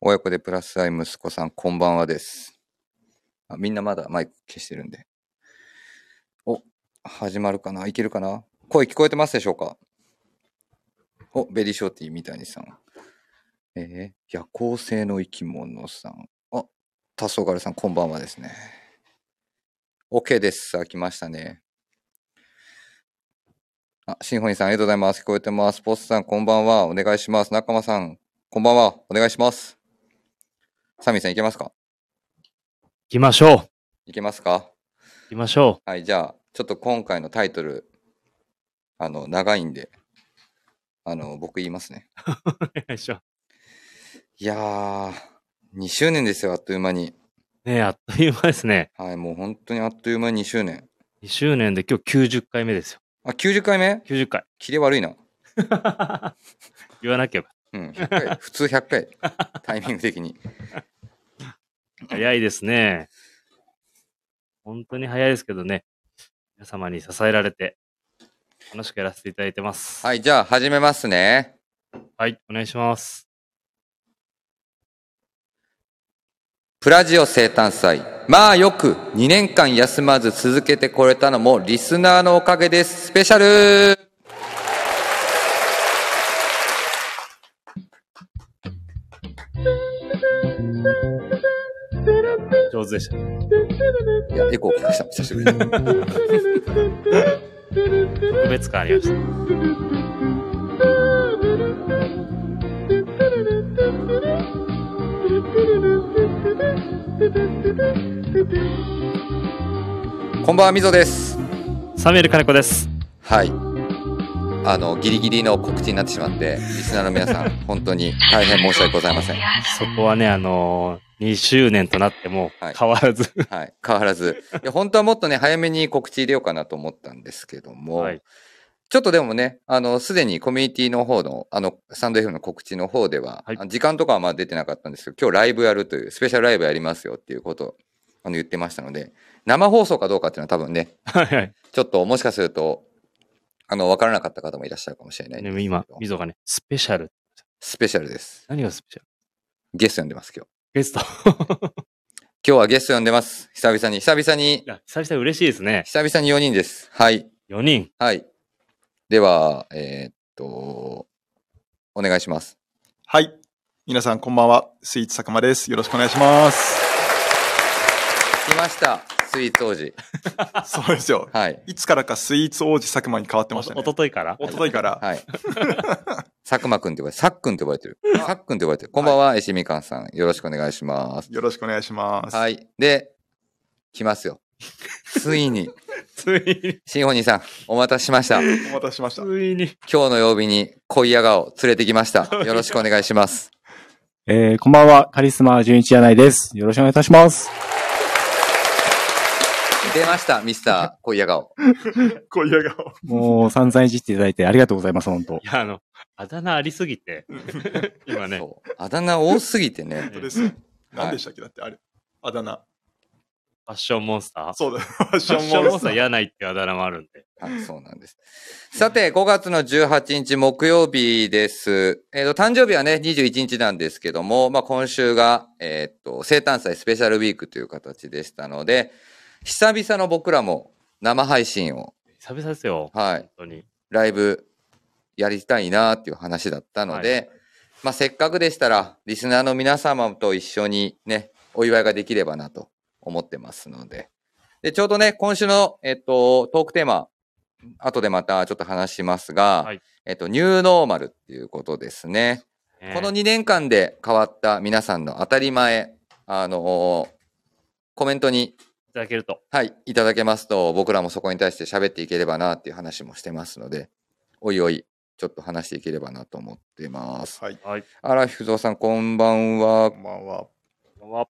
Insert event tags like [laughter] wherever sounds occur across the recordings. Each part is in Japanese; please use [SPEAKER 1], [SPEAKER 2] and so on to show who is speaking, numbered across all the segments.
[SPEAKER 1] 親子でプラスアイ息子さん、こんばんはです。あみんなまだマイク消してるんで。お、始まるかないけるかな声聞こえてますでしょうかお、ベリーショーティー三谷さん。えー、夜行性の生き物さん。あ、黄昏さん、こんばんはですね。OK です。さあ、来ましたね。あ、シンフォニーさん、ありがとうございます。聞こえてます。ポスさん、こんばんは。お願いします。仲間さん、こんばんは。お願いします。サミーさん、いけますか
[SPEAKER 2] 行きましょう
[SPEAKER 1] いけますか
[SPEAKER 2] 行きましょ
[SPEAKER 1] はい、じゃあ、ちょっと今回のタイトル、あの、長いんで、あの、僕言いますね。
[SPEAKER 2] うお願いします
[SPEAKER 1] いやー、2周年ですよ、あっという間に。
[SPEAKER 2] ねえ、あっという間ですね。
[SPEAKER 1] はい、もう本当にあっという間に2周年。
[SPEAKER 2] 2周年で今日90回目ですよ。
[SPEAKER 1] あ、90回目
[SPEAKER 2] 90回。
[SPEAKER 1] [laughs] キレ悪いな。
[SPEAKER 2] 言わなきゃ
[SPEAKER 1] うん、100回。普通100回。タイミング的に。
[SPEAKER 2] 早いですね。本当に早いですけどね。皆様に支えられて、楽しくやらせていただいてます。
[SPEAKER 1] はい、じゃあ、始めますね。
[SPEAKER 2] はい、お願いします。
[SPEAKER 1] プラジオ生誕祭。まあよく2年間休まず続けてこれたのもリスナーのおかげです。スペシャル
[SPEAKER 2] 上手でした。
[SPEAKER 1] いや、エコー来ました。久しぶりに。
[SPEAKER 2] 特別感ありました。
[SPEAKER 1] こんばんは、みぞです。
[SPEAKER 2] サミュエル金子です。
[SPEAKER 1] はい。あの、ギリギリの告知になってしまって、リスナーの皆
[SPEAKER 2] [laughs]
[SPEAKER 1] さん、本当に大変申し訳ございません。
[SPEAKER 2] そこはね、あのー、2周年となっても
[SPEAKER 1] はい
[SPEAKER 2] 変わらず、
[SPEAKER 1] はい。変わらず。いや、本当はもっとね、早めに告知入れようかなと思ったんですけども、
[SPEAKER 2] はい、
[SPEAKER 1] ちょっとでもね、あの、すでにコミュニティの方の、あの、サンド F の告知の方では、
[SPEAKER 2] はい
[SPEAKER 1] あの時間とかはまあ出てなかったんですけど、今日ライブやるという、スペシャルライブやりますよっていうことをあの言ってましたので、生放送かどうかっていうのは多分ね、
[SPEAKER 2] はいはい。
[SPEAKER 1] ちょっともしかすると、あの、わからなかった方もいらっしゃるかもしれないんで
[SPEAKER 2] で
[SPEAKER 1] す
[SPEAKER 2] も
[SPEAKER 1] けど
[SPEAKER 2] 今、みぞがね、スペシャル。
[SPEAKER 1] スペシャルです。
[SPEAKER 2] 何がスペシャル
[SPEAKER 1] ゲスト呼んでます、今日。
[SPEAKER 2] ゲスト。
[SPEAKER 1] 今日はゲスト呼んでます。久々に、久々に
[SPEAKER 2] い、や、久々嬉しいですね。
[SPEAKER 1] 久々に4人です。はい。
[SPEAKER 2] 4人。
[SPEAKER 1] はい。では、えーっと、お願いします。
[SPEAKER 3] はい。皆さん、こんばんは。スイーツ佐久間です。よろしくお願いします。
[SPEAKER 1] 来ました。スイーツ王子。
[SPEAKER 3] そうですよ。
[SPEAKER 1] はい。
[SPEAKER 3] いつからかスイーツ王子佐久間に変わってましたね。
[SPEAKER 2] おとといから
[SPEAKER 3] おとといから。
[SPEAKER 1] はい。 [laughs] 佐久間くんって呼ばれて、さっくんって呼ばれてる。さっくんって呼ばれてる。こんばんは、えしみかんさん。よろしくお願いします。
[SPEAKER 3] よろしくお願いします。。
[SPEAKER 1] はいい。で、来ますよ。ついに、
[SPEAKER 2] ついに、
[SPEAKER 1] シンフォニーさん、お待たせしました。今
[SPEAKER 3] お待たせしました。
[SPEAKER 2] ついに。
[SPEAKER 1] 日の曜日に恋や顔連れてきました。よろしくお願いします。
[SPEAKER 4] えー、こんばんは、カリスマ純一柳です。よろしくお願いいたします。
[SPEAKER 1] 出ました、ミスター恋や顔。
[SPEAKER 3] こういう笑顔。
[SPEAKER 4] もう散々いじっていただいてありがとうございます、本当
[SPEAKER 2] いや、あの、あだ名ありすぎて、今ね、
[SPEAKER 1] そう。あだ名多すぎてね。
[SPEAKER 3] [laughs] 本当ですよ。何でしたっけだって、あれ。あだ名。
[SPEAKER 2] ファッションモンスター。
[SPEAKER 3] そうだ。ファッ
[SPEAKER 2] フ
[SPEAKER 3] シ
[SPEAKER 2] ァ
[SPEAKER 3] ョ
[SPEAKER 2] ッ
[SPEAKER 3] ン
[SPEAKER 2] ションモ
[SPEAKER 3] モ
[SPEAKER 2] ン
[SPEAKER 3] ン
[SPEAKER 2] ス
[SPEAKER 3] ス
[SPEAKER 2] タ
[SPEAKER 3] タ
[SPEAKER 2] ー
[SPEAKER 3] ー。
[SPEAKER 2] 嫌ないっていうあだ名もあるんで。
[SPEAKER 1] はい、そうなんです。さて、5月の18日木曜日です。えっ、と、誕生日はね、21日なんですけども、まあ、今週が、えっ、と、生誕祭スペシャルウィークという形でしたので、久々の僕らも生配信を、
[SPEAKER 2] 久々ですよ。
[SPEAKER 1] はい、
[SPEAKER 2] 本当に。
[SPEAKER 1] ライブやりたいなっていう話だったので、
[SPEAKER 2] は
[SPEAKER 1] まあ、せっかくでしたら、リスナーの皆様と一緒にね、お祝いができればなと思ってますので。で、ちょうどね、今週の、えっと、トークテーマ、後でまたちょっと話しますが、
[SPEAKER 2] はい
[SPEAKER 1] えっと、ニューノーマルっていうことですね。
[SPEAKER 2] ね
[SPEAKER 1] この2年間で変わった皆さんの当たり前、あのコメントに、
[SPEAKER 2] いただけると。
[SPEAKER 1] はい、いただけますと、僕らもそこに対して喋っていければなっていう話もしてますので、おいおい、ちょっと話していければなと思ってます。
[SPEAKER 3] はい。
[SPEAKER 2] はい。
[SPEAKER 1] 荒木福蔵さん、こんばんは
[SPEAKER 3] こ。んばんは。
[SPEAKER 2] こんばんは
[SPEAKER 1] あ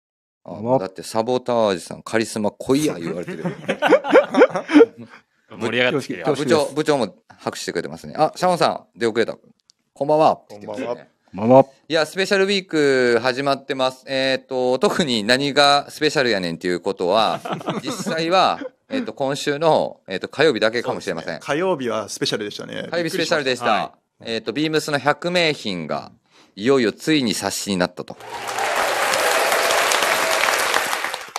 [SPEAKER 4] こんばんは
[SPEAKER 1] だってサボタージさん、カリスマ来いや言われてる。
[SPEAKER 2] 盛り上がってきてる
[SPEAKER 1] あ
[SPEAKER 2] よ
[SPEAKER 4] 恐。
[SPEAKER 1] 部
[SPEAKER 4] 縮
[SPEAKER 1] 長、
[SPEAKER 4] です
[SPEAKER 1] 部長も拍手してくれてますね。あ、シャオンさん、出遅れた。こんばんは。
[SPEAKER 3] こんばんは
[SPEAKER 4] こんばんは。
[SPEAKER 1] いや、スペシャルウィーク始まってます。えっ、と、特に何がスペシャルやねんっていうことは、実際は、えっ、と、今週の、えっ、と、火曜日だけかもしれません。
[SPEAKER 3] 火曜日はスペシャルでしたね。
[SPEAKER 1] 火曜日スペシャルでした。
[SPEAKER 2] は
[SPEAKER 1] えっ、と、ビームスの100名品が、いよいよついに冊子になったと。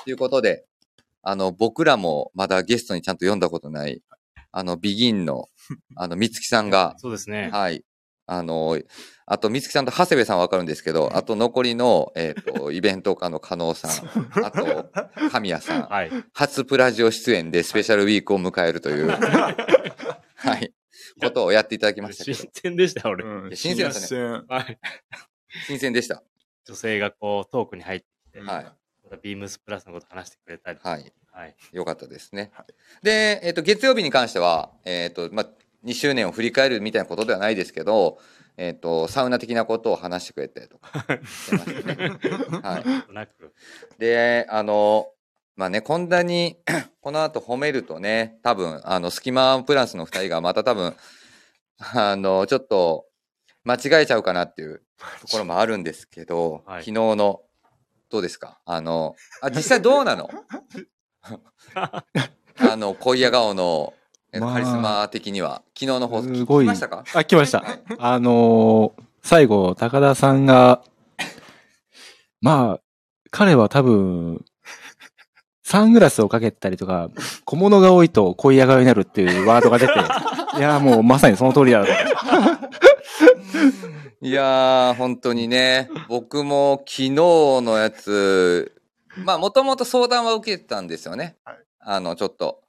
[SPEAKER 1] ということで、あの、僕らもまだゲストにちゃんと読んだことない、あの、ビギン
[SPEAKER 3] [laughs]
[SPEAKER 1] の、あの、三月さんが、
[SPEAKER 2] そうですね。
[SPEAKER 1] はい。あの、あと、三月さんと長谷部さんはわかるんですけど、あと残りの、えっ、
[SPEAKER 3] [laughs]
[SPEAKER 1] と、イベント家の加納さん、あと、神谷さん、
[SPEAKER 2] はい。
[SPEAKER 1] 初プラジオ出演でスペシャルウィークを迎えると [laughs] いう、はい、ことをやっていただきましたけ
[SPEAKER 2] 新
[SPEAKER 1] ど、
[SPEAKER 2] 鮮でした、俺。
[SPEAKER 3] うん
[SPEAKER 1] いや新鮮だったね
[SPEAKER 3] 鮮
[SPEAKER 2] はい。
[SPEAKER 1] 新鮮でした。
[SPEAKER 2] 女性がこう、トークに入って、
[SPEAKER 1] はい。
[SPEAKER 2] またビームスプラスのこと話してくれたり。
[SPEAKER 1] はい。
[SPEAKER 2] はい。
[SPEAKER 1] よかったですね。
[SPEAKER 3] はい
[SPEAKER 1] で、えっ、と、月曜日に関しては、えっ、と、まあ、2周年を振り返るみたいなことではないですけど、えっ、と、サウナ的なことを話してくれたりと [laughs] かしてましたね。はい。
[SPEAKER 2] なく。
[SPEAKER 1] で、あの、まあね、こんなに、 [clears throat] この後褒めるとね、多分、あの、スキマプラスの二人がまた多分、あの、ちょっと、間違えちゃうかなっていうところもあるんですけど、
[SPEAKER 2] はい
[SPEAKER 1] 昨日の、どうですかあの、あ、実際どう
[SPEAKER 2] [laughs]
[SPEAKER 1] なのあの、恋や顔の、えっと
[SPEAKER 4] まあ
[SPEAKER 1] カリスマ的には、昨日の放送
[SPEAKER 4] すごい
[SPEAKER 1] 聞きましたか
[SPEAKER 4] あ、来ました。あのー最後、高田さんが、まあ、彼は多分、サングラスをかけたりとか、小物が多いと恋やがになるっていうワード [laughs] が出て、いや、もうまさにその通りだなと思って。
[SPEAKER 1] いやー、本当にね、僕も昨日のやつ、まあ、もともと相談は受けてたんですよね。
[SPEAKER 3] はい
[SPEAKER 1] あの、ちょっと。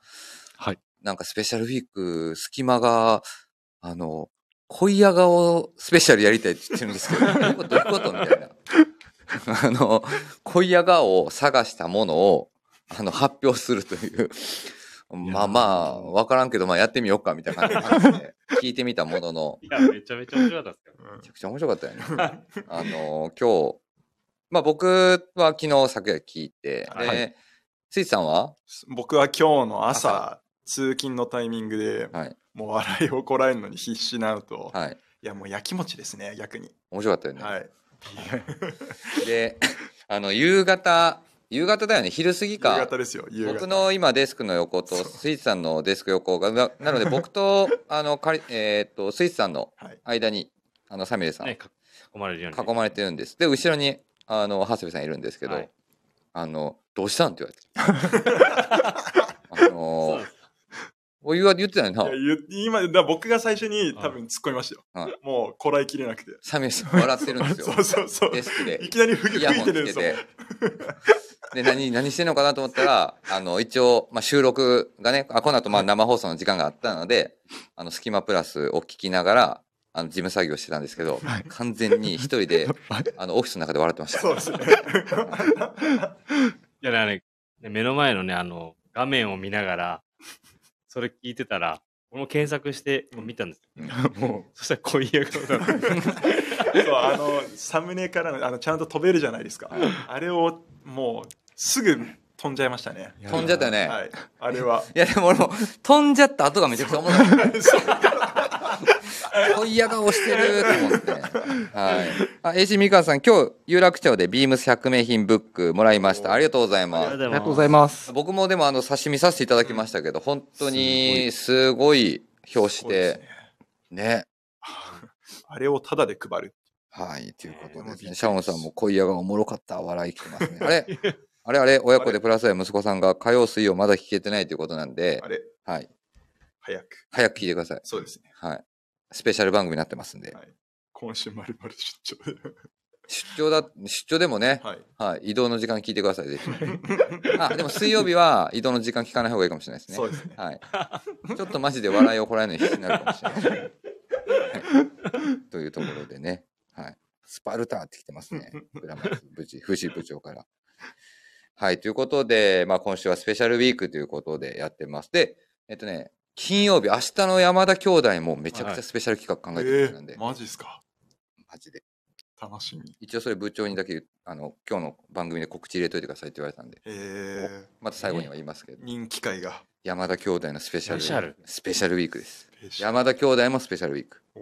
[SPEAKER 4] はい。
[SPEAKER 1] なんかスペシャルウィーク、隙間が、あの、恋や顔スペシャルやりたいって言ってるんですけど、どういうことどういうことみたいな。あの、恋や顔を探したものを、あの、発表するという。まあまあ、わからんけど、まあやってみようか、みたいな感じで、聞いてみたものの、
[SPEAKER 2] いや、めちゃめちゃ面白かったですよ。
[SPEAKER 3] うん
[SPEAKER 1] めちゃくちゃ面白かったよね。あの今日、まあ僕は昨日昨夜聞いて、
[SPEAKER 2] はい
[SPEAKER 1] で、スイさんは
[SPEAKER 3] 僕は今日の朝
[SPEAKER 1] 朝
[SPEAKER 3] 通勤のタイミングで
[SPEAKER 1] はい。
[SPEAKER 3] もう笑いをこらえるのに必死なのと、い、
[SPEAKER 1] はい。
[SPEAKER 3] やもうやきもちですね逆に、
[SPEAKER 1] 面白かったよね。
[SPEAKER 3] はい
[SPEAKER 1] で、 [laughs] あの、夕方、夕方だよね、昼過ぎ
[SPEAKER 3] 夕
[SPEAKER 1] か。
[SPEAKER 3] 方ですよ夕
[SPEAKER 1] 僕
[SPEAKER 3] 方
[SPEAKER 1] の今デスクの横とスイーツさんのデスク横がななので僕とあのかりえーっとスイーツさんの
[SPEAKER 3] はい
[SPEAKER 1] 間にあのサミュエルさん
[SPEAKER 2] ね、か囲まれるように。
[SPEAKER 1] 囲まれてるんですで後ろにあの長谷部さんいるんですけど、
[SPEAKER 2] はい
[SPEAKER 1] あの「どうしたん?」って言われてあ
[SPEAKER 2] そ
[SPEAKER 1] の
[SPEAKER 2] うです
[SPEAKER 1] お湯は言ってたよ
[SPEAKER 3] い
[SPEAKER 1] な
[SPEAKER 3] やゆ今だから僕が最初に多分突っ込みましたよ、
[SPEAKER 1] は
[SPEAKER 3] もうこらえきれなくて
[SPEAKER 1] サミュエルさん笑ってるんですよ
[SPEAKER 3] [laughs] そうそうそう
[SPEAKER 1] デスクで
[SPEAKER 3] いきなり吹
[SPEAKER 1] イ
[SPEAKER 3] き
[SPEAKER 1] ヤ
[SPEAKER 3] 吹
[SPEAKER 1] ホ
[SPEAKER 3] い
[SPEAKER 1] ンつ
[SPEAKER 3] てるんで
[SPEAKER 1] け
[SPEAKER 3] すよ
[SPEAKER 1] て。で、何、何してんのかなと思ったら、あの、一応、まあ、収録がね、あ、この後、まあ、生放送の時間があったので、あの、スキマプラスを聞きながら、あの、事務作業してたんですけど、完全に一人で、あの、オフィスの中で笑ってました。
[SPEAKER 3] そうですね。
[SPEAKER 2] いや、だからね、ね目の前のね、あの、画面を見ながら、それ聞いてたら、俺も検索して見たんですよ。もう、そしたら恋や顔だった。
[SPEAKER 3] そうあのサムネからのあのちゃんと飛べるじゃないですか。あれをもうすぐ飛んじゃいましたね。
[SPEAKER 1] 飛んじゃったよね。、
[SPEAKER 3] はいい。あれは。
[SPEAKER 1] や、でも俺も、飛んじゃった後がめちゃくちゃ [laughs] 面白い。恋や顔してると思って。はい。あ、AC みかんさん、今日、有楽町でビームス100名品ブックもらいました。ありがとうございます。
[SPEAKER 4] ありがとうございます。
[SPEAKER 1] 僕もでもあの刺身させていただきましたけど、本当にすごい表紙
[SPEAKER 3] そうす
[SPEAKER 1] で
[SPEAKER 3] ね、 [laughs]
[SPEAKER 1] ね
[SPEAKER 3] あれをタダで配る。
[SPEAKER 1] はいということです
[SPEAKER 3] ね
[SPEAKER 1] ねシャオンさんも恋やがおもろかった笑いきてます [laughs] ねあれあれあれ親子でプラスや息子さんが火曜水曜まだ聞けてないということなんで
[SPEAKER 3] あ、れ
[SPEAKER 1] はい、
[SPEAKER 3] 早く。
[SPEAKER 1] 早く聞いてください、
[SPEAKER 3] そうですね。
[SPEAKER 1] はい、スペシャル番組になってますんで、
[SPEAKER 3] はい今週まるまる出張で。
[SPEAKER 1] 出張だ出張でもね、
[SPEAKER 3] はい。
[SPEAKER 1] はい、移動の時間聞いてください
[SPEAKER 3] [laughs]
[SPEAKER 1] ぜひあでも水曜日は移動の時間聞かない方がいいかもしれないですね
[SPEAKER 3] そうですね。
[SPEAKER 1] はい。ちょっとマジで笑いをこらえるのに必死になるかもしれない。
[SPEAKER 3] [laughs]
[SPEAKER 1] はいというところでね。はい。スパルタってきてますね。グラマス部長、 [laughs] 藤井部長から。はい。ということで、まあ今週はスペシャルウィークということでやってます。で、えっとね、金曜日、明日の山田兄弟もめちゃくちゃスペシャル企画考えてる
[SPEAKER 3] え
[SPEAKER 1] 人なんで、
[SPEAKER 3] ー、マジっすか。
[SPEAKER 1] マジで。
[SPEAKER 3] 楽しみ。
[SPEAKER 1] 一応それ部長にだけ言う、あの、今日の番組で告知入れといてくださいって言われたんで、
[SPEAKER 3] え
[SPEAKER 1] また最後には言いますけ
[SPEAKER 3] ー、
[SPEAKER 1] ど、
[SPEAKER 3] 人気会が。
[SPEAKER 1] 山田兄弟のスペシャル、
[SPEAKER 2] スペシャル
[SPEAKER 1] スペシャルウィークです。山田兄弟もスペシャルウィーク。
[SPEAKER 3] お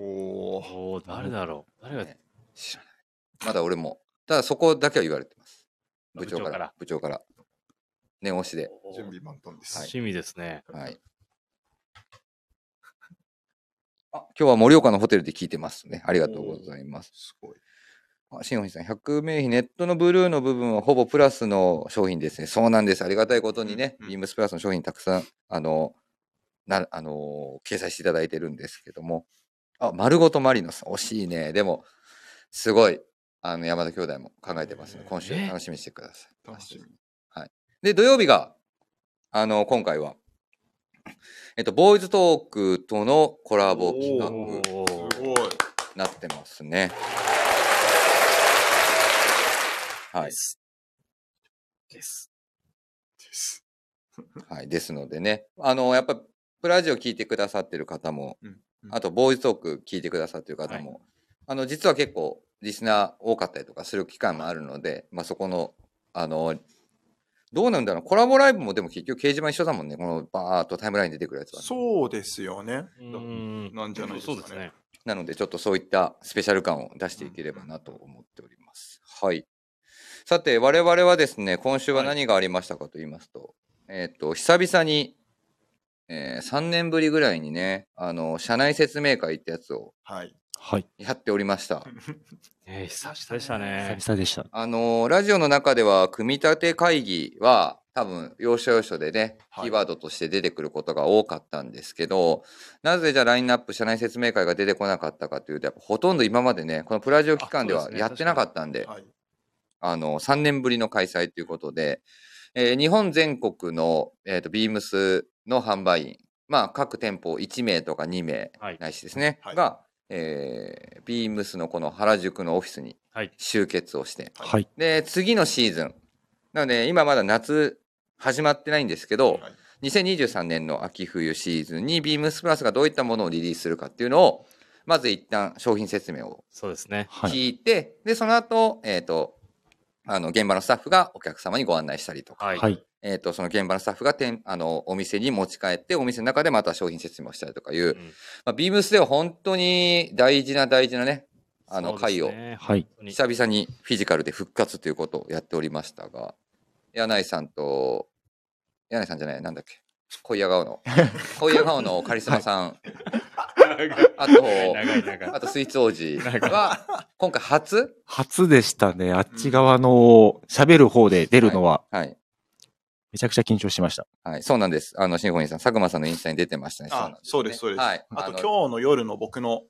[SPEAKER 3] おー。
[SPEAKER 2] おー、誰だろう誰が、
[SPEAKER 1] ね知らない。まだ俺も。ただそこだけは言われてます。
[SPEAKER 2] あ
[SPEAKER 1] 部長から。部長から。念押しで。
[SPEAKER 2] おー
[SPEAKER 3] 準備万端です。
[SPEAKER 2] 楽しみですね。
[SPEAKER 1] はい。あ、今日は盛岡のホテルで聞いてますね。ありがとうございます。
[SPEAKER 3] すごい。
[SPEAKER 1] あ新本さん、100名比ネットのブルーの部分はほぼプラスの商品ですね。そうなんです。ありがたいことにね、
[SPEAKER 3] うんうん
[SPEAKER 1] ビームスプラスの商品たくさん、あの、な、あのー掲載していただいてるんですけども。あ、丸ごとマリノス。惜しいね。でも、すごい、あの、山田兄弟も考えてますので、今週
[SPEAKER 2] ね
[SPEAKER 1] 楽しみにしてください。
[SPEAKER 3] 楽しみ。
[SPEAKER 1] で、土曜日が、あの、今回は、えっと、ボーイズトークとのコラボ企
[SPEAKER 2] お
[SPEAKER 1] 画
[SPEAKER 2] ー
[SPEAKER 3] すごい。
[SPEAKER 1] なってますね。はい。
[SPEAKER 2] です。
[SPEAKER 3] です
[SPEAKER 1] はい。ですのでね。あの、やっぱ、プラジオ聞いてくださってる方も、
[SPEAKER 3] うんうん
[SPEAKER 1] あと、ボーイズトーク聞いてくださってる方も、あの、実は結構、リスナー多かったりとかする機会もあるので、まあ、そこの、あの、どうなんだろう。コラボライブもでも結局掲示板一緒だもんね。このバーっとタイムラインに出てくるやつは、
[SPEAKER 3] そうですよね。
[SPEAKER 2] うん
[SPEAKER 3] なんじゃないです
[SPEAKER 2] そ
[SPEAKER 3] か
[SPEAKER 2] う
[SPEAKER 3] ね。
[SPEAKER 2] ですね。
[SPEAKER 1] なので、ちょっとそういったスペシャル感を出していければなと思っております。はい。さて、我々はですね、今週は
[SPEAKER 2] はい
[SPEAKER 1] 何がありましたかと言いますと、えっ、と、久々に、え3年ぶりぐらいにね、あの、社内説明会ってやつを
[SPEAKER 3] はい。
[SPEAKER 4] はい。
[SPEAKER 1] やっておりました。
[SPEAKER 2] えー、久々でしたね。
[SPEAKER 4] 久々でした。
[SPEAKER 1] あの、ラジオの中では、組み立て会議は、多分、要所要所でね、
[SPEAKER 3] はい
[SPEAKER 1] キーワードとして出てくることが多かったんですけど、なぜじゃあラインナップ、社内説明会が出てこなかったかというと、やっぱほとんど今までね、このプラジオ期間で
[SPEAKER 2] あそ
[SPEAKER 1] は
[SPEAKER 2] うですね
[SPEAKER 1] やってなかったんで、
[SPEAKER 3] はい。
[SPEAKER 1] あの、3年ぶりの開催ということで、えー日本全国の、えー、とビームスの販売員、まあ、各店舗1名とか2名、
[SPEAKER 2] はい。
[SPEAKER 1] ないしですね、
[SPEAKER 3] はい
[SPEAKER 1] が、えー、ビームスのこの原宿のオフィスに
[SPEAKER 2] はい
[SPEAKER 1] 集結をして、
[SPEAKER 3] はい
[SPEAKER 4] はい。
[SPEAKER 1] で、次のシーズン。なので、今まだ夏始まってないんですけど、
[SPEAKER 3] はい
[SPEAKER 1] 2023年の秋冬シーズンにビームスプラスがどういったものをリリースするかっていうのを、まず一旦商品説明を
[SPEAKER 2] そうですね。
[SPEAKER 4] はい。
[SPEAKER 1] 聞いて、で、その後、えっ、と、あの、現場のスタッフがお客様にご案内したりとか、
[SPEAKER 2] はい。
[SPEAKER 4] はい。
[SPEAKER 1] えっ、と、その現場のスタッフが店あの、お店に持ち帰って、お店の中でまた商品説明をしたりとかいう、
[SPEAKER 2] うん
[SPEAKER 1] まあ、ビームスでは本当に大事な大事なね、あの、会を、
[SPEAKER 4] はい。
[SPEAKER 1] 久々にフィジカルで復活ということをやっておりましたが、柳井さんと、柳井さんじゃない、なんだっけ、恋屋
[SPEAKER 3] [laughs]
[SPEAKER 1] 顔の、恋屋顔のカリスマさん、あと、
[SPEAKER 2] 長
[SPEAKER 1] [laughs]
[SPEAKER 2] い長い。
[SPEAKER 1] あとスイーツ王子は、今回初
[SPEAKER 4] 初でしたね。あっち側の喋る方で出るのは
[SPEAKER 1] はい。
[SPEAKER 4] めちゃくちゃ緊張しました。
[SPEAKER 1] はい、そうなんです。あの、シンフォニーさん、佐久間さんのインスタに出てましたね。
[SPEAKER 3] あ、そうです、そうです。
[SPEAKER 1] はい。
[SPEAKER 3] あと
[SPEAKER 1] の
[SPEAKER 3] 今日の夜の僕の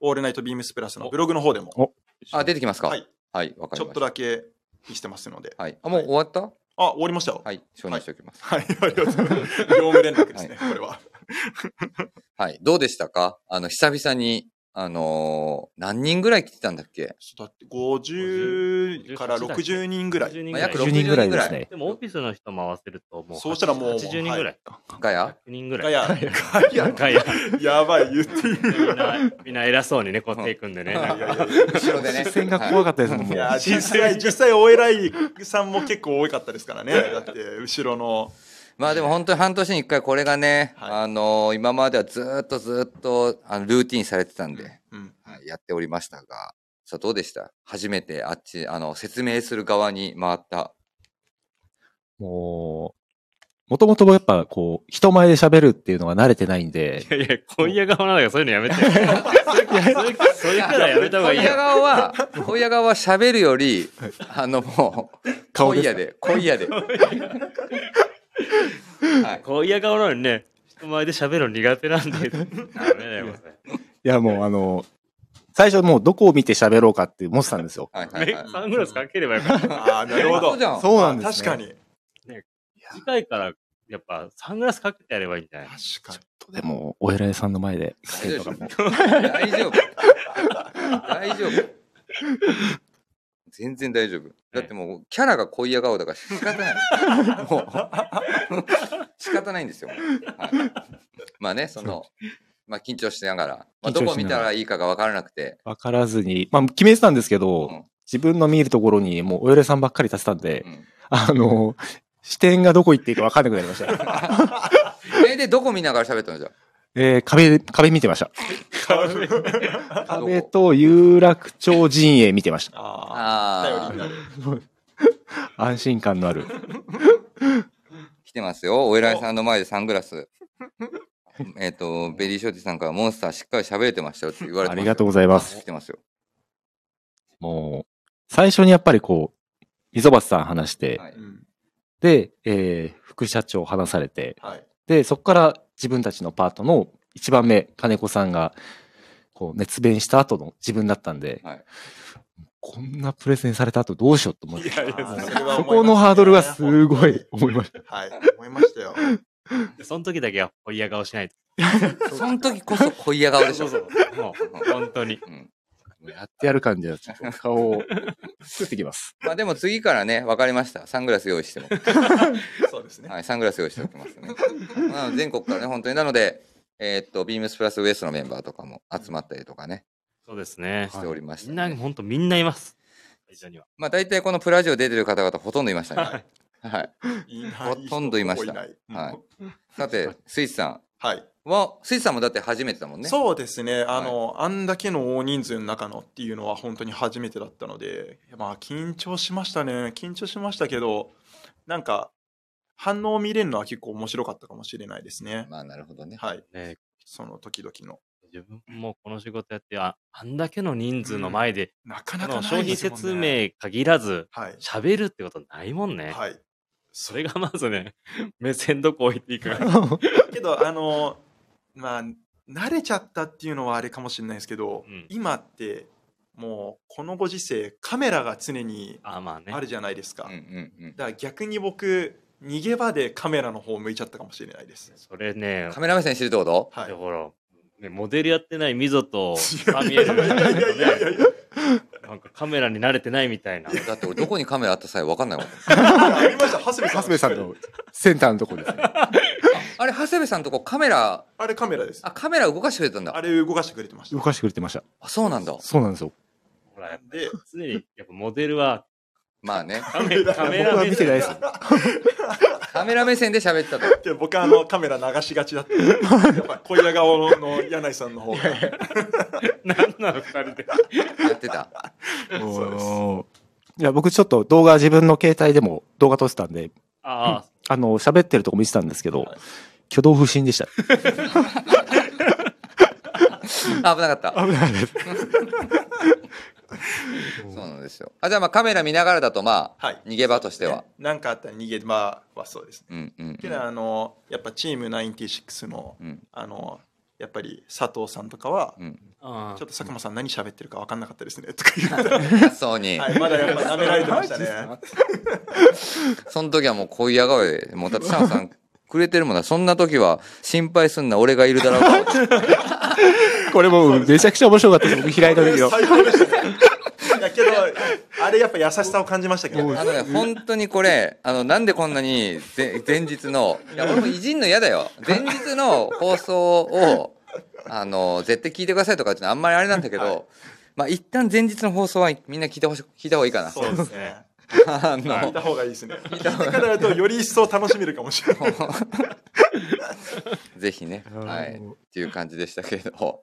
[SPEAKER 3] オールナイトビームスプラスのブログの方でも、
[SPEAKER 1] あ、出てきますか
[SPEAKER 3] は
[SPEAKER 1] はい
[SPEAKER 3] い、、
[SPEAKER 1] はいわ、か
[SPEAKER 3] ち
[SPEAKER 1] り
[SPEAKER 3] ょ
[SPEAKER 1] ま
[SPEAKER 3] っと
[SPEAKER 1] した。
[SPEAKER 3] だけ見せてますので。
[SPEAKER 1] はい。あ、もう終わった
[SPEAKER 3] あ、終わりましたよ。
[SPEAKER 1] はい、承認しておきます。
[SPEAKER 3] はい、 [laughs] ありがとうございます。業務連絡ですね、これは。
[SPEAKER 1] はい、どうでしたかあの、久々に、あのー何人ぐらい来てたんだっけ
[SPEAKER 3] だって50から60人ぐらい。
[SPEAKER 1] まあ約
[SPEAKER 4] 60人ぐらいですね。
[SPEAKER 2] でもオフィスの人も合わせるともう
[SPEAKER 3] そうしたらもう
[SPEAKER 2] 80人ぐらい。
[SPEAKER 1] ガヤ
[SPEAKER 2] 100人ぐら
[SPEAKER 3] ガ
[SPEAKER 2] い。
[SPEAKER 3] ヤ、ガ [laughs] ヤ、
[SPEAKER 2] ガヤ。
[SPEAKER 3] やばい、言ってい
[SPEAKER 2] みん
[SPEAKER 3] る。
[SPEAKER 2] な、 [laughs] みんな偉そうにね、こう手組んでね。なんか
[SPEAKER 1] 後ろでね。
[SPEAKER 4] 視線が
[SPEAKER 1] か
[SPEAKER 4] 怖かったですもん、も。
[SPEAKER 3] いうや、実際、実際、お偉いさんも結構多かったですから [laughs] ね。だって、後ろの。
[SPEAKER 1] まあでも本当に半年に一回これがね、
[SPEAKER 3] はい
[SPEAKER 1] あのー今まではずーっとずーっとあのルーティンされてたんで、
[SPEAKER 3] うん。
[SPEAKER 1] はい、やっておりましたが、さあどうでした初めてあっち、あの、説明する側に回った。
[SPEAKER 4] もう、もともとやっぱこう、人前で喋るっていうのが慣れてないんで、
[SPEAKER 2] いやいや、今夜側なんかそういうのやめて。 [laughs] それそれそれからやめた方がいい
[SPEAKER 1] 小屋
[SPEAKER 2] よ。
[SPEAKER 1] 側
[SPEAKER 4] [laughs]
[SPEAKER 1] は、小屋側は喋るより、あのもう、
[SPEAKER 4] 顔
[SPEAKER 1] 今
[SPEAKER 4] です
[SPEAKER 1] 夜で、今夜
[SPEAKER 4] [laughs]
[SPEAKER 1] で。はい。
[SPEAKER 2] 今夜側なのにね、人前で喋るの苦手なんで。ダメだよ、もうそれ
[SPEAKER 4] いやもうあの、最初もうどこを見て喋ろうかって思ってたんですよ。
[SPEAKER 1] はいはい
[SPEAKER 2] ね [laughs]
[SPEAKER 1] はい。
[SPEAKER 2] サングラスかければよかった。
[SPEAKER 3] ああ、なるほ
[SPEAKER 1] そうじ
[SPEAKER 3] ど。
[SPEAKER 1] ゃん。
[SPEAKER 4] そうなんです、
[SPEAKER 3] 確
[SPEAKER 4] ね。
[SPEAKER 3] か。に。
[SPEAKER 2] 次回から、やっぱ、サングラスかけてやればいいんじゃない
[SPEAKER 3] 確か
[SPEAKER 4] でも、お偉いさんの前で
[SPEAKER 1] 大丈
[SPEAKER 4] とかも。
[SPEAKER 1] 夫。大丈夫。大丈夫。全然大丈夫。だってもう、キャラが濃いや顔だから仕方ない。もう、仕方ないんですよ。はい、まあね、その、まあ緊張しながら、まあ、
[SPEAKER 4] 緊張しながら
[SPEAKER 1] どこ見たらいいかが分からなくて、
[SPEAKER 4] わからずに、まあ決めてたんですけど、
[SPEAKER 1] うん
[SPEAKER 4] 自分の見えるところにもうお偉いさんばっかり立てたんで、
[SPEAKER 1] うん
[SPEAKER 4] あの、視点がどこ行っていいかわかんなくなりました。 [laughs]
[SPEAKER 1] え、で、どこ見ながら喋ったのじゃ
[SPEAKER 4] えー壁、壁見てました。
[SPEAKER 3] に。
[SPEAKER 1] あ
[SPEAKER 4] 壁と有楽町陣営見てました。
[SPEAKER 3] ああ、頼
[SPEAKER 1] あ
[SPEAKER 3] りに
[SPEAKER 1] あ、
[SPEAKER 3] なる。
[SPEAKER 4] 安心感のある。
[SPEAKER 1] 来てますよ。お偉いさんの前でサングラス。えっと、ベリーショーティさんからモンスターしっかり喋れてましたよって言われてま
[SPEAKER 4] あ
[SPEAKER 1] すよ
[SPEAKER 4] りがとうございます。
[SPEAKER 1] 来てますよ。
[SPEAKER 4] も最初にやっぱりこう、溝端さん話して、
[SPEAKER 1] はい
[SPEAKER 3] うん
[SPEAKER 4] で、えー副社長話されて、
[SPEAKER 3] はい
[SPEAKER 4] で、そこから自分たちのパートの一番目、金子さんが、こう、熱弁した後の自分だったんで、
[SPEAKER 1] はい
[SPEAKER 4] こんなプレゼンされた後どうしようと思っ
[SPEAKER 3] い
[SPEAKER 4] て、
[SPEAKER 3] やいや
[SPEAKER 4] あー
[SPEAKER 3] それは思います
[SPEAKER 4] そこのハードルがすごい思いま [laughs] した。
[SPEAKER 3] はい、思いましたよ。
[SPEAKER 2] でその時だけは、お嫌顔しないと。
[SPEAKER 1] その時こそ恋や顔でしょ。
[SPEAKER 2] もう、本当に。
[SPEAKER 1] うん
[SPEAKER 4] やってやる感じは、ちょっと顔を作ってきます。
[SPEAKER 1] まあでも次からね、分かりました。サングラス用意しても。
[SPEAKER 3] そうですね。
[SPEAKER 1] はい、サングラス用意しておきますね。まあ全国からね、本当に。なので、えーっと、ビームスプラスウエストのメンバーとかも集まったりとかね、
[SPEAKER 2] そうですね。
[SPEAKER 1] しておりまし
[SPEAKER 2] み
[SPEAKER 1] た
[SPEAKER 2] ん
[SPEAKER 1] ね、
[SPEAKER 2] な、ほんとみんないます。会場には。
[SPEAKER 1] まあ大体このプラジオ出てる方々ほとんどいましたね。
[SPEAKER 2] はい
[SPEAKER 1] はい。
[SPEAKER 3] いな
[SPEAKER 1] ほとんどいました
[SPEAKER 3] いい人
[SPEAKER 1] はいさて、スイスさ
[SPEAKER 3] はい。
[SPEAKER 1] んは、スイスさんもだって初めてだもんね。
[SPEAKER 3] そうですね、あの、あんだけの大人数の中のっていうのは本当に初めてだったので、まあ、緊張しましたね、緊張しましたけど、なんか、反応を見れるのは結構面白かったかもしれないですね。
[SPEAKER 1] まあなるほどね。
[SPEAKER 3] はい、
[SPEAKER 2] ね
[SPEAKER 3] その時々の。
[SPEAKER 2] 自分もこの仕事やって、ああんだけの人数の前で、
[SPEAKER 3] なか
[SPEAKER 2] あ
[SPEAKER 3] なか
[SPEAKER 2] の
[SPEAKER 3] な
[SPEAKER 2] 商
[SPEAKER 3] いで
[SPEAKER 2] 品
[SPEAKER 3] すもんね
[SPEAKER 2] 説。明限らず、
[SPEAKER 3] はい。
[SPEAKER 2] 喋るってことないもんね。
[SPEAKER 3] はい。
[SPEAKER 2] それがまずね、 [laughs] 目線どこ置いていくか。
[SPEAKER 3] けど、あの、まあ、慣れちゃったっていうのはあれかもしれないですけど、
[SPEAKER 2] うん
[SPEAKER 3] 今って、もう、このご時世、カメラが常に
[SPEAKER 2] あ、まあね。
[SPEAKER 3] あるじゃないですか。
[SPEAKER 1] うんうんうん。
[SPEAKER 3] だから逆に僕逃げ場でカメラの方向いちゃったかもしれないです。
[SPEAKER 2] それね、
[SPEAKER 1] カメラ目線してるってこと
[SPEAKER 3] は
[SPEAKER 1] [laughs]
[SPEAKER 3] い。
[SPEAKER 2] だから、ね、モデルやってない溝と、サミ
[SPEAKER 3] い
[SPEAKER 2] ュエ
[SPEAKER 3] やい
[SPEAKER 2] ル
[SPEAKER 3] やいやいやいやいや
[SPEAKER 2] なんかカメラに慣れてないみたいな。
[SPEAKER 1] だって俺どこにカメラあった際分かんないもん。
[SPEAKER 3] ありました長谷部さん。
[SPEAKER 4] ハスベさんのセンターのとこですね。
[SPEAKER 1] あれ、長谷部さんとこカメラ、
[SPEAKER 3] あれカメラです。
[SPEAKER 1] あ、カメラ動かしてくれたんだ。
[SPEAKER 3] あれ動かしてくれてまし
[SPEAKER 4] [laughs] 動
[SPEAKER 3] た。
[SPEAKER 4] かしてくれてました。
[SPEAKER 1] あ、そうなんだ。
[SPEAKER 4] そうなんですよ。
[SPEAKER 2] ほら、やっぱ
[SPEAKER 3] で
[SPEAKER 2] 常に、やっぱモデルは
[SPEAKER 1] まあね。
[SPEAKER 2] カメラ、カメラ
[SPEAKER 4] 僕は見てな
[SPEAKER 2] 目
[SPEAKER 4] いで
[SPEAKER 2] 線
[SPEAKER 4] す。
[SPEAKER 1] カメラ目線で喋ったと。
[SPEAKER 3] で僕はあのカメラ流しがちだった。やっぱ小屋顔の柳井さん
[SPEAKER 4] [laughs]
[SPEAKER 3] の方が。
[SPEAKER 2] [laughs] なんなの、二人で。
[SPEAKER 1] やってた。
[SPEAKER 4] [laughs]
[SPEAKER 3] そうです
[SPEAKER 4] いや、僕ちょっと動画自分の携帯でも動画撮ってたんで、
[SPEAKER 3] [laughs]
[SPEAKER 2] あ
[SPEAKER 4] あの、喋ってるとこ見てたんですけど、
[SPEAKER 3] はい
[SPEAKER 4] 挙動不
[SPEAKER 3] [laughs]
[SPEAKER 4] 審でした。
[SPEAKER 1] あ危なかった。
[SPEAKER 4] 危ないです。
[SPEAKER 1] [laughs] そうなんですよ。あじゃあまあカメラ見ながらだとまあ、
[SPEAKER 3] はい
[SPEAKER 1] 逃げ場としては。
[SPEAKER 3] なんかあったら逃げ場はそうですね。
[SPEAKER 1] うんうんうん、
[SPEAKER 3] けどあのやっぱチーム96の
[SPEAKER 1] うん
[SPEAKER 3] あのやっぱり佐藤さんとかは。
[SPEAKER 1] うん。
[SPEAKER 2] あ、ああ
[SPEAKER 3] ちょっと佐久間さん何喋ってるか分かんなかったですねとか言っ
[SPEAKER 1] [laughs]
[SPEAKER 3] て、
[SPEAKER 1] そうに、
[SPEAKER 3] はい、まだやっぱ舐められてました
[SPEAKER 1] [laughs]
[SPEAKER 3] ね。
[SPEAKER 1] その時はもう恋や顔で、もうだってサンさんくれてるもんな。そんな時は心配すんな、俺がいるだろうと。
[SPEAKER 4] これもうめちゃくちゃ面白かったです。僕開いた時の。
[SPEAKER 3] 最高でしたね。いやけど、あれやっぱ優しさを感じましたけど、
[SPEAKER 1] あのね、本当にこれ、あの、なんでこんなにぜ前日の、いや、俺もいじんの嫌だよ。前日の放送を、あの、絶対聞いてくださいとかっていうのはあんまりあれなんだけど、まあ一旦前日の放送はみんな聞いてほし、聞いた方がいいかな。
[SPEAKER 3] そうですね。
[SPEAKER 1] あ
[SPEAKER 3] 聞い
[SPEAKER 1] の、
[SPEAKER 3] た方がいいですね。聞いたからだとより一層楽しめるかもしれない。
[SPEAKER 1] ぜひね。はい。っていう感じでしたけど。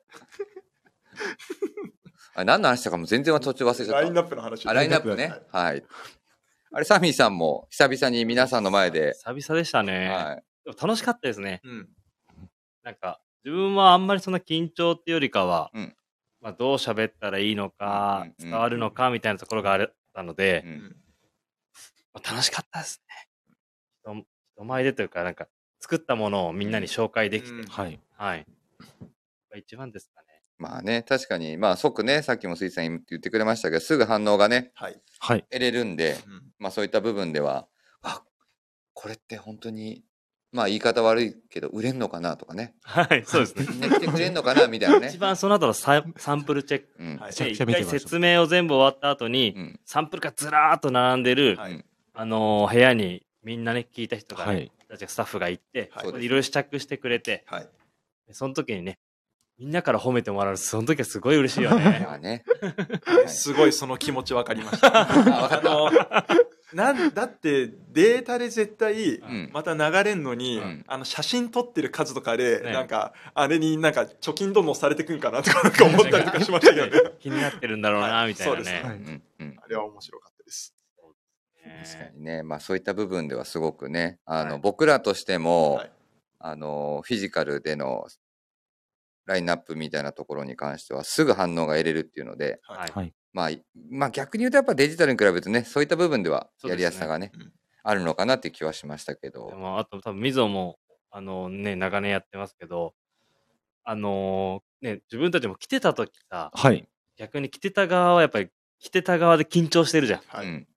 [SPEAKER 1] あれ何の話したかも全然途中忘れち
[SPEAKER 3] ラ
[SPEAKER 1] ゃ
[SPEAKER 3] イ
[SPEAKER 1] っ
[SPEAKER 3] ンナップの話。
[SPEAKER 1] た。あ、ラインナップね。はい。あれ、サミーさんも久々に皆さんの前で、
[SPEAKER 2] 久々でしたね。
[SPEAKER 1] は
[SPEAKER 2] でも楽しかったですね。
[SPEAKER 3] うん。
[SPEAKER 2] なんか、自分はあんまりそんな緊張っていうよりかは、
[SPEAKER 1] うん
[SPEAKER 2] まあ、どう喋ったらいいのか、
[SPEAKER 1] うんうんうん
[SPEAKER 2] 伝わるのかみたいなところがあったの
[SPEAKER 1] い。
[SPEAKER 2] で
[SPEAKER 1] う、ん
[SPEAKER 2] まあ楽しかったですね。人人前でというか、なんか、作ったものをみんなに紹介できて、
[SPEAKER 3] うん
[SPEAKER 4] はい。
[SPEAKER 2] はい。が一番ですかね。
[SPEAKER 1] まあね、確かに、まあ即ね、さっきもスイさん言ってくれましたけど、すぐ反応がね、
[SPEAKER 3] はい。
[SPEAKER 4] はい。
[SPEAKER 1] 得れるんで、
[SPEAKER 3] うん
[SPEAKER 1] まあそういった部分では、あこれって本当に、まあ言い方悪いけど、売れんのかなとかね。
[SPEAKER 2] はい、そうですね。
[SPEAKER 1] ね、来てくれんのかなみたいなね
[SPEAKER 2] [laughs] 一。番その後のササンプルチェック。
[SPEAKER 1] うん。
[SPEAKER 3] はい
[SPEAKER 4] めちゃく
[SPEAKER 2] で
[SPEAKER 4] ち
[SPEAKER 2] 一
[SPEAKER 4] ゃ見てま
[SPEAKER 2] 回
[SPEAKER 4] した
[SPEAKER 2] 説明を全部終わった後に、
[SPEAKER 1] うん。
[SPEAKER 2] サンプルがずらーっと並んでる、
[SPEAKER 3] はい
[SPEAKER 1] うん
[SPEAKER 2] あのー部屋にみんなね、聞いた人がね、
[SPEAKER 4] はい。
[SPEAKER 2] たちスタッフが行って、
[SPEAKER 3] はい
[SPEAKER 2] そこでいろいろ試着してくれて、
[SPEAKER 3] はい。
[SPEAKER 2] その時にね、みんなから褒めてもらう、その時はすごい嬉しいよね
[SPEAKER 1] ま。あね。
[SPEAKER 3] すごいその気持ちわかりました。
[SPEAKER 1] [laughs] あわか
[SPEAKER 3] あ
[SPEAKER 1] った。
[SPEAKER 3] の、なんだってデータで絶対、
[SPEAKER 1] うん。
[SPEAKER 3] また流れんのに、
[SPEAKER 1] うん
[SPEAKER 3] あの写真撮ってる数とかで、
[SPEAKER 2] ね
[SPEAKER 3] なんかあれになんか貯金どんどんされてくんかなとかなんか思ったりとかしまし
[SPEAKER 1] [laughs]
[SPEAKER 3] たけどね
[SPEAKER 2] [laughs] 気になってるんだろうな、
[SPEAKER 3] はい
[SPEAKER 2] みたいな
[SPEAKER 3] そうです
[SPEAKER 1] う
[SPEAKER 2] ね。
[SPEAKER 1] んうん。
[SPEAKER 3] あれは面白かったです
[SPEAKER 1] 確か
[SPEAKER 2] ね
[SPEAKER 1] にね、まあ、そういった部分ではすごくねあの、
[SPEAKER 2] はい
[SPEAKER 1] 僕らとしても、
[SPEAKER 3] はい
[SPEAKER 1] あのフィジカルでのラインナップみたいなところに関してはすぐ反応が得れるっていうので、
[SPEAKER 3] は
[SPEAKER 2] はいい。
[SPEAKER 4] はい。
[SPEAKER 1] まあ、いまあ逆に言うとやっぱデジタルに比べるとね、そういった部分では
[SPEAKER 2] そう
[SPEAKER 1] や
[SPEAKER 2] ですね
[SPEAKER 1] りやすさがね、
[SPEAKER 3] うん
[SPEAKER 1] あるのかなっていう気はしましたけ
[SPEAKER 2] で
[SPEAKER 1] ど。
[SPEAKER 2] もあと多分、溝も、あのね、長年やってますけど、あのーね、自分たちも来てた時さ、
[SPEAKER 4] はい。
[SPEAKER 2] 逆に来てた側はやっぱり、来てた側で緊張してるじゃん。
[SPEAKER 3] は
[SPEAKER 1] う
[SPEAKER 3] い。
[SPEAKER 1] ん。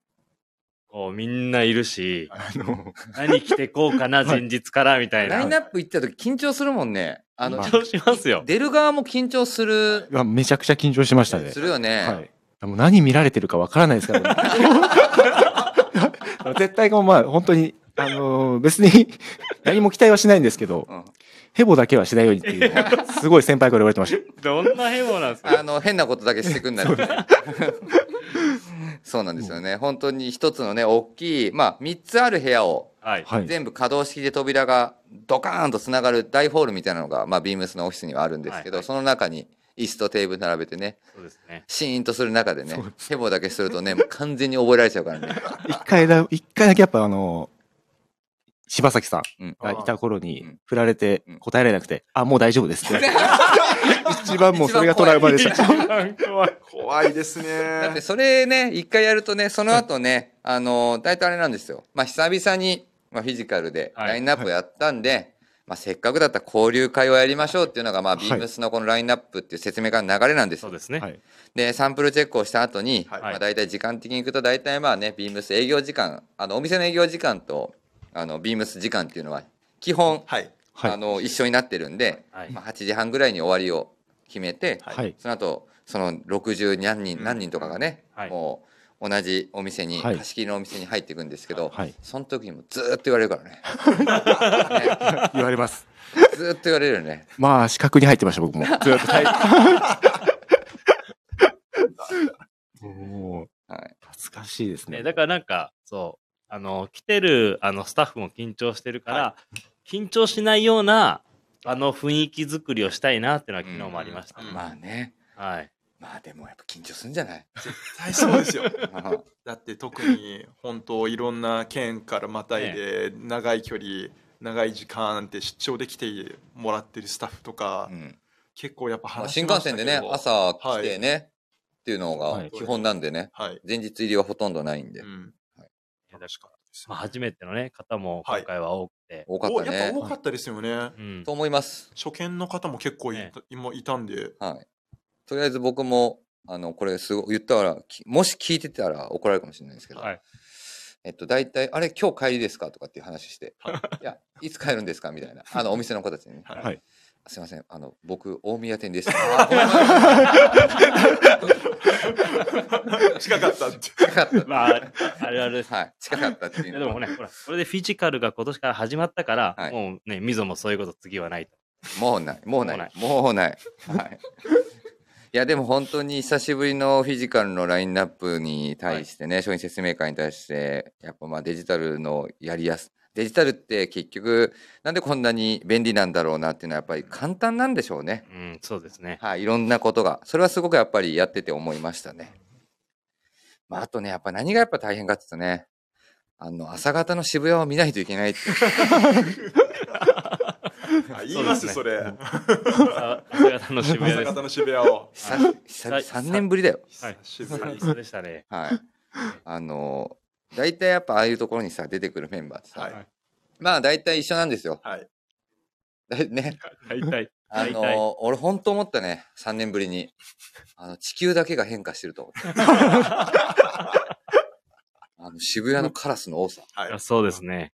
[SPEAKER 2] こう、みんないるし、
[SPEAKER 3] あの、
[SPEAKER 2] 何着てこうかな、前日から、みたい
[SPEAKER 1] ライン
[SPEAKER 2] な。
[SPEAKER 1] ナップ行った時緊張するもんね。あの、
[SPEAKER 2] 緊張しますよ。
[SPEAKER 1] 出る側も緊張する、
[SPEAKER 4] うわめちゃくちゃ緊張しましたね
[SPEAKER 1] す。るよね。
[SPEAKER 4] はい。もう何見られてるかわからないで
[SPEAKER 3] [laughs]
[SPEAKER 4] すからね。 [laughs] 絶対もうまあ本当に、あのー別に何も期待はしないんですけど、
[SPEAKER 1] うん
[SPEAKER 4] ヘボだけはしないようにっていうのは、すごい先輩から言われてました。
[SPEAKER 2] どんなヘボなんです
[SPEAKER 1] あ
[SPEAKER 2] か
[SPEAKER 1] の、変なことだけしてくんなる、ね。 [laughs] そうなんですよね。本当に一つのね、大きい、まあ、三つある部屋を、
[SPEAKER 2] はい。
[SPEAKER 4] はい。
[SPEAKER 1] 全部可動式で扉がドカーンとつながる大ホールみたいなのが、まあ、ビームスのオフィスにはあるんですけど、
[SPEAKER 2] はいはい
[SPEAKER 1] その中に椅子とテーブル並べてね、
[SPEAKER 2] そうですね。
[SPEAKER 1] シーンとする中でね、ヘボだけするとね、 [laughs] もう完全に覚えられちゃうからね。
[SPEAKER 4] 一回だ、一回だけやっぱあのー柴崎さ
[SPEAKER 1] うん
[SPEAKER 4] んがいた頃に
[SPEAKER 1] うん
[SPEAKER 4] 振られて
[SPEAKER 1] うん
[SPEAKER 4] 答えられなくて、あ、もう大丈夫です
[SPEAKER 1] [laughs]
[SPEAKER 4] って。一番もうそれがトラウマで
[SPEAKER 2] 一
[SPEAKER 4] した。
[SPEAKER 2] 番怖い。
[SPEAKER 3] 怖いです
[SPEAKER 1] だって
[SPEAKER 3] ね。
[SPEAKER 1] それね、一回やるとね、その後ね、あの、大体あれなんですよ。まあ、久々に、まあ、フィジカルで
[SPEAKER 2] はい
[SPEAKER 1] ラインナップやったんで、まあ、せっかくだったら交流会をやりましょうっていうのが、まあ、
[SPEAKER 4] は
[SPEAKER 1] ビ
[SPEAKER 4] い
[SPEAKER 1] ームスのこのラインナップっていう説明会の流れなんです
[SPEAKER 2] そ
[SPEAKER 1] よ
[SPEAKER 2] うですね。
[SPEAKER 4] はい
[SPEAKER 1] で、サンプルチェックをした後に、
[SPEAKER 3] はい
[SPEAKER 1] まあ、大体時間的に行くと、大体まあね、ビームス営業時間、あの、お店の営業時間と、あの、ビームス時間っていうのは、基本、
[SPEAKER 3] はい。
[SPEAKER 4] はい
[SPEAKER 1] あの、一緒になってるんで、
[SPEAKER 2] はい
[SPEAKER 1] まあ、8時半ぐらいに終わりを決めて、
[SPEAKER 4] はい。
[SPEAKER 1] その後その60何人
[SPEAKER 3] うん
[SPEAKER 1] 何人とかがね、
[SPEAKER 2] はい
[SPEAKER 1] もう同じお店に、
[SPEAKER 4] はい
[SPEAKER 1] 貸し切りのお店に入っていくんですけど、
[SPEAKER 4] はい。
[SPEAKER 1] その時にもずーっと言われる
[SPEAKER 3] [laughs]
[SPEAKER 1] からね
[SPEAKER 4] 言われます。
[SPEAKER 1] ずーっと言われるよね
[SPEAKER 4] まあ、資格に入ってました、僕も。ずっと。はい。もう、
[SPEAKER 1] はい
[SPEAKER 4] 恥ずかしいです
[SPEAKER 2] ね、
[SPEAKER 4] ね。
[SPEAKER 2] だからなんか、そう、あの、来てる、あの、スタッフも緊張してるから、緊張しないような、あの、雰囲気作りをしたいなっていうのは昨日もありましたね。
[SPEAKER 3] うん
[SPEAKER 1] まあね
[SPEAKER 2] はい。
[SPEAKER 1] まあでもやっぱ緊張するんじゃない
[SPEAKER 3] [laughs] 絶対そうですよ。
[SPEAKER 1] うん
[SPEAKER 3] だって特に本当いろんな県からまたいで長い距離長い時間って出張で来てもらってるスタッフとか、
[SPEAKER 1] うん
[SPEAKER 3] 結構やっぱ
[SPEAKER 1] まあ
[SPEAKER 3] 話し
[SPEAKER 1] 新
[SPEAKER 3] ま
[SPEAKER 1] 幹
[SPEAKER 3] し
[SPEAKER 1] 線
[SPEAKER 3] たけ
[SPEAKER 1] で
[SPEAKER 3] ど
[SPEAKER 1] ね朝来てね、っていうの
[SPEAKER 4] は
[SPEAKER 1] が
[SPEAKER 4] い
[SPEAKER 1] 基本なんでね、
[SPEAKER 3] はい、
[SPEAKER 1] 前日入りはほとんどないんで、
[SPEAKER 3] うん、
[SPEAKER 2] 楽しかったです。まあ、初めてのね、方も今回は多くて。
[SPEAKER 1] 多かっ
[SPEAKER 3] お
[SPEAKER 1] た
[SPEAKER 3] やっぱ
[SPEAKER 1] ね
[SPEAKER 3] 多かったですよね、
[SPEAKER 2] うん
[SPEAKER 1] と。思います
[SPEAKER 3] 初見の方も結構い,、
[SPEAKER 2] え
[SPEAKER 3] 今いたんで
[SPEAKER 1] はいとりあえず僕もあのこれすごい言ったらきもし聞いてたら怒られるかもしれないですけど、
[SPEAKER 2] はい。
[SPEAKER 1] えっと、大体、あれ、今日帰りですかとかっていう話して、いや、いつ帰るんですかみたいな、あの、お店の子たちにね、
[SPEAKER 3] はい
[SPEAKER 4] はい
[SPEAKER 1] すいません、あの、僕、大宮店です。あー
[SPEAKER 3] 近かったって
[SPEAKER 1] 近かった。
[SPEAKER 2] まあ、あれあれです。
[SPEAKER 1] はい、近かったってい
[SPEAKER 2] いうやで
[SPEAKER 1] の
[SPEAKER 2] も
[SPEAKER 1] は、
[SPEAKER 2] ね、ほら、これでフィジカルが今年から始まったから、
[SPEAKER 1] はい
[SPEAKER 2] もうね、みぞもそういうこと次はないと。
[SPEAKER 1] もうない、もうない、もうない。はい。いや、でも本当に久しぶりのフィジカルのラインナップに対してね、商品説明会に対して、やっぱまあデジタルのやりやす、デジタルって結局、なんでこんなに便利なんだろうなっていうのは、やっぱり簡単なんでしょうね。
[SPEAKER 2] うん、そうで
[SPEAKER 1] [laughs]
[SPEAKER 2] すね。
[SPEAKER 1] はい、いろんなことが。それはすごくやっぱりやってて思いましたね。まあ、あとね、やっぱ何がやっぱ大変かって言うとね、あの、朝方の渋谷を見ないといけないっていう。
[SPEAKER 3] あ言います
[SPEAKER 2] そ
[SPEAKER 3] それ
[SPEAKER 2] 朝朝方の渋
[SPEAKER 3] ま
[SPEAKER 2] 谷です。
[SPEAKER 3] さか
[SPEAKER 2] は
[SPEAKER 3] の渋谷を
[SPEAKER 1] 久 [laughs] 々、3年ぶりだよ。
[SPEAKER 2] い。
[SPEAKER 3] 渋谷
[SPEAKER 2] そうでしたね。
[SPEAKER 1] はい。あの、大体やっぱああいうところにさ、出てくるメンバーってさ、
[SPEAKER 3] はい
[SPEAKER 1] まあ大体一緒なんですよ。 [laughs]
[SPEAKER 3] はい
[SPEAKER 1] だいね。
[SPEAKER 2] 大体。
[SPEAKER 1] あ
[SPEAKER 2] 大体
[SPEAKER 1] の、俺本当思ったね、3年ぶりに。あの、地球だけが変化してると思った。あの、渋谷のカラスの多さ。
[SPEAKER 3] はい
[SPEAKER 2] いやそうですね。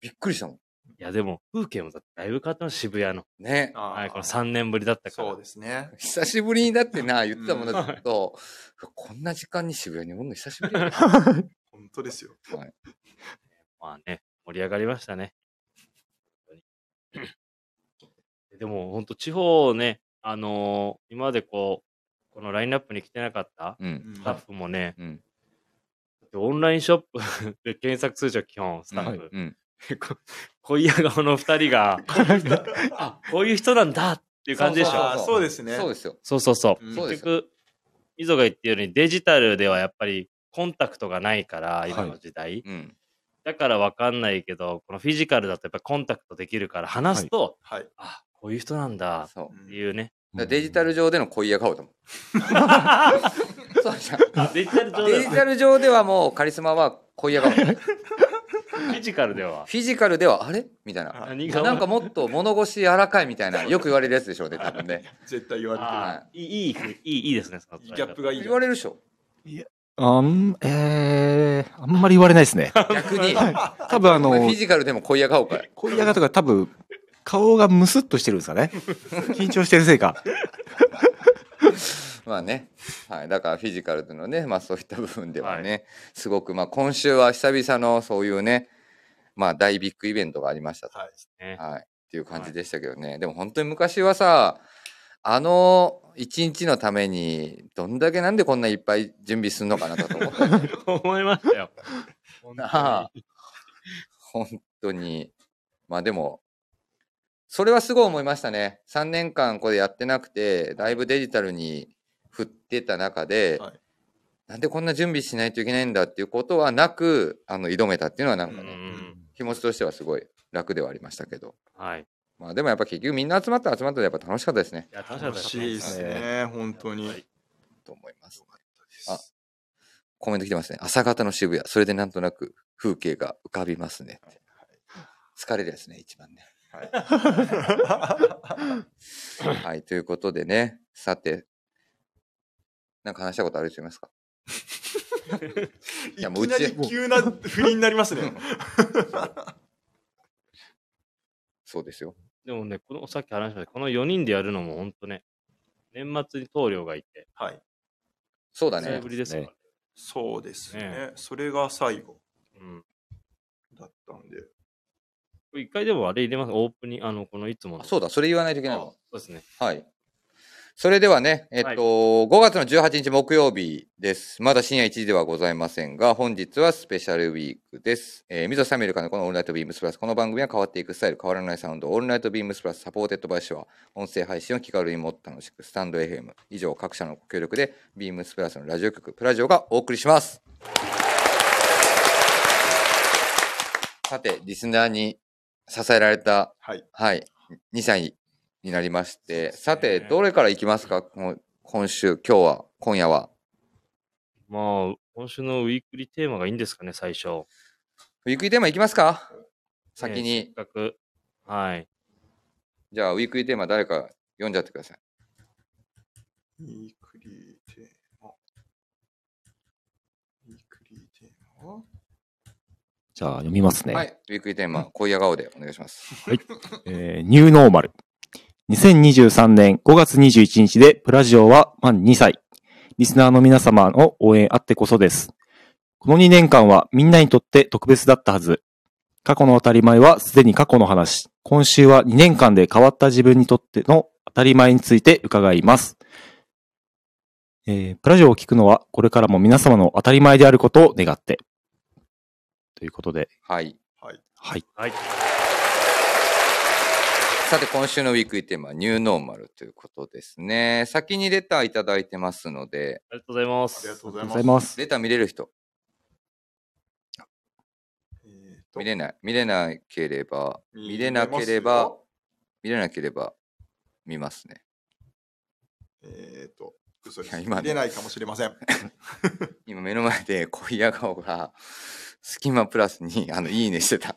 [SPEAKER 1] びっくりしたもん。
[SPEAKER 2] いや、でも、風景もだってだいぶ変わったの、渋谷の。
[SPEAKER 1] ね。
[SPEAKER 3] あー
[SPEAKER 2] はい、この3年ぶりだったから。
[SPEAKER 3] そうですね
[SPEAKER 1] 久しぶりにだってな、言ってたもん
[SPEAKER 3] う
[SPEAKER 1] だ
[SPEAKER 3] ん
[SPEAKER 1] ずっと、こんな時間に渋谷におんの久しぶりだな
[SPEAKER 3] 本当ですよ
[SPEAKER 1] はい
[SPEAKER 2] まあね、盛り上がりましたね。本当にでも、本当地方をね、あのー今までこう、このラインナップに来てなかった
[SPEAKER 1] う。
[SPEAKER 3] うんん
[SPEAKER 2] スタッフもね、
[SPEAKER 1] うん。
[SPEAKER 2] オンラインショップで [laughs] 検索通常基本、スタッフ。
[SPEAKER 1] うん。
[SPEAKER 2] ここいや顔の二人が、あ、こういう人なんだっていう感じでし
[SPEAKER 1] そうそう
[SPEAKER 2] ょ。
[SPEAKER 3] あーそうですね
[SPEAKER 1] そうですよ。
[SPEAKER 2] そうそうそう
[SPEAKER 3] うん。
[SPEAKER 1] そうで
[SPEAKER 2] 結
[SPEAKER 1] すよ。
[SPEAKER 2] 局、溝が言ってるようにデジタルではやっぱりコンタクトがないから、今の時代。
[SPEAKER 1] うん。
[SPEAKER 2] だからわかんないけど、このフィジカルだとやっぱりコンタクトできるから話すと、
[SPEAKER 3] はい
[SPEAKER 2] あ、こういう人なんだ
[SPEAKER 1] そう
[SPEAKER 2] っていうね、
[SPEAKER 1] だからデジタル上での恋愛顔だもん。 [laughs] そうじゃん。
[SPEAKER 2] あデジタル上
[SPEAKER 1] デ
[SPEAKER 2] で
[SPEAKER 1] ジ
[SPEAKER 2] は
[SPEAKER 1] タル上ではもうカリスマは恋 [laughs] 愛顔。フ
[SPEAKER 2] フィジカルでは
[SPEAKER 1] ィジカルではあれみたいな。
[SPEAKER 2] 何が
[SPEAKER 1] なんかもっと物腰柔らかいみたいな、よく言われるやつでしょうね、多 [laughs] 分ね。
[SPEAKER 3] 絶対言わ
[SPEAKER 2] あーいいいいふいいいいですねその
[SPEAKER 3] れてるギャップがいい
[SPEAKER 1] 言われるでし [laughs] ょ。
[SPEAKER 4] あん、えー、あんまり言われないです
[SPEAKER 1] [laughs]
[SPEAKER 4] ね。
[SPEAKER 1] 逆に。
[SPEAKER 4] 多分あ
[SPEAKER 1] お
[SPEAKER 4] の
[SPEAKER 1] 前、フィジカルでも恋愛顔かい。
[SPEAKER 4] 恋やがとか多分、顔がムスッとしてるんですかね。緊張してるせいか。
[SPEAKER 1] まあね、はい、だからフィジカルのね、まあ、そういった部分ではね、
[SPEAKER 2] は
[SPEAKER 1] すごく、まあ、今週は久々のそういうね、まあ、大ビッグイベントがありましたと、
[SPEAKER 3] はい
[SPEAKER 2] ね
[SPEAKER 1] はい、っていう感じでしたけどね、でも本当に昔はさあの一日のためにどんだけなんでこんないっぱい準備すんのかなと思ったよ
[SPEAKER 2] 思いましたよ
[SPEAKER 1] なあ [laughs] 本当にまあでもそれはすごい思いましたね3年間これやってなくてだいぶデジタルに振ってた中で、
[SPEAKER 3] はい
[SPEAKER 1] なんでこんな準備しないといけないんだっていうことはなくあの挑めたっていうのはなんか
[SPEAKER 2] う
[SPEAKER 1] ね、
[SPEAKER 2] ん
[SPEAKER 1] 気持ちとしてはすごい楽ではありましたけど
[SPEAKER 2] はいい
[SPEAKER 1] まあでもやっぱ結局みんな集まったら集まったらやっぱ楽しかったですね
[SPEAKER 2] や確かに
[SPEAKER 3] 楽しいです
[SPEAKER 4] 楽しい
[SPEAKER 3] ね本当に
[SPEAKER 2] はい
[SPEAKER 1] と思いますコメント来てますね朝方の渋谷それでなんとなく風景が浮かびますねって疲れるやつね一番ねはい、ということでね、さて、なんか話したことある人いますかいやもうう
[SPEAKER 3] [laughs] いき
[SPEAKER 1] ち
[SPEAKER 3] なり急な振りになりますね
[SPEAKER 1] そうですよ。
[SPEAKER 2] でもねこのさっき話しましたこの4人でやるのも本当ね年末に棟梁がいて
[SPEAKER 3] [laughs] はい
[SPEAKER 1] そうだ
[SPEAKER 2] 久し
[SPEAKER 1] ね
[SPEAKER 2] ぶ。りですからね
[SPEAKER 3] そうですね
[SPEAKER 2] ね
[SPEAKER 3] それが最後
[SPEAKER 2] うん
[SPEAKER 3] だったんで
[SPEAKER 2] これ一回でもあれ入れますオープニングあのこのいつもの
[SPEAKER 1] あそうだ、それ言わないといけない
[SPEAKER 2] あ
[SPEAKER 1] わ。
[SPEAKER 2] そうですね
[SPEAKER 1] はい。それではね、えっと、
[SPEAKER 2] はい
[SPEAKER 1] 5月の18日木曜日です。まだ深夜1時ではございませんが、本日はスペシャルウィークです。えー、水サミュルカのこのオールナイトビームスプラス。この番組は変わっていくスタイル、変わらないサウンド、オールナイトビームスプラスサポーテッドバイシュア、音声配信を気軽にもっと楽しく、スタンド FM。以上、各社のご協力で、ビームスプラスのラジオ局、プラジオがお送りします。さて、リスナーに支えられた
[SPEAKER 3] はい
[SPEAKER 1] はい、2歳になりまして、さて、どれからいきますか、この今週、今日は、今夜は。
[SPEAKER 2] まあ今週のウィークリーテーマがいいんですかね最初
[SPEAKER 1] ウィークリーテーマいきますか先
[SPEAKER 2] ねせ
[SPEAKER 1] に
[SPEAKER 2] っ、かくはい
[SPEAKER 1] じゃあ、ウィークリーテーマ、誰か読んじゃってください。
[SPEAKER 3] ウィークリーテーマ。ウィークリーテーマは
[SPEAKER 4] じゃあ読みますね。
[SPEAKER 1] はい、ウィークリーテーマ、今夜顔でお願いします。
[SPEAKER 4] えーニューノーマル。2023年5月21日でプラジオは満2歳。リスナーの皆様の応援あってこそです。この2年間はみんなにとって特別だったはず。過去の当たり前はすでに過去の話。今週は2年間で変わった自分にとっての当たり前について伺います。えープラジオを聞くのはこれからも皆様の当たり前であることを願って。ということで、
[SPEAKER 1] はい。
[SPEAKER 4] はい。
[SPEAKER 2] はい
[SPEAKER 1] さて、今週のウィークリーテーマ、ニューノーマルということですね。先にレターいただいてますので、
[SPEAKER 2] ありがとうございま
[SPEAKER 3] ありが
[SPEAKER 2] す
[SPEAKER 3] とうご
[SPEAKER 4] ありが
[SPEAKER 3] ざ
[SPEAKER 4] と
[SPEAKER 3] いうま
[SPEAKER 4] ご
[SPEAKER 3] す。
[SPEAKER 4] ざいます。
[SPEAKER 1] レター見れる人、
[SPEAKER 3] えーと
[SPEAKER 1] 見れない。見れなければ、見れなけれ
[SPEAKER 3] 見れます
[SPEAKER 1] ば
[SPEAKER 3] よ、
[SPEAKER 1] 見れなければ、見ますね。
[SPEAKER 3] えーと、嘘で
[SPEAKER 1] いや
[SPEAKER 3] す。
[SPEAKER 1] 今の
[SPEAKER 3] 見れないかもしれません。
[SPEAKER 1] 今目の前で小屋顔が、スキマプラスに、あの、いいねしてた。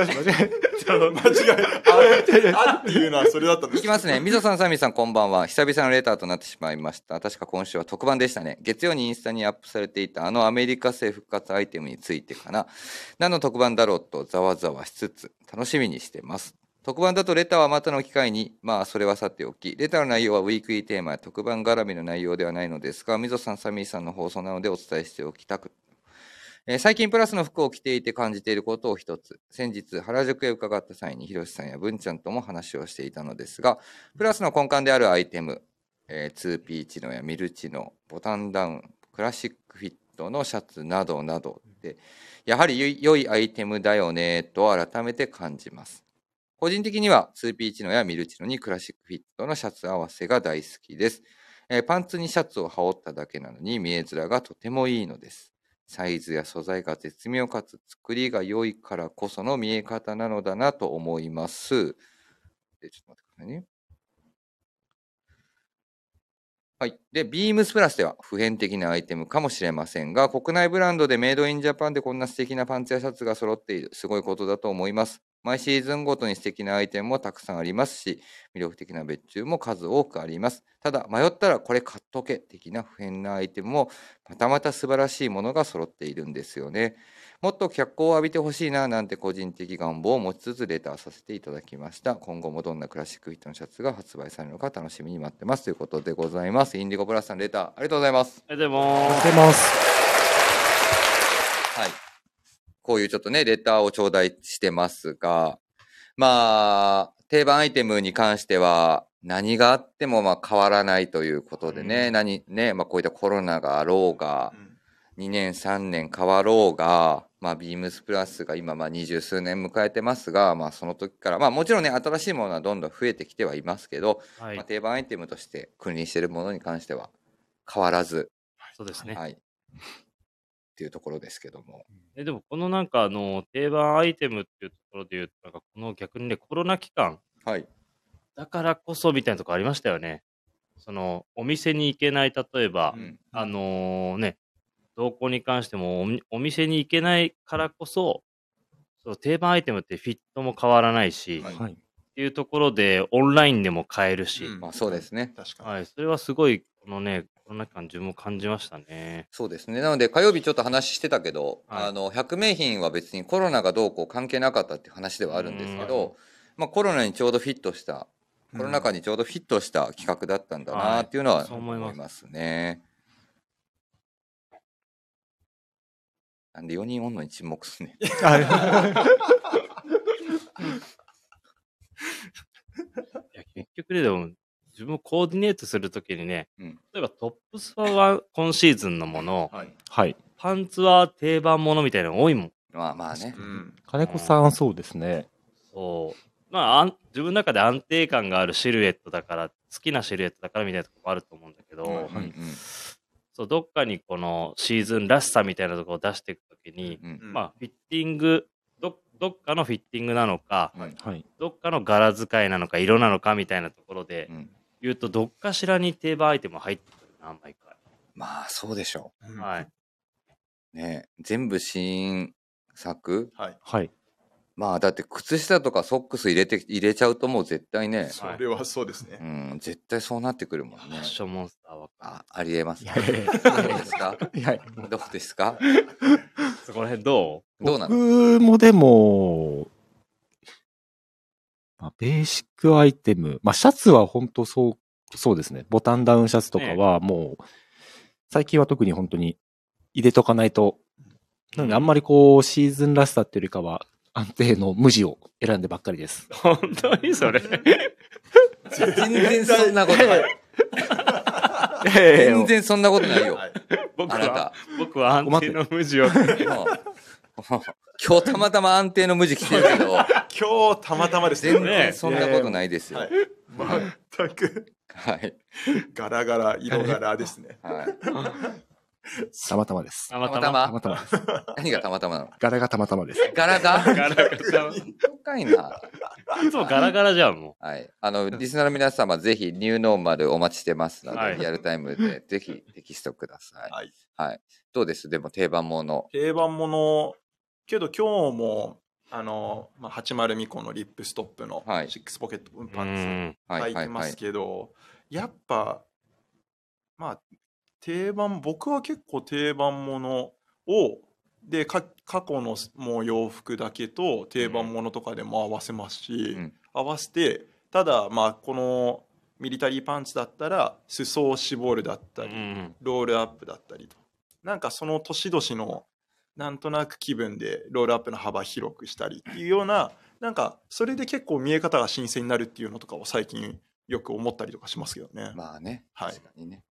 [SPEAKER 3] 間違いああっていうのはそれだったんで
[SPEAKER 1] い
[SPEAKER 3] す
[SPEAKER 1] き。ますね。みぞさん、さみさん、こんばんは。久々のレターとなってしまいました。確か今週は特番でしたね。月曜にインスタにアップされていたあのアメリカ製復活アイテムについてかな。何の特番だろうとざわざわしつつ、楽しみにしてます。特番だとレターはまたの機会に、まあそれはさておき、レターの内容はウィークリーテーマや特番絡みの内容ではないのですが、みぞさん、さみさんの放送なのでお伝えしておきたくえー最近プラスの服を着ていて感じていることを一つ先日原宿へ伺った際にひろしさんや文ちゃんとも話をしていたのですがプラスの根幹であるアイテム、えー、2P チノやミルチノボタンダウンクラシックフィットのシャツなどなどでやはり良い良いアイテムだよねと改めて感じます個人的には 2P チノやミルチノにクラシックフィットのシャツ合わせが大好きです、えーパンツにシャツを羽織っただけなのに見えづらがとてもいいのですサイズや素材が絶妙かつ作りが良いからこその見え方なのだなと思います。で、ちょっと待ってくださいね。はい。で、ビームスプラスでは普遍的なアイテムかもしれませんが、国内ブランドでメイドインジャパンでこんな素敵なパンツやシャツが揃っている、すごいことだと思います。毎シーズンごとに素敵なアイテムもたくさんありますし、魅力的な別注も数多くあります。ただ、迷ったらこれ買っとけ的な普遍なアイテムも、またまた素晴らしいものが揃っているんですよね。もっと脚光を浴びてほしいななんて個人的願望を持ちつつレターさせていただきました。今後もどんなクラシックヒットのシャツが発売されるのか楽しみに待ってますということでございます。インディゴプラスさんレターありがとうございます。
[SPEAKER 2] ありがとうございます。
[SPEAKER 4] 出ます。
[SPEAKER 1] はい。こういうちょっとね、レターを頂戴してますが、まあ、定番アイテムに関しては、何があってもまあ変わらないということでね、
[SPEAKER 3] うん
[SPEAKER 1] 何ね、まあこういったコロナがあろうが
[SPEAKER 3] う、ん
[SPEAKER 1] 2年3年変わろうが、まあ、ビームスプラスが今まあ二十数年迎えてますが、まあ、その時から、まあ、もちろんね新しいものはどんどん増えてきてはいますけど、
[SPEAKER 2] はい
[SPEAKER 1] まあ、、定番アイテムとして君臨しているものに関しては変わらず、
[SPEAKER 2] そうですね。
[SPEAKER 1] はい、っていうところですけども
[SPEAKER 2] えでも、このなんか、あの、定番アイテムっていうところで言うと、なんか、この逆にね、コロナ期間
[SPEAKER 1] はい
[SPEAKER 2] だからこそみたいなとこありましたよね。その、お店に行けない、例えば、
[SPEAKER 1] うん
[SPEAKER 2] あのね、動向に関してもおみ、お店に行けないからこそ、そう定番アイテムってフィットも変わらないし、
[SPEAKER 1] はい
[SPEAKER 4] はい。
[SPEAKER 2] っていうところで、オンラインでも買えるし、
[SPEAKER 3] うん
[SPEAKER 1] まあ、そうですね
[SPEAKER 3] 確かに、
[SPEAKER 2] はい、それはすごい、このね、コロナ期間、自分も感じましたね。
[SPEAKER 1] そうですねなので火曜日ちょっと話してたけど、
[SPEAKER 2] はい
[SPEAKER 1] あの100名品は別にコロナがどうこう関係なかったっていう話ではあるんですけど、まあ、コロナにちょうどフィットした
[SPEAKER 3] うん
[SPEAKER 1] コロナ禍にちょうどフィットした企画だったんだ
[SPEAKER 2] は
[SPEAKER 1] ないっていうのは
[SPEAKER 2] そう思
[SPEAKER 1] 思
[SPEAKER 2] います
[SPEAKER 1] いますね。なんで4人おんのに沈黙すんねん
[SPEAKER 2] いや結局ね、でも、自分をコーディネートするときにね、
[SPEAKER 1] うん
[SPEAKER 2] 例えばトップスは今シーズンのもの、
[SPEAKER 3] はい
[SPEAKER 4] はい。
[SPEAKER 2] パンツは定番ものみたいなの多いもん。
[SPEAKER 1] まあまあね
[SPEAKER 3] う。ん
[SPEAKER 4] 金子さん、そうですね。
[SPEAKER 2] そう。まあ、あん自分の中で安定感があるシルエットだから、好きなシルエットだからみたいなとこもあると思うんだけど、
[SPEAKER 1] うんうん
[SPEAKER 2] そうどっかにこのシーズンらしさみたいなところを出していくときに、
[SPEAKER 1] うん
[SPEAKER 2] まあ、フィッティングど、どっかのフィッティングなのか、
[SPEAKER 1] はい
[SPEAKER 4] はい。
[SPEAKER 2] どっかの柄使いなのか、色なのかみたいなところで
[SPEAKER 1] うん
[SPEAKER 2] 言うと、どっかしらに定番アイテム入ってくるな、毎回。
[SPEAKER 1] まあそうでしょ
[SPEAKER 3] うん
[SPEAKER 2] はい。
[SPEAKER 1] う。ね全部新作
[SPEAKER 3] はい
[SPEAKER 4] はい。
[SPEAKER 1] まあだって靴下とかソックス入れて入れちゃうともう絶対ね、
[SPEAKER 3] それはそうですね、
[SPEAKER 1] うん、絶対そうなってくるもん
[SPEAKER 2] ファ
[SPEAKER 1] ね
[SPEAKER 2] ッ。ションモンスターは
[SPEAKER 1] あありえます
[SPEAKER 4] い
[SPEAKER 1] ね
[SPEAKER 4] や。いやい
[SPEAKER 1] どうですか
[SPEAKER 4] やいや。
[SPEAKER 1] どうですか
[SPEAKER 2] そこら辺ど
[SPEAKER 1] どうなの
[SPEAKER 4] 僕もでも、まあ、ベーシックアイテム。まあ、シャツは本当そう、そうですね。ボタンダウンシャツとかはもう、最近は特に本当に入れとかないと。なので、あんまりこう、シーズンらしさっていうよりかは、安定の無地を選んでばっかりです。
[SPEAKER 2] う本当にそれ
[SPEAKER 1] 全然そんなことない。全然そんなことないよ。
[SPEAKER 3] [laughs] はい
[SPEAKER 2] 僕
[SPEAKER 1] あなた
[SPEAKER 2] は。僕は安定の無地を
[SPEAKER 1] もう [laughs] 今日たまたま安定の無地来てるけど、
[SPEAKER 3] 今日たまたまです
[SPEAKER 1] 全
[SPEAKER 3] ね
[SPEAKER 1] 然そんなことないですよ
[SPEAKER 3] は。い全く
[SPEAKER 1] はい。
[SPEAKER 3] ガラガラ色柄ですね
[SPEAKER 1] はい。
[SPEAKER 4] たまたまです。
[SPEAKER 2] た
[SPEAKER 1] たま
[SPEAKER 2] また
[SPEAKER 1] た
[SPEAKER 2] ま
[SPEAKER 4] た
[SPEAKER 1] ま
[SPEAKER 4] またまです。
[SPEAKER 1] 何がたまたまなの
[SPEAKER 4] 柄がたまたまです。
[SPEAKER 1] 柄が
[SPEAKER 2] ガラガラ
[SPEAKER 1] 深いな。
[SPEAKER 2] いつもガラガラじゃんも
[SPEAKER 1] はい。あの、リスナーの皆様、ぜひニューノーマルお待ちしてますので、
[SPEAKER 2] はい
[SPEAKER 1] リアルタイムでぜひテキストください。
[SPEAKER 3] はい。
[SPEAKER 1] はい。どうですでも定番もの。
[SPEAKER 3] 定番ものけど今日もあの、まあ、80ミコのリップストップの
[SPEAKER 1] はい
[SPEAKER 3] シックスポケット
[SPEAKER 2] うう
[SPEAKER 3] パン
[SPEAKER 2] ん
[SPEAKER 3] ツ
[SPEAKER 1] は
[SPEAKER 3] 履
[SPEAKER 1] い
[SPEAKER 3] い
[SPEAKER 1] は
[SPEAKER 3] て
[SPEAKER 1] い
[SPEAKER 3] ま
[SPEAKER 1] は
[SPEAKER 3] す
[SPEAKER 1] い。
[SPEAKER 3] けどやっぱまあ定番僕は結構定番ものをでか過去のもう洋服だけと定番ものとかでも合わせますし、
[SPEAKER 1] うん
[SPEAKER 3] 合わせてただまあこのミリタリーパンツだったら裾を絞るだった
[SPEAKER 2] う
[SPEAKER 3] り、
[SPEAKER 2] ん
[SPEAKER 3] ロールアップだったりとなんかその年々のなんとなく気分でロールアップの幅広くしたりっていうようななんかそれで結構見え方が新鮮になるっていうのとかを最近よく思ったりとかしますけどね。
[SPEAKER 1] まあね。
[SPEAKER 3] はい
[SPEAKER 1] 確かにね。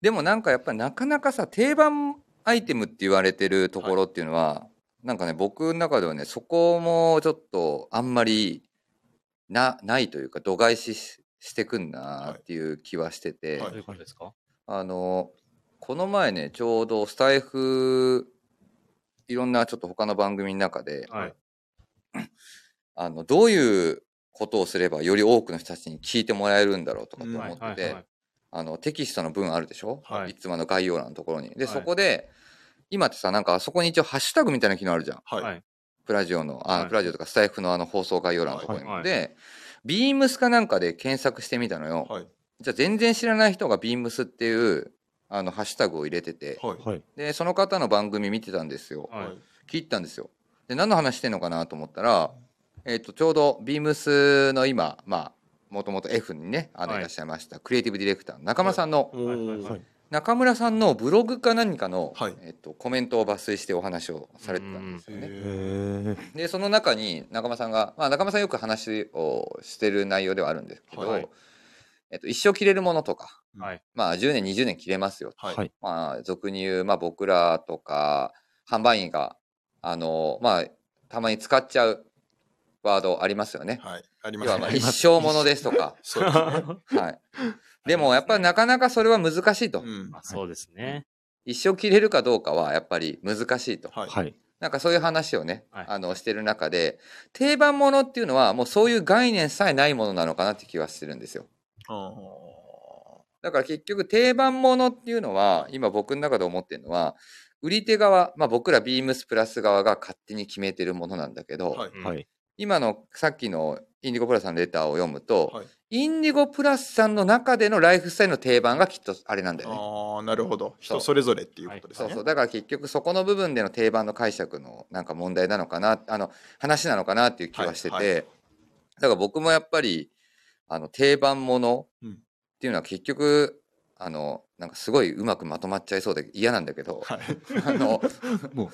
[SPEAKER 1] でもなんかやっぱりなかなかさ、定番アイテムって言われてるところっていうのは、なんかね、僕の中ではね、そこもちょっとあんまりな、ないというか、度外視ししてくんなっていう気はしてて、
[SPEAKER 3] はい
[SPEAKER 2] どういうことですか
[SPEAKER 1] あの、この前ね、ちょうどスタイフ、いろんなちょっと他の番組の中で、
[SPEAKER 2] はい
[SPEAKER 1] あの、どういうことをすればより多くの人たちに聞いてもらえるんだろうとかと
[SPEAKER 3] うん
[SPEAKER 1] 思って
[SPEAKER 2] はいはい
[SPEAKER 1] て
[SPEAKER 2] はい
[SPEAKER 1] あのテキストの文あるでしょ、
[SPEAKER 2] はい
[SPEAKER 1] い、つもの概要欄のところにで、
[SPEAKER 2] はい
[SPEAKER 1] そこで今ってさなんかあそこに一応ハッシュタグみたいな機能あるじゃん
[SPEAKER 3] はい。
[SPEAKER 2] はい
[SPEAKER 1] プラジオの、あ、
[SPEAKER 2] はい
[SPEAKER 1] プラジオとかスタイフのあの放送概要欄のところにも、
[SPEAKER 2] はい
[SPEAKER 1] で、ビームスかなんかで検索してみたのよ。
[SPEAKER 3] はい。
[SPEAKER 1] じゃあ全然知らない人がビームスっていう、あの、ハッシュタグを入れてて、
[SPEAKER 3] はい。
[SPEAKER 4] はい。
[SPEAKER 1] で、その方の番組見てたんですよ。
[SPEAKER 2] はい
[SPEAKER 1] 聞いたんですよ。で、何の話してんのかなと思ったら、えっ、と、ちょうどビームスの今、まあ、もともと F にね、あの、
[SPEAKER 2] はい
[SPEAKER 1] いらっしゃいました、クリエイティブディレクターの中村さんの、
[SPEAKER 3] おー
[SPEAKER 2] はいはいはい
[SPEAKER 1] 中村さんのブログか何かの、
[SPEAKER 3] はい
[SPEAKER 1] えっ、と、コメントを抜粋してお話をされてたんですよね。
[SPEAKER 3] へー
[SPEAKER 4] え
[SPEAKER 1] でその中に中間さんが、まあ、中間さんよく話をしてる内容ではあるんですけど、
[SPEAKER 3] はい
[SPEAKER 1] えっと、一生着れるものとか、
[SPEAKER 2] はい
[SPEAKER 1] まあ、10年20年着れますよ、
[SPEAKER 3] はい。
[SPEAKER 4] はい
[SPEAKER 1] まあ、俗に言う、まあ、僕らとか販売員があの、まあ、たまに使っちゃうワードありますよね。
[SPEAKER 3] はい。ありま
[SPEAKER 1] 要はまあ
[SPEAKER 3] す
[SPEAKER 1] 一
[SPEAKER 3] ね。
[SPEAKER 1] 生ものですとか、
[SPEAKER 3] [laughs] そうですね。
[SPEAKER 1] はい、でもやっぱりなかなかそれは難しいと、
[SPEAKER 3] うん
[SPEAKER 2] ま。あそうですね。
[SPEAKER 1] 一生着れるかどうかはやっぱり難しいと、
[SPEAKER 3] はい。
[SPEAKER 4] はい。
[SPEAKER 1] なんかそういう話をね、
[SPEAKER 2] はい
[SPEAKER 1] あの、してる中で、定番ものっていうのはもうそういう概念さえないものなのかなって気はしてるんですよ。
[SPEAKER 3] あ
[SPEAKER 1] だから結局定番ものっていうのは、今僕の中で思ってるのは、売り手側、まあ僕らビームスプラス側が勝手に決めてるものなんだけど、
[SPEAKER 3] はい
[SPEAKER 2] うん
[SPEAKER 4] はい。
[SPEAKER 1] 今のさっきのインディゴプラスさんのレターを読むと、
[SPEAKER 3] はい
[SPEAKER 1] インディゴプラスさんの中でのライフスタイルの定番がきっとあれなんだよね。
[SPEAKER 3] ああ、なるほど。人それぞれっていうことです
[SPEAKER 1] そう
[SPEAKER 3] ね
[SPEAKER 1] そう。。だから結局そこの部分での定番の解釈のなんか問題なのかな、あの、話なのかなっていう気はしてて、
[SPEAKER 3] はいはい
[SPEAKER 1] だから僕もやっぱり、あの、定番もの
[SPEAKER 3] うん
[SPEAKER 1] っていうのは結局、あの、なんかすごいうまくまとまっちゃいそうで嫌なんだけど、
[SPEAKER 3] はい。
[SPEAKER 1] あの、
[SPEAKER 4] [laughs] も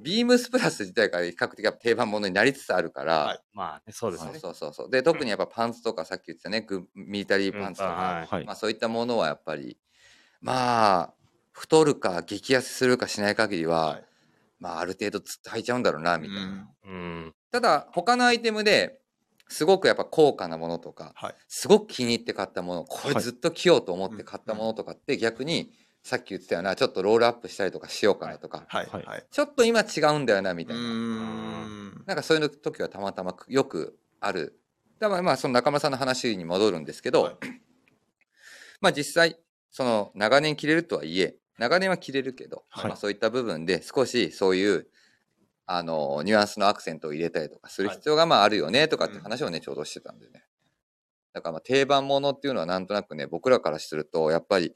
[SPEAKER 1] ビームスプラス自体が比較的やっぱ定番ものになりつつあるから、
[SPEAKER 3] はい
[SPEAKER 2] まあね、そうです
[SPEAKER 1] そう
[SPEAKER 2] ね。
[SPEAKER 1] そうそうそう。で、特にやっぱパンツとかさっき言ってたね、グミリタリーパンツとか、
[SPEAKER 2] は
[SPEAKER 4] う、
[SPEAKER 2] い。
[SPEAKER 4] はい
[SPEAKER 1] ま。あ、そういったものはやっぱりまあ太るか激痩せするかしない限りは、
[SPEAKER 3] はい
[SPEAKER 1] まあ、ある程度ずっと履いちゃうんだろうなみたいな、
[SPEAKER 3] うん
[SPEAKER 2] うん。
[SPEAKER 1] ただ他のアイテムですごくやっぱ高価なものとか
[SPEAKER 3] はい。
[SPEAKER 1] すごく気に入って買ったものこれ
[SPEAKER 4] はい
[SPEAKER 1] ずっと着ようと思って買ったものとかって逆にさっき言ってたようなちょっとロールアップしたりとかしようかなとか、
[SPEAKER 3] はい。
[SPEAKER 4] はい
[SPEAKER 3] はい。
[SPEAKER 1] ちょっと今違うんだよなみ
[SPEAKER 3] う
[SPEAKER 1] たいな、
[SPEAKER 3] ーん。
[SPEAKER 1] なんかそういう時はたまたまよくある。だからまあその中村さんの話に戻るんですけど、
[SPEAKER 3] はい
[SPEAKER 1] まあ実際、その長年着れるとはいえ、長年は着れるけど、
[SPEAKER 3] はい
[SPEAKER 1] まあそういった部分で少しそういう、あの、ニュアンスのアクセントを入れたりとかする必要がまああるよねとかって話をね、ちょうどしてたんでね。だからまあ定番ものっていうのはなんとなくね、僕らからすると、やっぱり、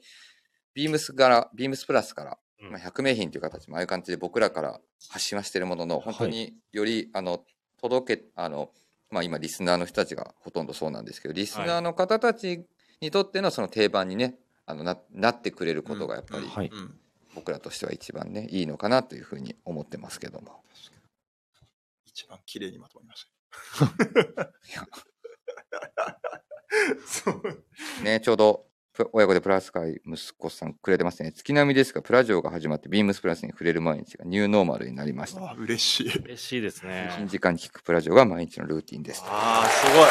[SPEAKER 1] ビームスから、ビームスプラスから、
[SPEAKER 2] うん
[SPEAKER 1] まあ、100名品という形もああいう感じで僕らから発信はしてるものの、
[SPEAKER 4] はい
[SPEAKER 1] 本当により、あの、届け、あの、まあ今リスナーの人たちがほとんどそうなんですけど、リスナーの方たちにとってのその定番にね、あのななってくれることがやっぱり
[SPEAKER 3] うん
[SPEAKER 4] はい
[SPEAKER 3] うん
[SPEAKER 1] 僕らとしては一番ね、いいのかなというふうに思ってますけども。
[SPEAKER 3] 一番綺麗にまとまりました。そう。
[SPEAKER 1] ね、ちょうど、ぷ親子でプラス会、息子さんくれてますね。月並みですが、プラジオが始まって、ビームスプラスに触れる毎日がニューノーマルになりました。 [laughs]
[SPEAKER 3] あー嬉しい。
[SPEAKER 2] 嬉しいです
[SPEAKER 1] 新
[SPEAKER 2] ね。
[SPEAKER 1] 時間に聞くプラジオが毎日のルーティンです。
[SPEAKER 3] ああ、すごい。こ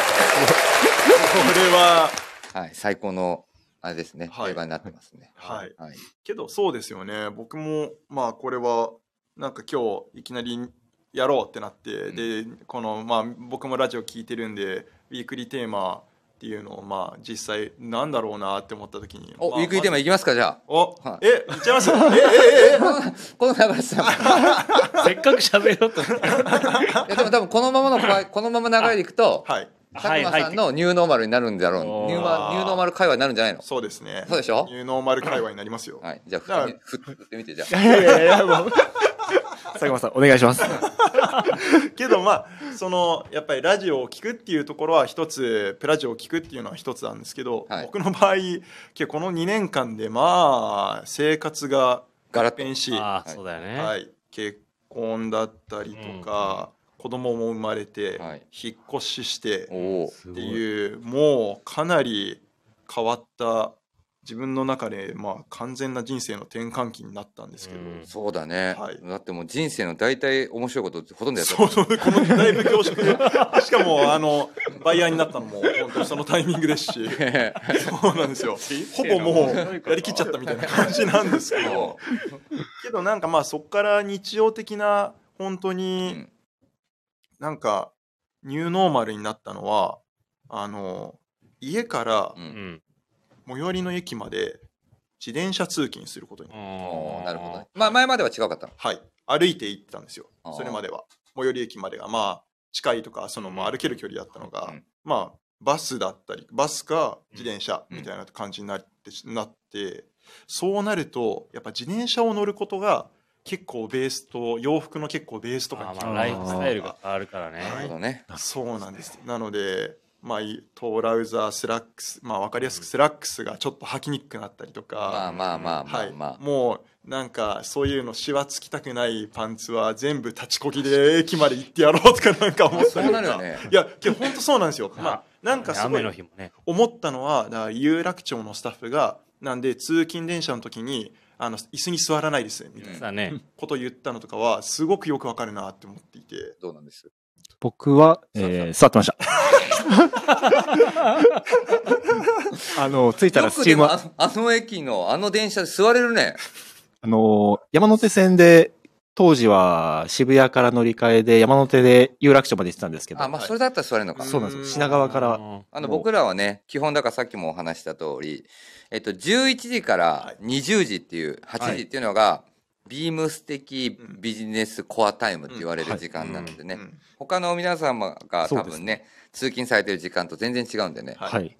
[SPEAKER 3] れは、
[SPEAKER 1] はい、最高の、あれですね、
[SPEAKER 3] はい
[SPEAKER 1] 定番になってますね。
[SPEAKER 3] はい。
[SPEAKER 1] はい。
[SPEAKER 3] けどそうですよね僕もまあこれはなんか今日いきなりやろうってなって、でこのまあ僕もラジオ聞いてるんでウィークリーテーマっていうのをまあ実際なんだろうなって思った時に
[SPEAKER 1] お、
[SPEAKER 3] まあ
[SPEAKER 1] ウィークリーテーマいきますか、じゃあ。
[SPEAKER 3] お、
[SPEAKER 1] は
[SPEAKER 3] え言っちゃいますええええ
[SPEAKER 1] この流れさん。い
[SPEAKER 2] せっかく喋
[SPEAKER 3] [laughs]
[SPEAKER 2] ろうと思って。
[SPEAKER 1] や、でも多分このままの場合、このまま流れでいくと、
[SPEAKER 3] はい
[SPEAKER 1] 佐久間さんのニューノーマルになるんだろう。
[SPEAKER 2] おー
[SPEAKER 1] ニューマニューノーマル会話になるんじゃないの
[SPEAKER 3] そうですね
[SPEAKER 1] そうでしょ
[SPEAKER 3] ニューノーマル会話になりますよ、 [laughs]
[SPEAKER 1] はい。じゃ
[SPEAKER 3] だ
[SPEAKER 1] あ
[SPEAKER 3] か、ら
[SPEAKER 1] 振って振ってみて、じゃあ。
[SPEAKER 4] いやいやいや、もう。 [laughs] 佐久間さん、お願いします。
[SPEAKER 3] けどまあそのやっぱりラジオを聞くっていうところは一つプラジオを聞くっていうのは一つなんですけど、
[SPEAKER 1] はい
[SPEAKER 3] 僕の場合けどこの2年間でまあ生活が
[SPEAKER 1] ガラッと
[SPEAKER 3] 変し、は
[SPEAKER 2] ああ、そうだよね。
[SPEAKER 3] い、結婚だったりとか、子供も生まれて、
[SPEAKER 1] はい
[SPEAKER 3] 引っ越しして
[SPEAKER 1] お
[SPEAKER 3] っ
[SPEAKER 1] お。
[SPEAKER 4] す
[SPEAKER 3] ていうもうかなり変わった自分の中で、まあ、完全な人生の転換期になったんですけど。
[SPEAKER 2] うん
[SPEAKER 1] そうだね、
[SPEAKER 3] はい
[SPEAKER 1] だってもう人生の大体面白いことってほとんどやった
[SPEAKER 3] そうそう、このだいぶ恐縮で、 [laughs] しかも、あの、バイヤーになったのも、本当にそのタイミングです
[SPEAKER 1] [laughs]
[SPEAKER 3] し、そうなんですよ。ほぼもう、やりきっちゃったみたいな感じなんですけど、けどなんかまあ、そこから日常的な、本当
[SPEAKER 1] う
[SPEAKER 3] に
[SPEAKER 1] ん
[SPEAKER 3] なんか、ニューノーマルになったのは、あの家から
[SPEAKER 1] う。
[SPEAKER 2] うんん。
[SPEAKER 3] 最寄りの駅まで自転車通勤することに、
[SPEAKER 1] お
[SPEAKER 2] あ
[SPEAKER 1] ーなるほどね。まあ、前までは違かったの。
[SPEAKER 3] はい歩いて行ってたんですよ
[SPEAKER 1] あー
[SPEAKER 3] それまでは最寄り駅までがまあ近いとかそのまあ歩ける距離だったのが、
[SPEAKER 1] うん
[SPEAKER 3] まあバスだったりバスか自転車
[SPEAKER 1] うん
[SPEAKER 3] みたいな感じになって,、なってそうなるとやっぱ自転車を乗ることが結構ベースと洋服の結構ベースとか
[SPEAKER 2] あ
[SPEAKER 3] に
[SPEAKER 2] ーまあライフスタイルが変わるからね。
[SPEAKER 1] なるほどね。
[SPEAKER 3] そうなんです。なので、まあ、いトラウザー、スラックス、まあ、わかりやすくスラックスがちょっと履きにくくなったりと
[SPEAKER 1] まあ
[SPEAKER 3] か、
[SPEAKER 1] まあまあま
[SPEAKER 3] は
[SPEAKER 1] あ
[SPEAKER 3] い、
[SPEAKER 1] まあ。
[SPEAKER 3] もうなんかそういうのしわつきたくないパンツは全部立ちこぎで駅まで行ってやろうとかなんか思った
[SPEAKER 1] そう
[SPEAKER 3] りと
[SPEAKER 1] な
[SPEAKER 3] か
[SPEAKER 1] るよね。
[SPEAKER 3] いや、けど本当そうなんですよ。まあ、なんかすご
[SPEAKER 2] 雨の
[SPEAKER 3] い
[SPEAKER 2] 日もね。
[SPEAKER 3] 思ったのは、だから有楽町のスタッフが、なんで通勤電車の時に、あの椅子に座らないですみたいな
[SPEAKER 1] うん
[SPEAKER 2] さあね。
[SPEAKER 3] ことを言ったのとかはすごくよくわかるなって思っていて
[SPEAKER 1] どうなんです
[SPEAKER 4] 僕は、えー、座ってました。 [laughs] あの、着いたら
[SPEAKER 1] よ
[SPEAKER 4] ス
[SPEAKER 1] く
[SPEAKER 4] チ
[SPEAKER 1] で
[SPEAKER 4] ーム
[SPEAKER 1] も
[SPEAKER 4] は、
[SPEAKER 1] あのあの駅のあの電車で座れるね。
[SPEAKER 4] あの、山手線で、当時は渋谷から乗り換えで山手で有楽町まで行ってたんですけど、
[SPEAKER 1] あ、まあ
[SPEAKER 3] はい
[SPEAKER 1] それだったら座れるのか。
[SPEAKER 4] そうなんですよ。
[SPEAKER 3] うん
[SPEAKER 4] 品川から、
[SPEAKER 1] あの
[SPEAKER 4] もう
[SPEAKER 1] 僕らはね、基本だからさっきもお話した通り、えっと、11時から20時っていう、8時っていうのが、ビームス的ビジネスコアタイムって言われる時間なのでね
[SPEAKER 3] う、ん
[SPEAKER 1] 他の皆様が
[SPEAKER 4] そ
[SPEAKER 1] 多
[SPEAKER 4] うです
[SPEAKER 1] 分ね、通勤されてる時間と全然違うんでね、
[SPEAKER 3] はい
[SPEAKER 4] はい。